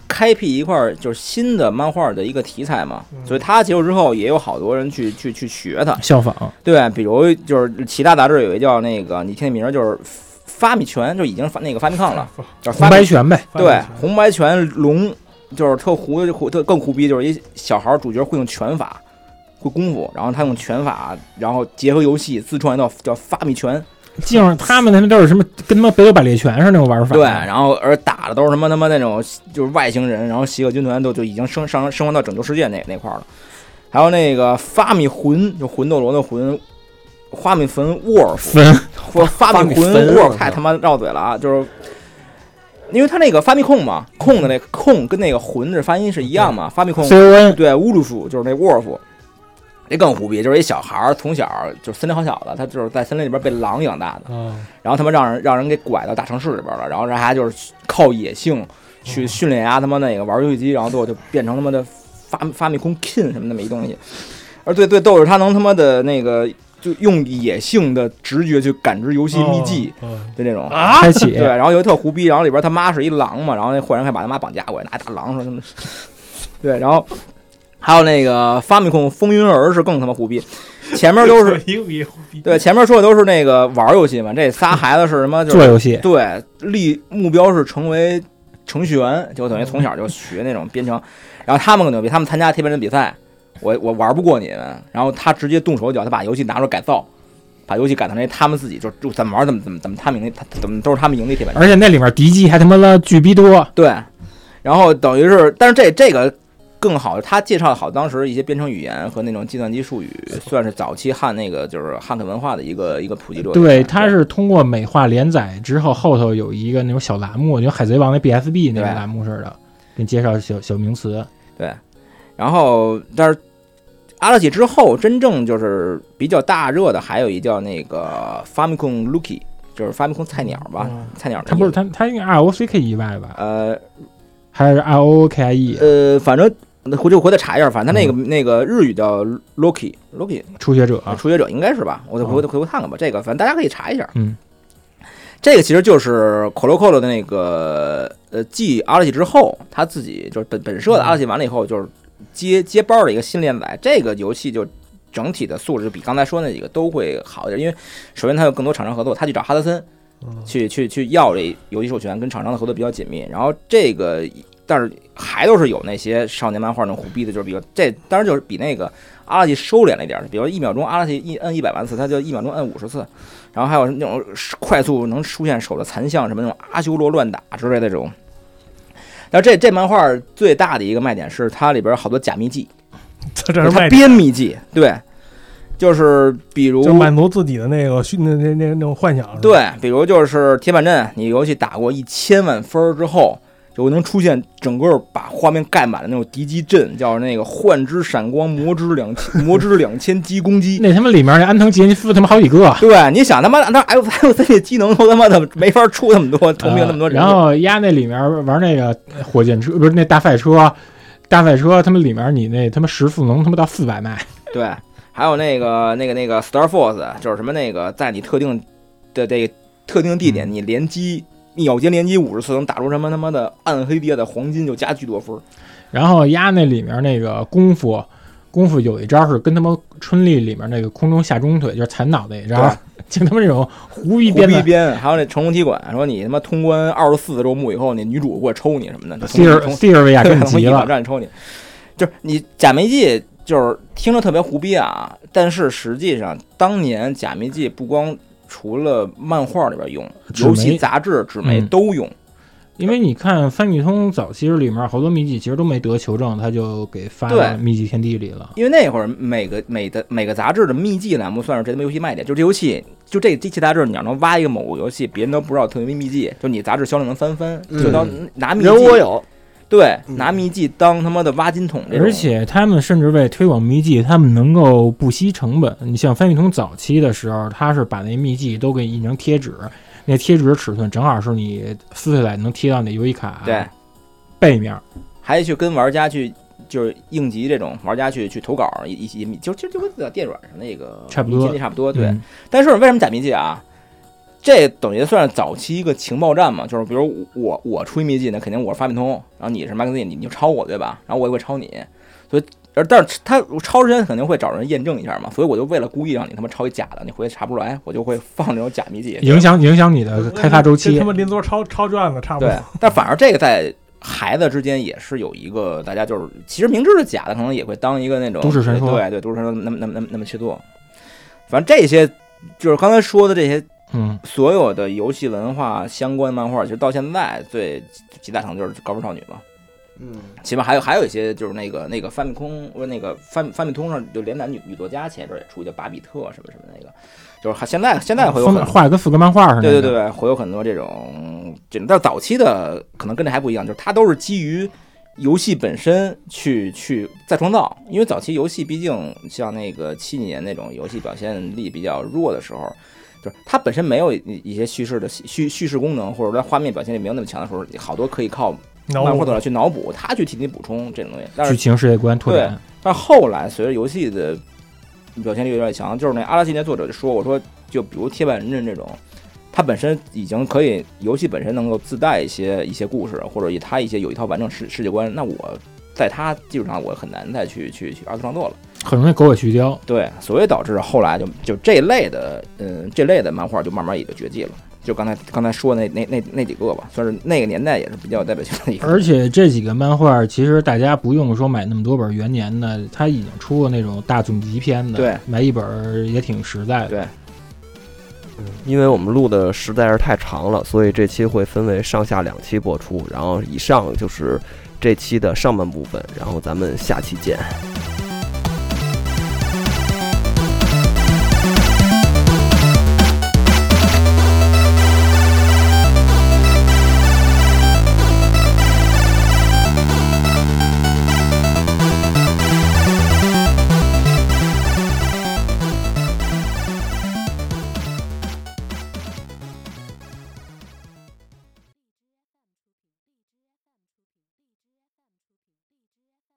[SPEAKER 5] 开辟一块儿就是新的漫画的一个题材嘛，
[SPEAKER 6] 嗯
[SPEAKER 5] 所以他结束之后也有好多人去去去学他。
[SPEAKER 3] 效仿，
[SPEAKER 5] 对，比如就是其他杂志有一叫那个，你听名儿就是发米拳，就已经发那个发米抗了，叫发
[SPEAKER 3] 红
[SPEAKER 5] 米
[SPEAKER 3] 白拳呗，
[SPEAKER 5] 对红白拳龙，就是特胡胡特更胡逼，就是一小孩儿主角会用拳法，会功夫，然后他用拳法，然后结合游戏自创一道叫发米拳，
[SPEAKER 3] 基本上他们他们都是什么跟他妈北斗百裂拳似的那种玩法。
[SPEAKER 5] 对，然后而打的都是什么他妈那种就是外星人，然后邪恶军团都就已经升上升华到拯救世界那那块儿了，还有那个发米魂，就魂斗罗的魂。花米魂沃尔夫，
[SPEAKER 3] 分
[SPEAKER 5] 我发
[SPEAKER 4] 发
[SPEAKER 5] 米
[SPEAKER 4] 米
[SPEAKER 5] 魂
[SPEAKER 4] 魂
[SPEAKER 5] 我
[SPEAKER 4] 我
[SPEAKER 5] 太
[SPEAKER 4] 操
[SPEAKER 5] 他妈绕嘴了啊！就是因为他那个发米控嘛，控的那个控跟那个魂的发音是一样嘛，发米控
[SPEAKER 3] C O N
[SPEAKER 5] 对乌鲁夫就是那沃尔夫，那更胡逼，就是一小孩儿从小就是森林好小子，他就是在森林里边被狼养大的，然后他妈让人让人给拐到大城市里边了，然后让他就是靠野性去训练啊他他妈那个玩游戏机，然后最后就变成他妈的发发米空 king 什么那么一东西。而最最逗是他能他妈的那个就用野性的直觉去感知游戏秘
[SPEAKER 6] 哦
[SPEAKER 5] 籍的那种。
[SPEAKER 6] 啊，
[SPEAKER 3] 开启
[SPEAKER 5] 对，，然后有一特胡逼，然后里边他妈是一狼嘛，然后那坏人还把他妈绑架过来，拿一大狼说他们，对，然后还有那个发米控风云儿是更他妈胡逼，前面
[SPEAKER 6] [laughs]
[SPEAKER 5] 都是
[SPEAKER 6] 一个一个逼
[SPEAKER 5] 对，前面说的都是那个玩儿游戏嘛，这仨孩子是什么？就
[SPEAKER 3] 做
[SPEAKER 5] 是
[SPEAKER 3] 游戏，
[SPEAKER 5] 对，立目标是成为程序员，就等于从小就学那种编程。然后他们更牛逼，他们参加贴边人比赛，我我玩不过你们，然后他直接动手脚，他把游戏拿出来改造，把游戏改成那他们自己就就怎么玩怎么怎么怎么他们赢的，他怎么都是他们赢的铁板。
[SPEAKER 3] 而且那里面敌机还他妈的巨逼多，
[SPEAKER 5] 对，然后等于是，但是这这个更好，他介绍好当时一些编程语言和那种计算机术语，算是早期汉那个就是汉克文化的一个一个普及者。
[SPEAKER 3] 对，它是通过美化连载之后，后头有一个那种小栏目，就跟海贼王那 BFB 那个
[SPEAKER 5] 对
[SPEAKER 3] 栏目似的，给你介绍小小名词。
[SPEAKER 5] 然后，但是阿拉奇之后，真正就是比较大热的，还有一叫那个 Famicom Lucky，就是 Famicom 菜鸟吧，
[SPEAKER 6] 嗯
[SPEAKER 5] 菜鸟的意思。
[SPEAKER 3] 哦它不是它它应该 R O C K 以外吧，
[SPEAKER 5] 呃
[SPEAKER 3] 还是 R O K I E
[SPEAKER 5] 呃，反正回就回头查一下，反正他
[SPEAKER 3] 嗯
[SPEAKER 5] 那个、那个日语叫 Lucky，Lucky
[SPEAKER 3] 初学者啊？
[SPEAKER 5] 初学者应该是吧？我再回头回头看看吧。这个反正大家可以查一下。
[SPEAKER 3] 嗯，
[SPEAKER 5] 这个其实就是 Colo Colo 的那个呃，继阿拉奇之后，他自己就是本本社的阿拉奇完了以后，就是接接包的一个新连载。这个游戏就整体的素质比刚才说那几个都会好一点，因为首先它有更多厂商合作，他去找哈德森
[SPEAKER 6] 嗯
[SPEAKER 5] 去去去要这游戏授权，跟厂商的合作比较紧密。然后这个但是还都是有那些少年漫画那种胡逼的，就是比较这当然就是比那个阿拉奇收敛了一点儿，比如一秒钟阿拉奇一摁一百万次，他就一秒钟摁五十次，然后还有那种快速能出现手的残像什么那种阿修罗乱打之类的这种。然后这这漫画最大的一个卖点是它里边有好多假秘技，
[SPEAKER 6] 这这
[SPEAKER 5] 就是是它
[SPEAKER 6] 卖点，
[SPEAKER 5] 编秘技，对，就是比如
[SPEAKER 6] 就满足自己的那个虚那那那那种幻想。是吧，
[SPEAKER 5] 对，比如就是铁板阵，你游戏打过一千万分儿之后，就能出现整个把画面盖满的那种敌机阵，叫那个幻之闪光魔之两千魔之两千机
[SPEAKER 3] [laughs]
[SPEAKER 5] 攻击。
[SPEAKER 3] 那他妈里面那安藤杰尼夫他妈好几个，
[SPEAKER 5] 对，你想他妈那 F F C 那机能都他妈的没法出那么多同屏那么多
[SPEAKER 3] 呃
[SPEAKER 5] 人
[SPEAKER 3] 然
[SPEAKER 5] 物，
[SPEAKER 3] 后压那里面玩那个火箭车，不是那大赛车，大赛车他们里面你那他妈时速能他妈到四百迈，
[SPEAKER 5] 对，还有那个那个那个 Star Force 就是什么那个在你特定的这个特定地
[SPEAKER 3] 嗯
[SPEAKER 5] 点你连击。秒间连击五十次能打出什么他妈的暗黑地带黄金就加巨多分儿，
[SPEAKER 3] 然后压那里面那个功夫。功夫有一招是跟他妈春丽里面那个空中下中腿，就是残脑那一招， [laughs] 就他妈这种胡逼
[SPEAKER 5] 胡
[SPEAKER 3] 编
[SPEAKER 5] 逼
[SPEAKER 3] 的。
[SPEAKER 5] 编，还有那成龙踢馆，说你他妈通关二十四个周目以后，你女主过来抽你什么的，
[SPEAKER 3] 西尔
[SPEAKER 5] 从
[SPEAKER 3] [laughs]
[SPEAKER 5] 从
[SPEAKER 3] 西尔维亚
[SPEAKER 5] 从
[SPEAKER 3] 更
[SPEAKER 5] 从一
[SPEAKER 3] 急
[SPEAKER 5] 秒 [laughs]
[SPEAKER 3] 了，
[SPEAKER 5] 站抽你，就是你假面记就是听着特别胡逼啊，但是实际上当年假面记不光除了漫画里边用，
[SPEAKER 3] 纸媒
[SPEAKER 5] 游戏、杂志、纸媒
[SPEAKER 3] 嗯
[SPEAKER 5] 都用，
[SPEAKER 3] 因为你看翻译通早期里面好多秘籍其实都没得求证，他就给发到
[SPEAKER 5] 对
[SPEAKER 3] 秘籍天地里了。
[SPEAKER 5] 因为那会儿每个每的每个杂志的秘籍栏目算是这他妈游戏卖点，就这游戏就这这期杂志，你要能挖一个某个游戏，别人都不知道特别秘籍，就你杂志销量能翻番，
[SPEAKER 3] 嗯
[SPEAKER 5] 就当拿秘籍
[SPEAKER 4] 人我有，
[SPEAKER 5] 对，拿秘籍当他妈的挖金桶这种，
[SPEAKER 3] 而且他们甚至为推广秘籍，他们能够不惜成本。你像翻译通早期的时候，他是把那秘籍都给印成贴纸，那贴纸尺寸正好是你撕下来能贴到你的游戏卡
[SPEAKER 5] 对，
[SPEAKER 3] 背面。
[SPEAKER 5] 还去跟玩家去就是应急这种玩家去去投稿，一一一就就就跟电软上那个
[SPEAKER 3] 差不多
[SPEAKER 5] 秘籍差不多对。
[SPEAKER 3] 嗯
[SPEAKER 5] 但是为什么假秘籍啊？这等于算是早期一个情报战嘛，就是比如我我我出一秘籍呢，肯定我是发明通，然后你是麦克斯，你你就抄我对吧？然后我也会抄你，所以而但是他抄之前肯定会找人验证一下嘛，所以我就为了故意让你他妈抄一假的，你回去查不出来，我就会放这种假秘籍，
[SPEAKER 3] 影响影响你的开发周
[SPEAKER 6] 跟
[SPEAKER 3] 期
[SPEAKER 6] 他。妈邻座抄抄卷子差不多
[SPEAKER 5] 对。，啊 [laughs] 但反而这个在孩子之间也是有一个，大家就是其实明知是假的，可能也会当一个那种
[SPEAKER 3] 都市传说
[SPEAKER 5] 对对，都市传说那么那么那么那么去做。反正这些就是刚才说的这些
[SPEAKER 3] 嗯，
[SPEAKER 5] 所有的游戏文化相关漫画，其实到现在最极大程度就是高分少女嘛。
[SPEAKER 4] 嗯，
[SPEAKER 5] 起码还有还有一些就是那个那个翻米空不是那个翻翻米通上就连载女女作家前一阵儿也出一叫巴比特什么什么那个，就是还现在现在会有
[SPEAKER 3] 封
[SPEAKER 5] 很
[SPEAKER 3] 面画得跟复刻漫画似的。
[SPEAKER 5] 对对对，对，会有很多这种这种，但早期的可能跟这还不一样，就是它都是基于游戏本身去去再创造，因为早期游戏毕竟像那个七几年那种游戏表现力比较弱的时候。就是它本身没有一一些叙事的叙叙事功能，或者说它画面表现力没有那么强的时候，好多可以靠
[SPEAKER 6] 脑
[SPEAKER 5] 漫画
[SPEAKER 6] 补
[SPEAKER 5] 作者去脑补，他去替你补充这种东西。
[SPEAKER 3] [laughs]
[SPEAKER 5] 但
[SPEAKER 3] 剧
[SPEAKER 5] 是
[SPEAKER 3] 情世界观拓展。
[SPEAKER 5] 但后来随着游戏的表现力越来越强，就是那阿拉西那作者就说，我说就比如铁板刃这种，它本身已经可以游戏本身能够自带一些一些故事，或者以它一些有一套完整世世界观，那我在它基础上我很难再去去去二次创作了。
[SPEAKER 3] 很容易狗尾续貂。
[SPEAKER 5] 对，所以导致后来就就这类的，嗯，这类的漫画就慢慢也就绝迹了。就刚才刚才说那那那那几个吧，算是那个年代也是比较有代表性的一个。
[SPEAKER 3] 而且这几个漫画，其实大家不用说买那么多本元年的，它已经出过那种大总集篇的，
[SPEAKER 5] 对，
[SPEAKER 3] 买一本儿也挺实在的。
[SPEAKER 5] 对，
[SPEAKER 4] 因为我们录的实在是太长了，所以这期会分为上下两期播出。然后以上就是这期的上半部分，然后咱们下期见。